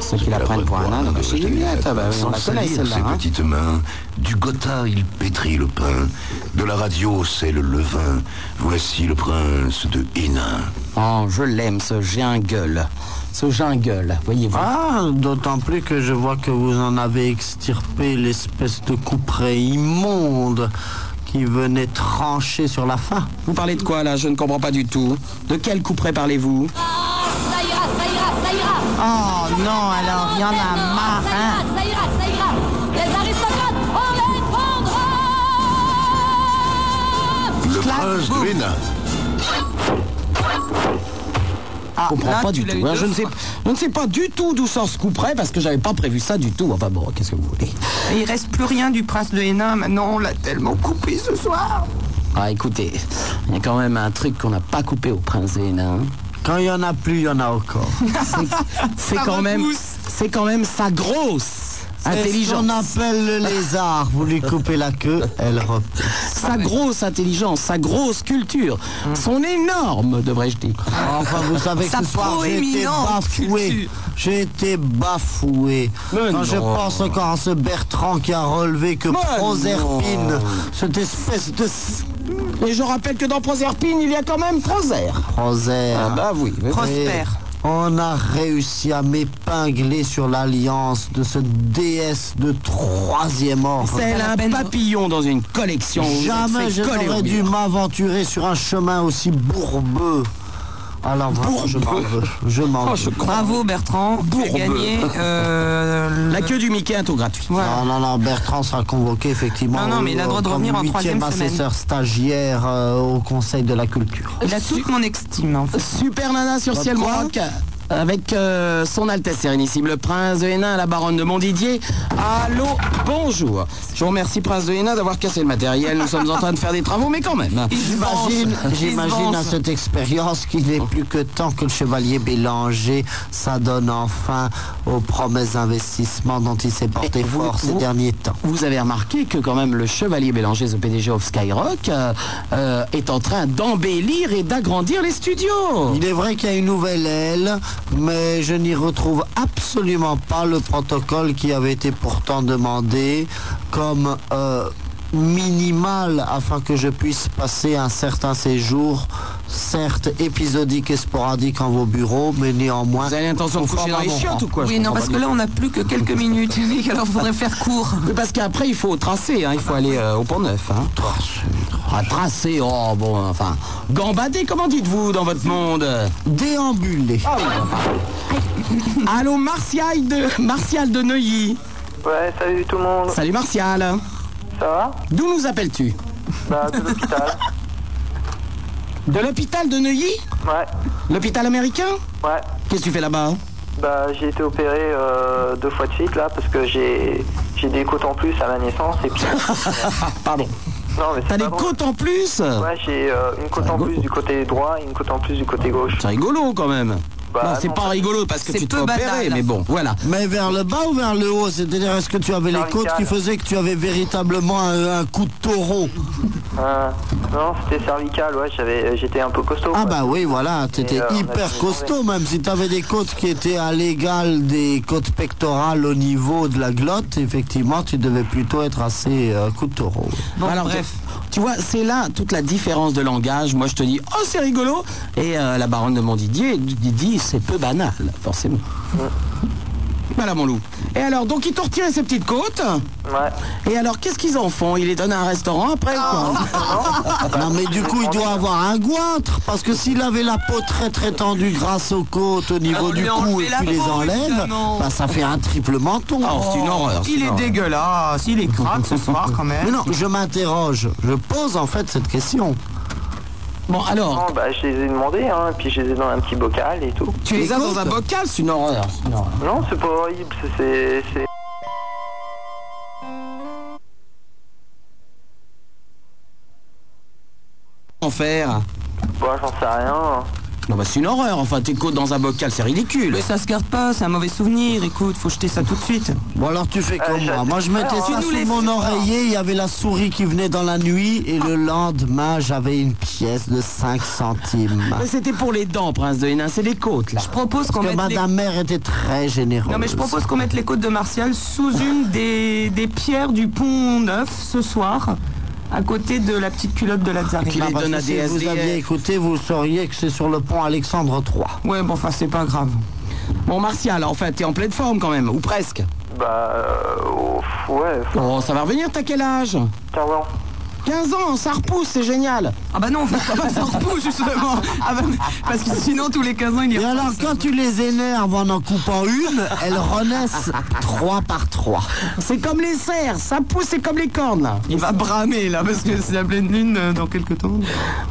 Speaker 1: Ceux qui la prennent pour un hein, âne, c'est génial. Ah bah oui,
Speaker 8: Sans
Speaker 1: on la connaît
Speaker 8: salir
Speaker 1: celle-là.
Speaker 8: ses
Speaker 1: hein.
Speaker 8: petites mains, du gotha il pétrit le pain, de la radio c'est le levain, voici le prince de Hénin.
Speaker 1: Oh, je l'aime, ce gingueule. Ce gingueule, voyez-vous.
Speaker 4: Ah, d'autant plus que je vois que vous en avez extirpé l'espèce de couperet immonde qui venait trancher sur la fin.
Speaker 1: Ah, Vous parlez de quoi là Je ne comprends pas du tout. De quel couperet parlez-vous
Speaker 7: Ça ira, ça ira, ça ira.
Speaker 5: Oh non, alors, il y en a marre, hein.
Speaker 7: Ça ira, ça ira. Les aristocrates, on les prendra.
Speaker 8: Le prince de Hénin.
Speaker 1: Je comprends
Speaker 5: Ah, là,
Speaker 1: pas
Speaker 5: tu
Speaker 1: du
Speaker 5: l'as
Speaker 1: tout.
Speaker 5: eu
Speaker 1: hein.
Speaker 5: deux
Speaker 1: Je, ne sais,
Speaker 5: fois.
Speaker 1: je ne sais pas du tout d'où sort ce couperet parce que j'avais pas prévu ça du tout. Enfin bon, qu'est-ce que vous voulez
Speaker 5: Il reste plus rien du prince de Hénin, maintenant on l'a tellement coupé ce soir.
Speaker 1: Ah, écoutez, il y a quand même un truc qu'on n'a pas coupé au prince des nains.
Speaker 4: hein. Quand il n'y en a plus, il y en a encore.
Speaker 1: C'est quand même, c'est quand même sa grosse intelligence.
Speaker 4: On appelle le lézard. Vous lui coupez la queue, elle repousse.
Speaker 1: Sa grosse intelligence, sa grosse culture,
Speaker 5: Hum.
Speaker 1: son énorme, devrais-je dire.
Speaker 4: Enfin, vous savez
Speaker 5: Sa
Speaker 4: que ce soir, j'ai été
Speaker 5: proéminente
Speaker 4: bafoué.
Speaker 5: culture.
Speaker 4: J'ai été bafoué.
Speaker 1: Mais
Speaker 4: Quand je
Speaker 1: non.
Speaker 4: pense encore à ce Bertrand qui a relevé que Proserpine,
Speaker 1: non.
Speaker 4: cette espèce de s-
Speaker 1: Et je rappelle que dans Proserpine, il y a quand même Proser.
Speaker 4: Proser.
Speaker 1: Ah bah oui. oui.
Speaker 5: Prospère.
Speaker 4: On a réussi à m'épingler sur l'alliance de cette déesse de troisième ordre.
Speaker 1: C'est un papillon dans une collection. Vous
Speaker 4: Jamais
Speaker 1: êtes
Speaker 4: je
Speaker 1: fait coller au
Speaker 4: n'aurais dû
Speaker 1: mur.
Speaker 4: m'aventurer sur un chemin aussi bourbeux. Alors vraiment, je m'en veux. Je m'en
Speaker 1: Oh,
Speaker 4: veux.
Speaker 1: je crois.
Speaker 5: Bravo Bertrand, tu as gagné. euh,
Speaker 1: La
Speaker 5: le-
Speaker 1: queue du Mickey est tout gratuit.
Speaker 5: Voilà.
Speaker 4: Non, non, non, Bertrand sera convoqué effectivement.
Speaker 5: Non, non, mais il a le droit de
Speaker 4: comme
Speaker 5: revenir en
Speaker 4: huitième
Speaker 5: troisième semaine.
Speaker 4: assesseur stagiaire euh, au Conseil de la Culture.
Speaker 5: Il a toute mon estime en fait.
Speaker 1: Super Nana sur Ciel
Speaker 4: Quoi
Speaker 1: Rock avec euh, son Altesse Sérénissime, le prince de Hénin, la baronne de Montdidier. Allô, bonjour. Je vous remercie, prince de Hénin, d'avoir cassé le matériel. Nous sommes en train de faire des travaux, mais quand même.
Speaker 5: Il se
Speaker 4: J'imagine-
Speaker 5: venge. Il se
Speaker 4: J'imagine à
Speaker 5: venge.
Speaker 4: cette expérience qu'il n'est plus que temps que le chevalier Bélanger s'adonne enfin aux promesses d'investissement dont il s'est porté
Speaker 1: vous-
Speaker 4: fort ces
Speaker 1: vous-
Speaker 4: derniers temps.
Speaker 1: Vous avez remarqué que quand même le chevalier Bélanger, le PDG of Skyrock, euh, euh, est en train d'embellir et d'agrandir les studios.
Speaker 4: Il est vrai qu'il y a une nouvelle aile, mais je n'y retrouve absolument pas le protocole qui avait été pourtant demandé comme euh, minimal afin que je puisse passer un certain séjour, certes épisodique et sporadique en vos bureaux, mais néanmoins.
Speaker 1: Vous avez l'intention de coucher
Speaker 4: conforme
Speaker 1: dans
Speaker 4: à
Speaker 1: les
Speaker 4: mon
Speaker 1: chiottes ou quoi je
Speaker 5: Oui, non,
Speaker 1: comprends
Speaker 5: parce
Speaker 1: pas
Speaker 5: que là on n'a plus que quelques minutes, Eric, alors faudrait faire court.
Speaker 1: Oui, parce qu'après, il faut tracer, hein, il faut aller euh, au pont neuf. Hein. Ah, tracer, oh bon, enfin. Gambader, comment dites-vous dans votre monde
Speaker 4: Déambuler.
Speaker 5: Ah
Speaker 1: Allô, Martial de, Martial de Neuilly.
Speaker 6: Ouais, salut tout le monde,
Speaker 1: Salut, Martial.
Speaker 6: ça va
Speaker 1: D'où nous appelles-tu
Speaker 6: Bah, de l'hôpital.
Speaker 1: De l'hôpital de Neuilly
Speaker 6: Ouais,
Speaker 1: L'hôpital américain
Speaker 6: ouais.
Speaker 1: Qu'est-ce que tu fais là-bas
Speaker 6: Bah, j'ai été opéré euh, deux fois de suite là parce que j'ai j'ai des côtes en plus à ma naissance et puis.
Speaker 1: Ah, pardon.
Speaker 6: non, mais
Speaker 1: T'as
Speaker 6: c'est
Speaker 1: des
Speaker 6: pas bon.
Speaker 1: côtes en plus
Speaker 6: Ouais, j'ai euh, une côte en plus du côté droit et une côte en plus du côté gauche.
Speaker 1: C'est rigolo quand même.
Speaker 6: Bah,
Speaker 1: non, c'est
Speaker 6: non.
Speaker 1: pas rigolo parce que
Speaker 5: C'est
Speaker 1: tu te fais
Speaker 5: peu
Speaker 1: opérer,
Speaker 5: banal.
Speaker 1: mais bon, voilà.
Speaker 4: Mais vers le bas ou vers le haut C'est-à-dire, est-ce que tu avais les côtes qui
Speaker 6: Cervicale.
Speaker 4: faisaient que tu avais véritablement un, un coup de taureau
Speaker 6: Euh, non, c'était cervical, ouais, j'avais euh, j'étais un peu costaud.
Speaker 4: Ah
Speaker 6: quoi.
Speaker 4: bah oui, voilà, t'étais
Speaker 6: Et, euh, on a
Speaker 4: hyper
Speaker 6: tout
Speaker 4: costaud, même si t'avais des côtes qui étaient à l'égal des côtes pectorales au niveau de la glotte, effectivement, tu devais plutôt être assez euh, coup de taureau.
Speaker 5: Bon,
Speaker 1: Alors,
Speaker 5: bref.
Speaker 1: Tu, tu vois, c'est là toute la différence de langage. Moi, je te dis, oh, c'est rigolo. Et euh, la baronne de Montdidier d- dit, c'est peu banal, forcément. Madame Loup. Et alors, donc ils t'ont retiré ces petites côtes Ouais. Et alors, qu'est-ce qu'ils en font Ils les donnent à un restaurant après ou
Speaker 14: Ah.
Speaker 1: quoi
Speaker 4: Non, mais du coup, il
Speaker 5: hein.
Speaker 4: doit avoir un gointre, parce que s'il avait la peau très très tendue grâce aux côtes au niveau
Speaker 5: Ah, On
Speaker 4: du
Speaker 5: lui a
Speaker 4: cou
Speaker 5: enlevé
Speaker 4: et que
Speaker 5: la
Speaker 4: tu les
Speaker 5: peau,
Speaker 4: enlèves,
Speaker 5: évidemment.
Speaker 4: bah, ça fait un triple menton.
Speaker 5: Il est dégueulasse, il est crade ce soir quand même.
Speaker 4: Mais non, je m'interroge, je pose en fait cette question.
Speaker 1: Bon, alors
Speaker 14: Non, bah, je les ai demandés, hein, puis je les ai dans un petit bocal et tout.
Speaker 1: Tu les as dans un bocal C'est une horreur. c'est une horreur.
Speaker 14: Non, c'est pas horrible, c'est- c'est. c'est-
Speaker 1: En faire
Speaker 14: Bah, j'en sais rien.
Speaker 1: Non, bah c'est une horreur. Enfin, tes côtes dans un bocal, c'est ridicule.
Speaker 5: Mais ça se garde pas, c'est un mauvais souvenir. Écoute, faut jeter ça tout de suite.
Speaker 4: Bon alors tu fais comme
Speaker 14: Euh,
Speaker 4: moi. Moi je mettais ça sous mon oreiller, il y avait la souris qui venait dans la nuit et le lendemain j'avais une pièce de 5 centimes.
Speaker 1: Mais c'était pour les dents, prince de Hénin, hein, c'est les côtes là. Je
Speaker 5: propose qu'on
Speaker 4: Parce que
Speaker 5: mette les-
Speaker 4: madame mère était très généreuse.
Speaker 5: Non mais je propose qu'on mette les côtes de Martial sous
Speaker 1: Ah.
Speaker 5: une des, des pierres du pont neuf ce soir, à côté de la Bah, petite culotte de
Speaker 1: Ah,
Speaker 5: Lazarine.
Speaker 4: Non, parce que si vous aviez écouté, vous sauriez que c'est sur le pont Alexandre III.
Speaker 5: Ouais, bon, enfin, c'est pas grave.
Speaker 1: Bon, Martial, enfin, t'es en pleine forme quand même, ou presque.
Speaker 14: Bah, euh, ouf, ouais.
Speaker 1: Oh, ça va revenir, t'as quel âge
Speaker 14: 15 ans.
Speaker 1: 15 ans, ça repousse, c'est génial.
Speaker 5: Ah bah non, on fait pas ça repousse justement. Ah bah, parce que sinon, tous les 15 ans, il y
Speaker 4: Et alors, quand tu les énerves en en coupant une, elles renaissent trois par trois.
Speaker 1: C'est comme les cerfs, ça pousse, c'est comme les cornes là.
Speaker 5: Il va bramer là, parce que c'est la pleine lune euh, dans quelques temps.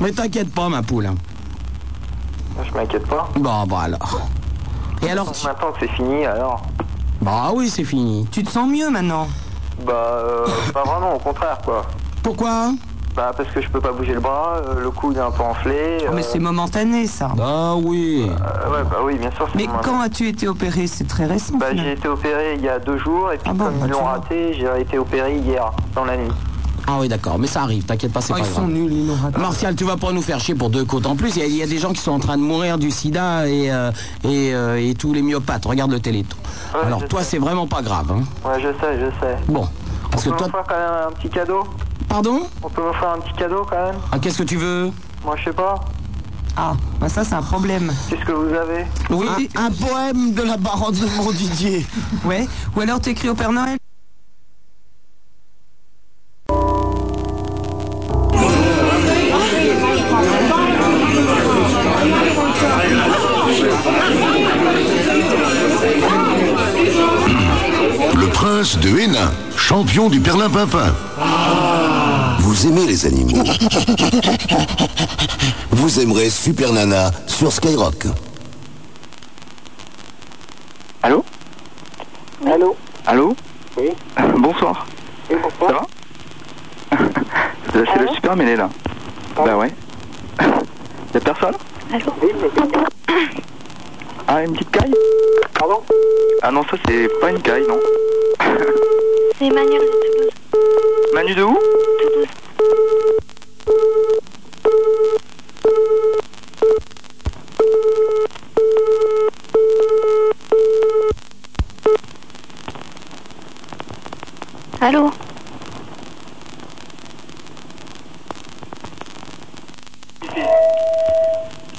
Speaker 1: Mais t'inquiète pas, ma poule.
Speaker 14: Je m'inquiète pas.
Speaker 1: Bon, bah alors. Et alors
Speaker 14: Maintenant que c'est fini, alors
Speaker 1: Bah oui, c'est fini.
Speaker 5: Tu te sens mieux maintenant
Speaker 14: Bah, euh, pas vraiment, au contraire, quoi.
Speaker 1: Pourquoi
Speaker 14: Bah, parce que je peux pas bouger le bras, euh, le coude est un peu enflé.
Speaker 5: Oh, Mais
Speaker 14: euh,
Speaker 5: c'est momentané ça.
Speaker 1: Ah oui.
Speaker 14: euh, ouais, bah oui, bien sûr, c'est
Speaker 5: Mais
Speaker 14: normal.
Speaker 5: quand as-tu été opéré C'est très récent.
Speaker 14: Bah,
Speaker 5: finalement.
Speaker 14: j'ai été opéré il y a deux jours, et puis comme ils l'ont raté, j'ai été opéré hier, dans la nuit.
Speaker 1: Ah oui, d'accord, mais ça arrive, t'inquiète pas, Ah, c'est
Speaker 5: Oh,
Speaker 1: pas
Speaker 5: ils
Speaker 1: grave.
Speaker 5: sont nuls, ils l'ont raté.
Speaker 1: Martial, tu vas pas nous faire chier pour deux côtes en plus. Il y a- il y, a des gens qui sont en train de mourir du sida et, euh, et, euh, et tous les myopathes. Regarde le téléthon. Alors, toi, c'est vraiment pas grave. hein.
Speaker 14: Ouais, je sais, je sais.
Speaker 1: Bon, parce que
Speaker 14: On peut
Speaker 1: toi.
Speaker 14: me faire quand même un petit cadeau
Speaker 1: Pardon
Speaker 14: On peut me faire un petit cadeau quand même
Speaker 1: Ah, qu'est-ce que tu veux
Speaker 14: Moi, je sais pas.
Speaker 5: Ah, bah ça, c'est un problème.
Speaker 14: Qu'est-ce que vous avez
Speaker 5: Oui.
Speaker 4: Un poème de la baronne de Montdidier.
Speaker 5: Ouais. Ou alors t'écris au Père Noël.
Speaker 9: Le prince de Hénin, champion du Perlin-Pimpin.
Speaker 1: Ah.
Speaker 9: Vous aimez les animaux Vous aimerez Super Nana sur Skyrock.
Speaker 6: Allô
Speaker 2: Allô
Speaker 6: Allô
Speaker 2: Oui.
Speaker 6: Bonsoir.
Speaker 2: Et pourquoi
Speaker 6: Ça va C'est le super mêlé là. Bah ouais. Y'a personne
Speaker 2: Allô Oui,
Speaker 6: Ah, une petite caille
Speaker 2: Pardon
Speaker 6: Ah non, ça c'est pas une caille, non.
Speaker 2: C'est Emmanuel de Toulouse.
Speaker 6: Manu de où
Speaker 2: Toulouse.
Speaker 6: Allô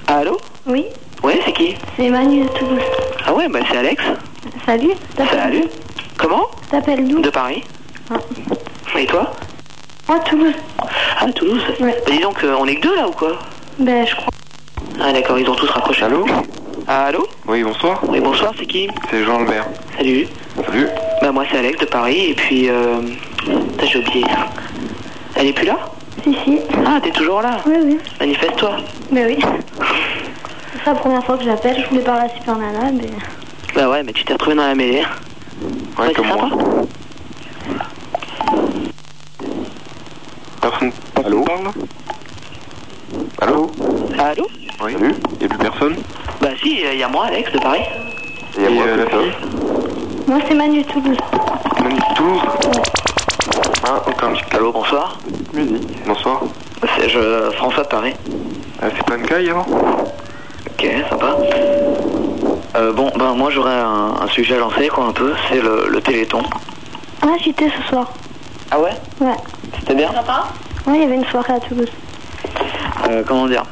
Speaker 6: Allô
Speaker 10: Oui,
Speaker 6: Ouais, c'est qui
Speaker 10: c'est Manu de Toulouse.
Speaker 6: Ah ouais, bah c'est Alex.
Speaker 10: Salut,
Speaker 6: Salut. Comment
Speaker 10: t'appelles d'où
Speaker 6: De Paris. Et toi
Speaker 10: Moi, Toulouse.
Speaker 6: Ah, Toulouse Bah, Dis donc, euh, on est que deux là ou quoi
Speaker 10: Ben, je crois.
Speaker 6: Ah d'accord, ils ont tous rapproché. Allô Allô
Speaker 3: Oui, bonsoir.
Speaker 6: Oui, bonsoir, c'est qui
Speaker 3: C'est Jean le maire.
Speaker 6: Salut.
Speaker 3: Salut.
Speaker 6: Bah moi c'est Alex de Paris et puis euh... putain, j'ai oublié. Elle est plus là
Speaker 10: Si, si.
Speaker 6: Ah t'es toujours là
Speaker 10: Oui, oui.
Speaker 6: Manifeste-toi.
Speaker 10: Ben oui. C'est la première fois que j'appelle. Je voulais parler à Super Nana, mais.
Speaker 6: Bah ouais mais tu t'es retrouvé dans la mêlée. Ouais, comme moi.
Speaker 3: Personne Allô parle Allô
Speaker 6: Allô
Speaker 3: Oui. Salut. Y'a plus personne
Speaker 6: Bah si, il y a moi Alex de Paris.
Speaker 3: Y'a moi la fille
Speaker 10: Moi, c'est Manu de Toulouse.
Speaker 3: Manu de Toulouse Ah, aucun petit
Speaker 6: Allô, bonsoir.
Speaker 3: Musique. Bonsoir.
Speaker 6: C'est je... François de Paris.
Speaker 3: Ah, c'est pas une caille avant
Speaker 6: Ok, sympa. Euh, bon, ben moi j'aurais un, un sujet à lancer quoi un peu, c'est le, le téléthon.
Speaker 10: Ah, j'étais ce soir.
Speaker 6: Ah ouais
Speaker 10: Ouais.
Speaker 6: C'était bien
Speaker 10: Ouais, il y avait une soirée à Toulouse.
Speaker 6: Euh, comment dire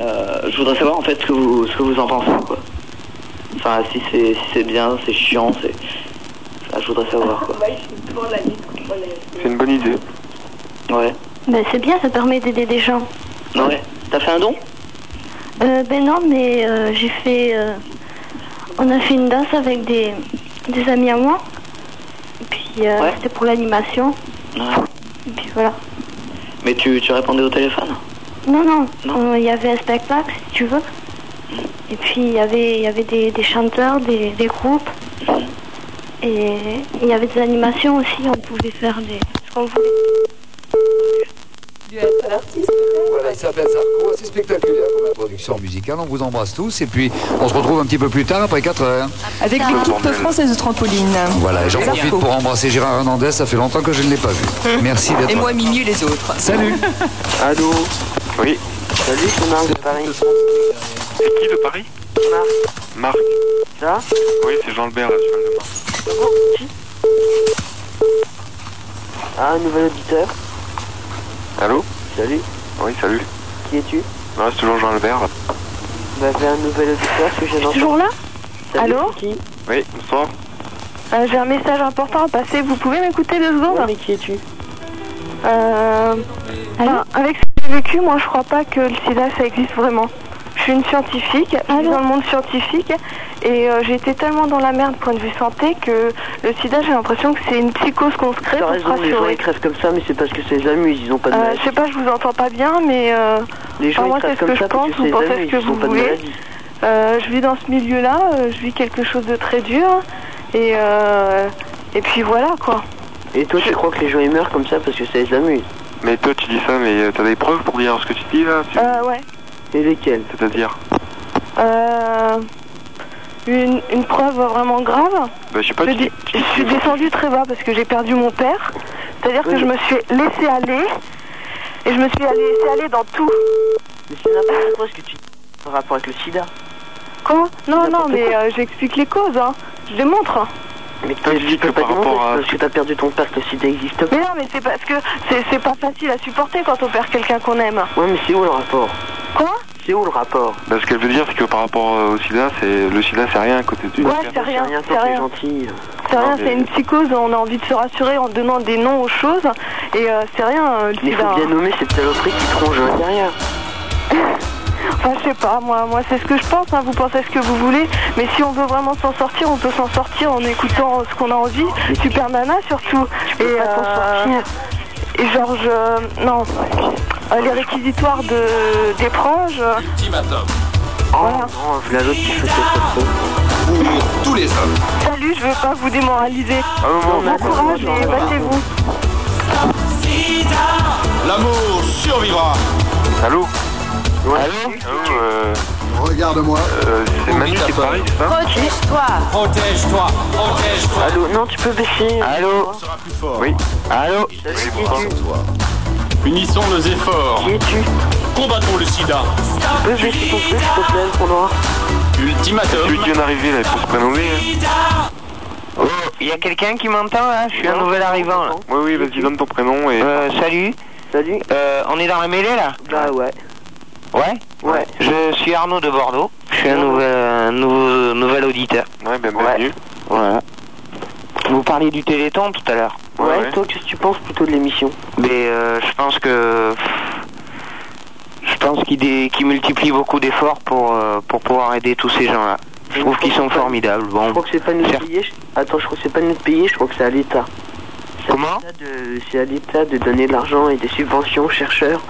Speaker 6: Euh, Je voudrais savoir en fait ce que vous, ce que vous en pensez. Quoi.
Speaker 15: Enfin, si c'est si c'est bien, c'est chiant, c'est. Enfin, je voudrais savoir quoi.
Speaker 3: C'est une bonne idée.
Speaker 15: Ouais.
Speaker 10: Ben, c'est bien, ça permet d'aider des gens.
Speaker 15: Ouais. T'as fait un don
Speaker 10: Euh, ben non, mais euh, j'ai fait. euh, on a fait une danse avec des, des amis à moi. Et puis euh, c'était pour l'animation.
Speaker 15: Ouais.
Speaker 10: Et puis voilà.
Speaker 15: Mais tu, tu répondais au téléphone
Speaker 10: Non, non, on- il y avait un spectacle, si tu veux. Et puis il y avait, il y avait des, des chanteurs, des, des groupes. Et il y avait des animations aussi, on pouvait faire des, ce qu'on voulait.
Speaker 2: Voilà, il s'appelle Zarco, c'est spectaculaire comme introduction musicale. On vous embrasse tous et puis on se retrouve un petit peu plus tard après 4 heures.
Speaker 4: Avec l'équipe française de trampoline.
Speaker 2: Voilà, et j'en
Speaker 4: Zarco.
Speaker 2: profite pour embrasser Gérard Hernandez, ça fait longtemps que je ne l'ai pas vu. Merci d'être
Speaker 4: Hum. Et moi, Mimi et les autres.
Speaker 2: Salut.
Speaker 3: Allô Oui. Salut, c'est Marc de Paris. C'est qui de Paris Marc. Marc. Ça Oui, c'est Jean-Albert, là, je de Marc.
Speaker 6: Ah, un nouvel auditeur.
Speaker 3: Allô
Speaker 6: Salut.
Speaker 3: Oui, salut.
Speaker 6: Qui es-tu
Speaker 3: Non, c'est toujours Jean-Albert, là.
Speaker 6: Bah, j'ai un nouvel auditeur que j'ai
Speaker 16: Toujours là
Speaker 6: Salut,
Speaker 16: Allô
Speaker 6: c'est qui
Speaker 3: Oui, bonsoir.
Speaker 16: Euh, J'ai un message important à passer. Vous pouvez m'écouter deux secondes
Speaker 6: mais qui es-tu
Speaker 16: euh, ben, Avec ce que j'ai vécu, moi, je crois pas que le sida, ça existe vraiment. Je suis une scientifique, je suis dans le monde scientifique, et euh, j'ai été tellement dans la merde point de vue santé que le sida, j'ai l'impression que c'est une psychose qu'on se crée
Speaker 6: T'as
Speaker 16: pour se
Speaker 6: raison, les gens
Speaker 16: rassurer.
Speaker 6: ils crèvent comme ça, mais c'est parce que ça les amuse, ils ont pas de
Speaker 16: Euh,
Speaker 6: maladie.
Speaker 16: je sais pas, je vous entends pas bien, mais euh,
Speaker 6: Les gens,
Speaker 16: enfin, moi,
Speaker 6: ils traitent
Speaker 16: c'est ce que
Speaker 6: comme
Speaker 16: je
Speaker 6: ça parce
Speaker 16: pense,
Speaker 6: que
Speaker 16: vous
Speaker 6: c'est
Speaker 16: pensez
Speaker 6: les amis,
Speaker 16: ce que
Speaker 6: ils ont
Speaker 16: vous
Speaker 6: pas de
Speaker 16: voulez.
Speaker 6: maladie.
Speaker 16: Euh, je vis dans ce milieu-là, euh, je vis quelque chose de très dur, et, euh, et puis voilà, quoi.
Speaker 6: Et toi, tu crois que les gens ils meurent comme ça parce que ça les amuse
Speaker 3: Mais toi, tu dis ça, mais euh, t'as des preuves pour dire ce que tu dis, là tu-
Speaker 16: Euh, ouais.
Speaker 6: Et lesquels
Speaker 3: C'est-à-dire
Speaker 16: Euh, une, une preuve vraiment grave.
Speaker 3: Bah, je sais pas,
Speaker 16: je,
Speaker 3: tu-
Speaker 16: dis- je suis descendue très bas parce que j'ai perdu mon père. C'est-à-dire que je me suis laissée aller. Et je me suis allée- laissée aller dans tout.
Speaker 6: Mais c'est n'importe quoi ce que tu dis par rapport avec le sida.
Speaker 16: Quoi Non, non,
Speaker 6: N'importe
Speaker 16: mais
Speaker 6: quoi.
Speaker 16: euh, j'explique les causes. hein. Je démontre.
Speaker 6: Mais tu dis que par rapport à... Parce que t'as perdu ton père que le sida existe pas.
Speaker 16: Mais non, mais c'est parce que c'est- c'est pas facile à supporter quand on perd quelqu'un qu'on aime.
Speaker 6: Ouais, mais c'est où le rapport
Speaker 16: Quoi
Speaker 6: C'est où le rapport
Speaker 3: Bah, ce qu'elle veut dire, c'est que par rapport euh, au sida, c'est le sida, c'est rien à côté de
Speaker 16: Ouais, c'est rien, c'est rien.
Speaker 6: gentil.
Speaker 16: C'est rien,
Speaker 3: Non, mais-
Speaker 16: c'est une psychose. On a envie de se rassurer en donnant des noms aux choses. Et euh, c'est rien, euh, le
Speaker 6: Mais
Speaker 16: sida,
Speaker 6: faut
Speaker 16: hein.
Speaker 6: bien nommer cette saloperie qui te ronge à l'intérieur.
Speaker 16: Enfin, je sais pas, moi, moi c'est ce que je pense, hein, vous pensez ce que vous voulez, mais si on veut vraiment s'en sortir, on peut s'en sortir en écoutant euh, ce qu'on a envie, Super Nana surtout. et, euh, et Georges, euh, non, Euh, les réquisitoires de, des proches, euh, voilà.
Speaker 6: Oh, la l'autre qui fait ça sur Pour tous les hommes.
Speaker 16: Salut, je veux pas vous démoraliser.
Speaker 6: non,
Speaker 16: Bon
Speaker 6: non, non,
Speaker 16: courage
Speaker 6: non,
Speaker 16: et
Speaker 6: non,
Speaker 16: battez-vous.
Speaker 17: L'amour survivra.
Speaker 3: Allô Ouais. Allô euh...
Speaker 2: Regarde-moi.
Speaker 3: c'est Manu qui est hein. de Paris, c'est ça
Speaker 4: Protège-toi.
Speaker 17: Protège-toi, protège-toi.
Speaker 6: Allô, non, tu peux baisser. Allô
Speaker 17: Oui.
Speaker 6: Allô
Speaker 17: Unissons nos efforts.
Speaker 6: Qui es-tu
Speaker 17: Combattons le sida.
Speaker 6: Tu peux baisser ton truc, s'il te plaît, pour noir
Speaker 17: Ultimatum.
Speaker 3: Celui qui vient d'arriver, là, il peut se prénommer.
Speaker 6: hein. Oh, il y a quelqu'un qui m'entend là Je suis un nouvel arrivant là.
Speaker 3: Oui, oui, vas-y, donne ton prénom et...
Speaker 6: Euh, salut. Salut. Euh, on est dans la mêlée là Bah ouais. Ouais Ouais. Je suis Arnaud de Bordeaux. Je suis un nouvel, un nouveau- nouvel auditeur.
Speaker 3: Ouais, ben bienvenue.
Speaker 6: Voilà. Vous parliez du Téléthon tout à l'heure. Ouais, toi, qu'est-ce que tu penses plutôt de l'émission Mais euh, je pense que. Je pense qu'il dé- qu'il multiplie beaucoup d'efforts pour, euh, pour pouvoir aider tous ces gens-là. Je trouve qu'ils sont formidables. Bon. Je crois que c'est pas notre pays. Attends, je crois que c'est pas notre pays, je crois que c'est à l'État. Comment C'est à l'État de donner de l'argent et des subventions aux chercheurs.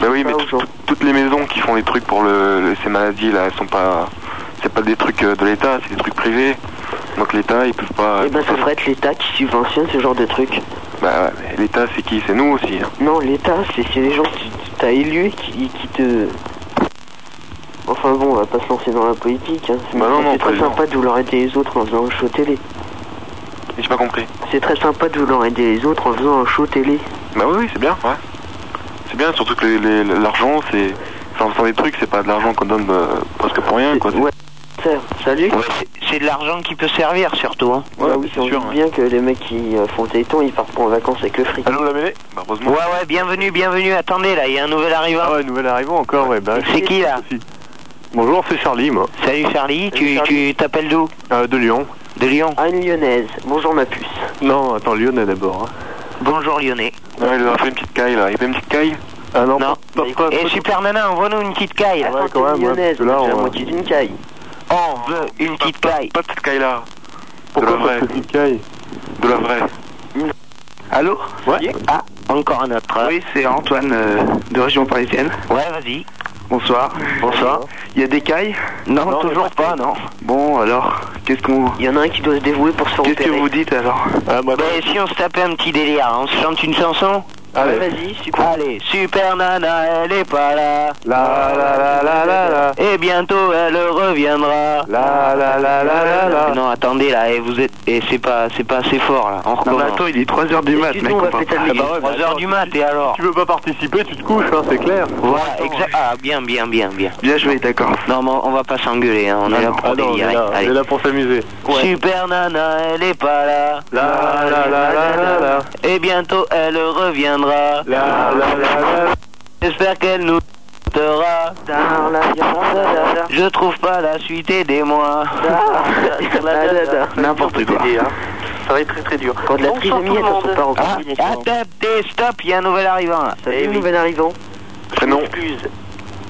Speaker 3: Bah oui, mais tout- tout- toutes les maisons qui font des trucs pour le, le- ces maladies là, elles sont pas. C'est pas des trucs euh, de l'État, c'est des trucs privés. Donc l'État, ils peuvent pas.
Speaker 6: Eh ben, ça devrait être l'État qui subventionne ce genre de trucs.
Speaker 3: Bah ouais, mais l'État, c'est qui C'est nous aussi. hein.
Speaker 6: Non, l'État, c'est c'est les gens qui qui t'as élu et qui, qui te. Enfin bon, on va pas se lancer dans la politique. Hein. C'est
Speaker 3: Bah non, non,
Speaker 6: c'est
Speaker 3: pas
Speaker 6: très
Speaker 3: les gens.
Speaker 6: sympa de vouloir aider les autres en faisant un show télé.
Speaker 3: J'ai pas compris.
Speaker 6: C'est très sympa de vouloir aider les autres en faisant un show télé.
Speaker 3: Bah oui, oui, c'est bien, ouais. C'est bien, surtout que les- les- l'argent, c'est. Enfin, sans des trucs, c'est pas de l'argent qu'on donne euh, presque pour rien, quoi.
Speaker 6: Ouais, salut C'est de l'argent qui peut servir surtout. Hein. Ouais, oui, c'est sûr. bien que les mecs qui euh, font téléthon, ils partent pas en vacances avec le fric. Allô, la mêlée
Speaker 3: Bah,
Speaker 6: Ouais, ouais, bienvenue, bienvenue. Attendez, là, il y a un nouvel arrivant.
Speaker 3: Ah ouais, nouvel arrivant encore, ouais. Bah,
Speaker 6: C'est qui là Bonjour, c'est Charlie, moi. Salut Charlie, tu tu t'appelles d'où
Speaker 3: Euh,
Speaker 6: De Lyon. De Lyon Ah, une lyonnaise. Bonjour ma puce.
Speaker 3: Non, attends, Lyonnais d'abord. hein.
Speaker 6: Bonjour lyonnais.
Speaker 3: Ouais, il leur a fait une petite caille là. Il fait une petite caille Ah non,
Speaker 6: Non. Eh,
Speaker 3: pas- pas-
Speaker 6: Et
Speaker 3: pas-
Speaker 6: super nana, envoie-nous une petite caille.
Speaker 5: Ah,
Speaker 3: Ouais, quand même, ouais,
Speaker 5: hein,
Speaker 3: parce que là, on-
Speaker 6: d'une caille. On veut une petite caille.
Speaker 3: Pas de petite caille là. Pourquoi de la vraie. petite caille De la vraie.
Speaker 5: Allô Ouais. Ah, encore un autre. Oui, c'est Antoine euh, de région parisienne.
Speaker 6: Ouais, vas-y.
Speaker 5: Bonsoir. Bonsoir. Il y a des cailles Non, toujours pas, non. Bon, alors, qu'est-ce qu'on...
Speaker 6: Il y en a un qui doit se dévouer pour se faire
Speaker 5: Qu'est-ce que vous dites
Speaker 3: hein
Speaker 5: alors
Speaker 6: bah, si on se tapait un petit délire, hein, on se chante une chanson
Speaker 5: Allez.
Speaker 6: Ouais, vas-y, super. Allez, super nana, elle est pas là. La la la la la la. Et bientôt elle reviendra. La la la la la la. Non, attendez là, et vous êtes et c'est pas c'est pas assez fort là. On recommence.
Speaker 5: attends, il est 3h du mat, mec,
Speaker 6: on va
Speaker 5: on parle-
Speaker 6: péter
Speaker 5: Ah bah ouais, mais
Speaker 6: 3h du mat et alors Tu
Speaker 3: veux pas participer, tu te couches hein, c'est clair.
Speaker 6: Voilà, exact. Ah, bien bien bien bien.
Speaker 5: Bien joué, d'accord.
Speaker 6: Non, mais on va pas s'engueuler, hein, on est là pour
Speaker 3: non, on est
Speaker 6: délirer.
Speaker 3: là, on
Speaker 6: Allez.
Speaker 3: est là pour s'amuser.
Speaker 6: Super nana, elle est pas là. La la la la la la. Et bientôt elle reviendra. La la la la. J'espère qu'elle nous quittera. Je trouve pas la suite, aidez-moi.
Speaker 5: N'importe quoi.
Speaker 6: hein. Ça va être très très dur. Quand de la trisomie, elle ne pas reconnaître. Adapté, stop, il y a un nouvel arrivant. Salut, nouvel arrivant.
Speaker 3: Prénom.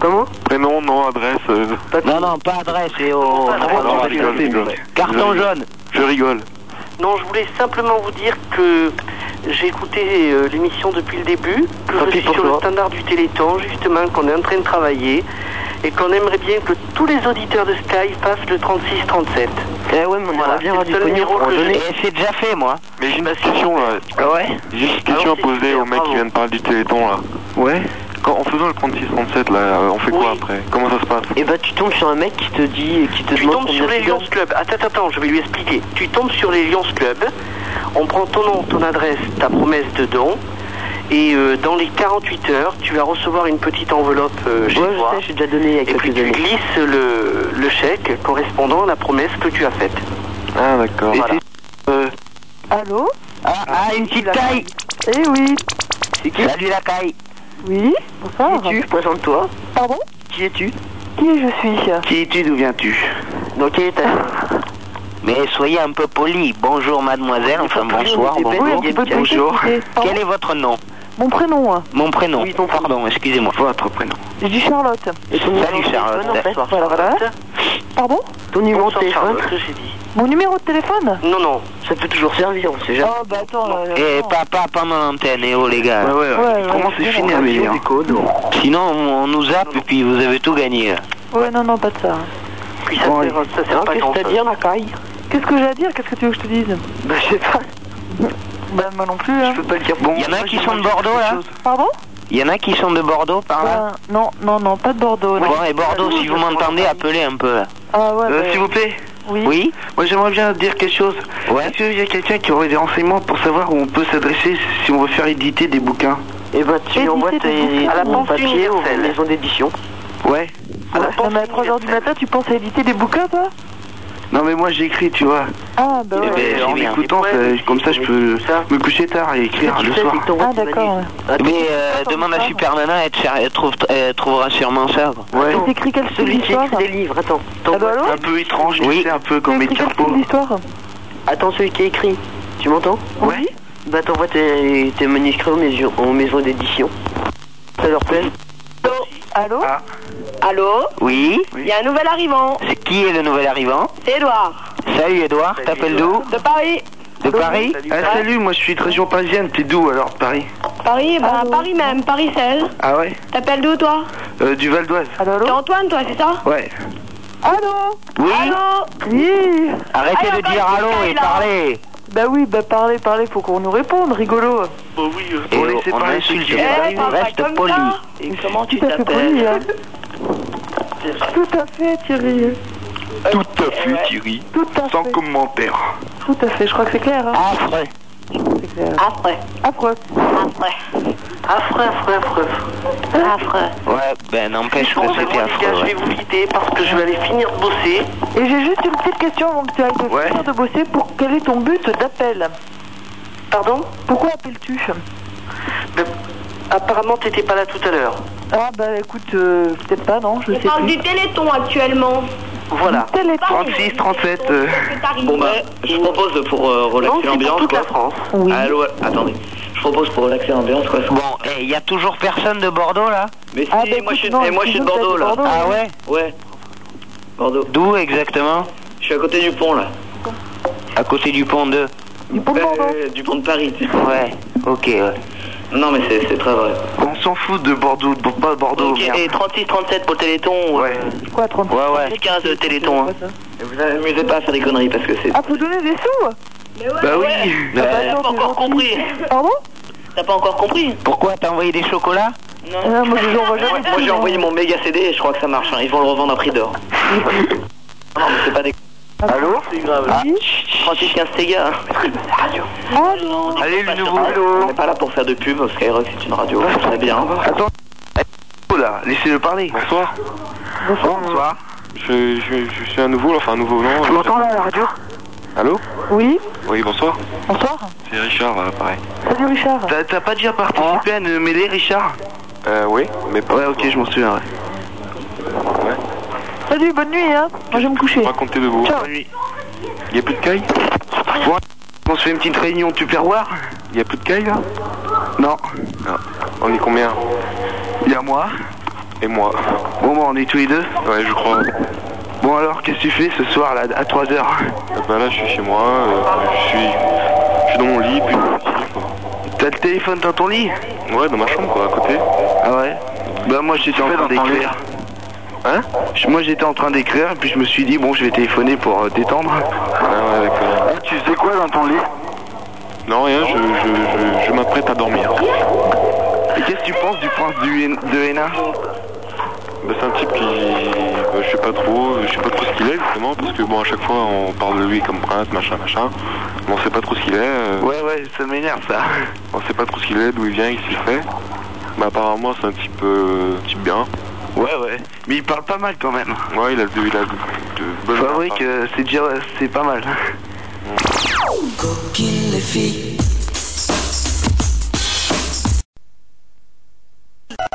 Speaker 6: Comment
Speaker 3: Prénom, nom, adresse. euh, Oh,
Speaker 6: Non, non, pas adresse, c'est
Speaker 18: euh,
Speaker 6: au...
Speaker 3: non, je rigole, je rigole.
Speaker 6: Carton
Speaker 3: Je-
Speaker 6: jaune.
Speaker 3: Je rigole.
Speaker 18: Non, je voulais simplement vous dire que j'ai écouté euh, l'émission depuis le début, que je suis sur le standard du Téléthon, justement, qu'on est en train de travailler, et qu'on aimerait bien que tous les auditeurs de Sky passent le 36-37.
Speaker 6: Eh ouais, mais on aimerait bien avoir du pognon pour en donner. Eh, C'est déjà fait, moi.
Speaker 3: Mais j'ai une petite question là.
Speaker 6: ouais
Speaker 3: J'ai une petite question à poser au mec qui vient de parler du téléthon là.
Speaker 5: Ouais
Speaker 3: Quand, en faisant le 36-37 là, euh, on fait quoi après Comment ça se passe
Speaker 6: Et bah tu tombes sur un mec qui te dit et qui te
Speaker 18: Tu tombes sur les Lions Club. Ah, Attends, attends, je vais lui expliquer. Tu tombes sur les Lions Club. On prend ton nom, ton adresse, ta promesse de don. Et euh, dans les 48 heures, tu vas recevoir une petite enveloppe euh, chez toi.
Speaker 6: j'ai déjà donné
Speaker 18: et puis tu glisses le, le chèque correspondant à la promesse que tu as faite.
Speaker 3: Ah d'accord.
Speaker 18: Voilà.
Speaker 16: Allô
Speaker 6: euh, ah, une petite caille
Speaker 16: Eh oui
Speaker 6: C'est qui Salut la caille
Speaker 16: Oui, bonsoir.
Speaker 5: Qui es-tu Présente-toi.
Speaker 16: Pardon
Speaker 5: Qui es-tu
Speaker 16: Qui je suis
Speaker 5: Qui es-tu D'où viens-tu
Speaker 6: Donc il est Mais soyez un peu poli. Bonjour mademoiselle, enfin bonsoir,
Speaker 16: oui, oui,
Speaker 6: bonjour.
Speaker 16: un petit peu de
Speaker 6: bonjour.
Speaker 16: politesse, pardon.
Speaker 6: Quel est votre nom
Speaker 16: Mon prénom, hein.
Speaker 6: Mon prénom. Pardon, excusez-moi. Votre prénom.
Speaker 16: je dis Charlotte.
Speaker 6: Salut Charlotte.
Speaker 16: Voilà, voilà. Pardon
Speaker 6: Ton numéro de
Speaker 16: téléphone. Mon numéro de téléphone
Speaker 6: Non, non, ça peut toujours servir, on sait jamais.
Speaker 16: Oh bah attends, euh,
Speaker 6: Eh, pas, pas pendant l'antenne, eh oh les gars.
Speaker 5: Ouais, ouais, ouais. Ouais, Comment ouais, c'est c'est fini, bon, Amélie, hein.
Speaker 6: Sinon, on, on nous zappe et puis vous avez tout gagné. là.
Speaker 16: ouais, non, non, pas de ça.
Speaker 6: Bon,
Speaker 16: Qu'est-ce que t'as à dire, la caille Qu'est-ce que j'ai à dire Qu'est-ce que tu veux que je te dise Bah, je sais pas. Bah, moi non plus, hein. Je peux pas le dire.
Speaker 6: Bon, y en a qui sont de Bordeaux, là
Speaker 16: Pardon
Speaker 6: Il y en a qui sont de Bordeaux par là
Speaker 16: Bah, Non, non, non, pas de Bordeaux. non.
Speaker 6: Bon, et Bordeaux, si vous m'entendez, appelez un peu là.
Speaker 16: Ah, ouais,
Speaker 5: Euh,
Speaker 16: bah,
Speaker 5: S'il vous plaît
Speaker 16: Oui.
Speaker 5: Moi j'aimerais bien dire quelque chose. Est-ce qu'il y a quelqu'un qui aurait des renseignements pour savoir où on peut s'adresser si on veut faire éditer des bouquins
Speaker 16: Eh
Speaker 6: Et bah tu
Speaker 16: envoies ben, tes-
Speaker 5: à la
Speaker 16: ton
Speaker 5: pension
Speaker 16: papier
Speaker 5: universelle.
Speaker 16: aux maisons
Speaker 6: d'édition.
Speaker 5: Ouais.
Speaker 16: Non, mais à 3h du matin, tu penses à éditer des bouquins, toi
Speaker 5: Non mais moi j'écris, tu vois.
Speaker 16: Ah, bah,
Speaker 5: Eh
Speaker 16: ouais.
Speaker 5: ben, en écoutant, ça- comme ça je peux me coucher tard et écrire le soir.
Speaker 16: Ah, d'accord, ouais.
Speaker 6: Mais euh, demande à Super Nana, elle, te cher- elle trouve- elle trouvera sûrement ça. quoi.
Speaker 5: Ouais.
Speaker 16: T'écris quelle
Speaker 6: Celui qui écrit des livres, attends.
Speaker 5: un peu étrange, tu sais, un peu comme
Speaker 6: écrit
Speaker 5: Edgar Poe.
Speaker 16: l'histoire
Speaker 6: Attends, celui qui écrit. Tu m'entends
Speaker 5: Ouais.
Speaker 6: Bah t'envoies tes, tes manuscrits aux maisons, d'édition. Ça leur plaît
Speaker 16: Allô
Speaker 10: Allô
Speaker 6: Ah. Oui.
Speaker 10: Il y a un nouvel arrivant.
Speaker 6: C'est qui est le nouvel arrivant
Speaker 10: C'est Edouard.
Speaker 6: Salut Edouard, t'appelles d'où
Speaker 10: De Paris.
Speaker 6: De Paris
Speaker 5: Ah salut, moi je suis de région parisienne, t'es d'où alors de Paris
Speaker 10: Paris, bah Paris même, Paris 16.
Speaker 5: Ah ouais
Speaker 10: T'appelles d'où toi
Speaker 5: Euh, Du Val d'Oise
Speaker 10: T'es Antoine toi, c'est ça
Speaker 5: Ouais.
Speaker 16: Allô
Speaker 5: Oui
Speaker 10: Allô
Speaker 16: Oui Ah,
Speaker 6: Arrêtez de dire allô et parlez
Speaker 16: Bah oui, bah parlez, parlez, faut qu'on nous réponde, rigolo. Bah oui,
Speaker 6: Et euh, on insulte pas, on reste poli.
Speaker 10: Et comment tu
Speaker 16: Tout à fait poli, hein. Tout à fait, Thierry.
Speaker 6: Euh,
Speaker 5: Tout à fait, Thierry. Sans commentaire.
Speaker 16: Tout à fait, je crois que c'est clair. Hein.
Speaker 6: Affreux.
Speaker 10: Affreux.
Speaker 16: Affreux.
Speaker 10: Affreux. Affreux, affreux, affreux. Affreux.
Speaker 6: Ouais, ben n'empêche que c'était affreux. ouais.
Speaker 16: parce que je vais aller finir de bosser. Et j'ai juste une petite question avant que tu ailles de finir de bosser. Pour quel est
Speaker 6: Ben,
Speaker 16: ton but d'appel Pardon Pourquoi appelles-tu
Speaker 19: Apparemment, t'étais pas là tout à l'heure.
Speaker 16: Ah bah écoute, euh, peut-être pas, non, je
Speaker 19: Je
Speaker 16: sais
Speaker 19: parle
Speaker 16: plus. Ah.
Speaker 19: du
Speaker 20: Téléthon actuellement.
Speaker 19: Voilà.
Speaker 21: 36, 37. euh,
Speaker 6: Bon bah, je propose pour euh, relaxer l'ambiance quoi. Allô, euh, attendez. Je propose pour relaxer l'ambiance quoi.
Speaker 2: Bon, il y a toujours personne de Bordeaux là
Speaker 6: Mais si,
Speaker 2: Ah, bah,
Speaker 6: moi
Speaker 2: écoute,
Speaker 6: je suis,
Speaker 2: non,
Speaker 6: eh, moi, je suis de
Speaker 2: sinon, t'as
Speaker 6: Bordeaux
Speaker 2: dit
Speaker 6: là.
Speaker 2: Bordeaux, Ah ouais
Speaker 6: Ouais. Bordeaux.
Speaker 2: D'où exactement
Speaker 6: Je suis à côté du pont là.
Speaker 2: À côté du pont de.
Speaker 6: Du pont de Euh, Du pont de Paris.
Speaker 2: Ouais, ok, ouais.
Speaker 6: Non mais c'est c'est très vrai.
Speaker 21: On s'en fout de Bordeaux, de- pas de Bordeaux.
Speaker 6: Ok, et 36-37 pour le Téléthon. Ouais.
Speaker 16: Quoi, 30
Speaker 6: Ouais, ouais. 15 de Téléthon. hein. Et Vous amusez pas à faire des conneries parce que c'est.
Speaker 16: Ah, faut donner des sous Mais
Speaker 6: Bah oui.
Speaker 16: Ah,
Speaker 6: Bah, t'as pas encore compris.
Speaker 16: Pardon
Speaker 6: T'as pas encore compris.
Speaker 2: Pourquoi t'as envoyé des chocolats
Speaker 16: Non, Euh, moi je lui envoie
Speaker 6: Moi,
Speaker 16: jamais.
Speaker 6: moi, j'ai envoyé mon méga CD et je crois que ça marche. hein. Ils vont le revendre à prix d'or. non, mais c'est pas des. Allô C'est grave. Ah. 36-15 Sega.
Speaker 16: Allô
Speaker 6: Allez, le nouveau. On n'est pas là pour faire de pub. Skyrock, c'est une radio. C'est bien.
Speaker 21: Attends. Là, laissez-le parler. Bonsoir. Bonsoir. Bonsoir.
Speaker 3: Je, je, je suis un nouveau, là, enfin un nouveau nom.
Speaker 21: Tu m'entends là à la radio
Speaker 3: Allô
Speaker 16: Oui
Speaker 3: Oui, bonsoir.
Speaker 16: Bonsoir.
Speaker 3: C'est Richard, euh, pareil.
Speaker 16: Salut Richard.
Speaker 21: T'as t'as pas déjà participé à une mêlée, Richard
Speaker 3: Euh, oui, mais pas.
Speaker 21: Ouais, ok, je m'en souviens, ouais.
Speaker 16: Salut, bonne nuit, hein. Moi je vais me coucher.
Speaker 3: Racontez debout.
Speaker 16: Ciao.
Speaker 3: Y a plus de caille
Speaker 21: Bon, on se fait une petite réunion Tupperware
Speaker 3: Y a plus de caille là
Speaker 21: Non.
Speaker 3: Non. On est combien
Speaker 21: Il y a moi.
Speaker 3: Et moi.
Speaker 21: Bon, bah, on est tous les deux.
Speaker 3: Ouais, je crois.
Speaker 21: Bon, alors, qu'est-ce que tu fais ce soir, là, à 3h
Speaker 3: Euh, ben là, je suis chez moi, euh, je suis. Je suis dans mon lit, puis.
Speaker 21: T'as le téléphone dans ton lit
Speaker 3: Ouais, dans ma chambre, quoi, à côté.
Speaker 21: Ah ouais Bah, moi, j'étais en train d'écrire. Hein Je- Moi, j'étais en train d'écrire, et puis je me suis dit, bon, je vais téléphoner pour euh, détendre.
Speaker 3: Ah ouais, d'accord.
Speaker 21: tu faisais quoi dans ton lit
Speaker 3: Non, rien, je, je, je, je m'apprête à dormir.
Speaker 21: Et qu'est-ce que tu penses du prince du, Hén- de Hénin
Speaker 3: Ben, c'est un type qui. ben, je sais pas trop, je sais pas trop ce qu'il est justement, parce que bon, à chaque fois on parle de lui comme prince, machin, machin. Mais on sait pas trop ce qu'il est. euh,
Speaker 21: Ouais, ouais, ça m'énerve, ça.
Speaker 3: On sait pas trop ce qu'il est, d'où il vient, qu'est-ce qu'il fait. Mais apparemment, c'est un type, euh, type bien.
Speaker 21: Ouais, ouais. Mais il parle pas mal, quand même. euh,
Speaker 3: Ouais, il a, de- il a de, de bonnes
Speaker 21: Bah oui, que c'est déjà... c'est pas mal.
Speaker 22: Coquine les filles,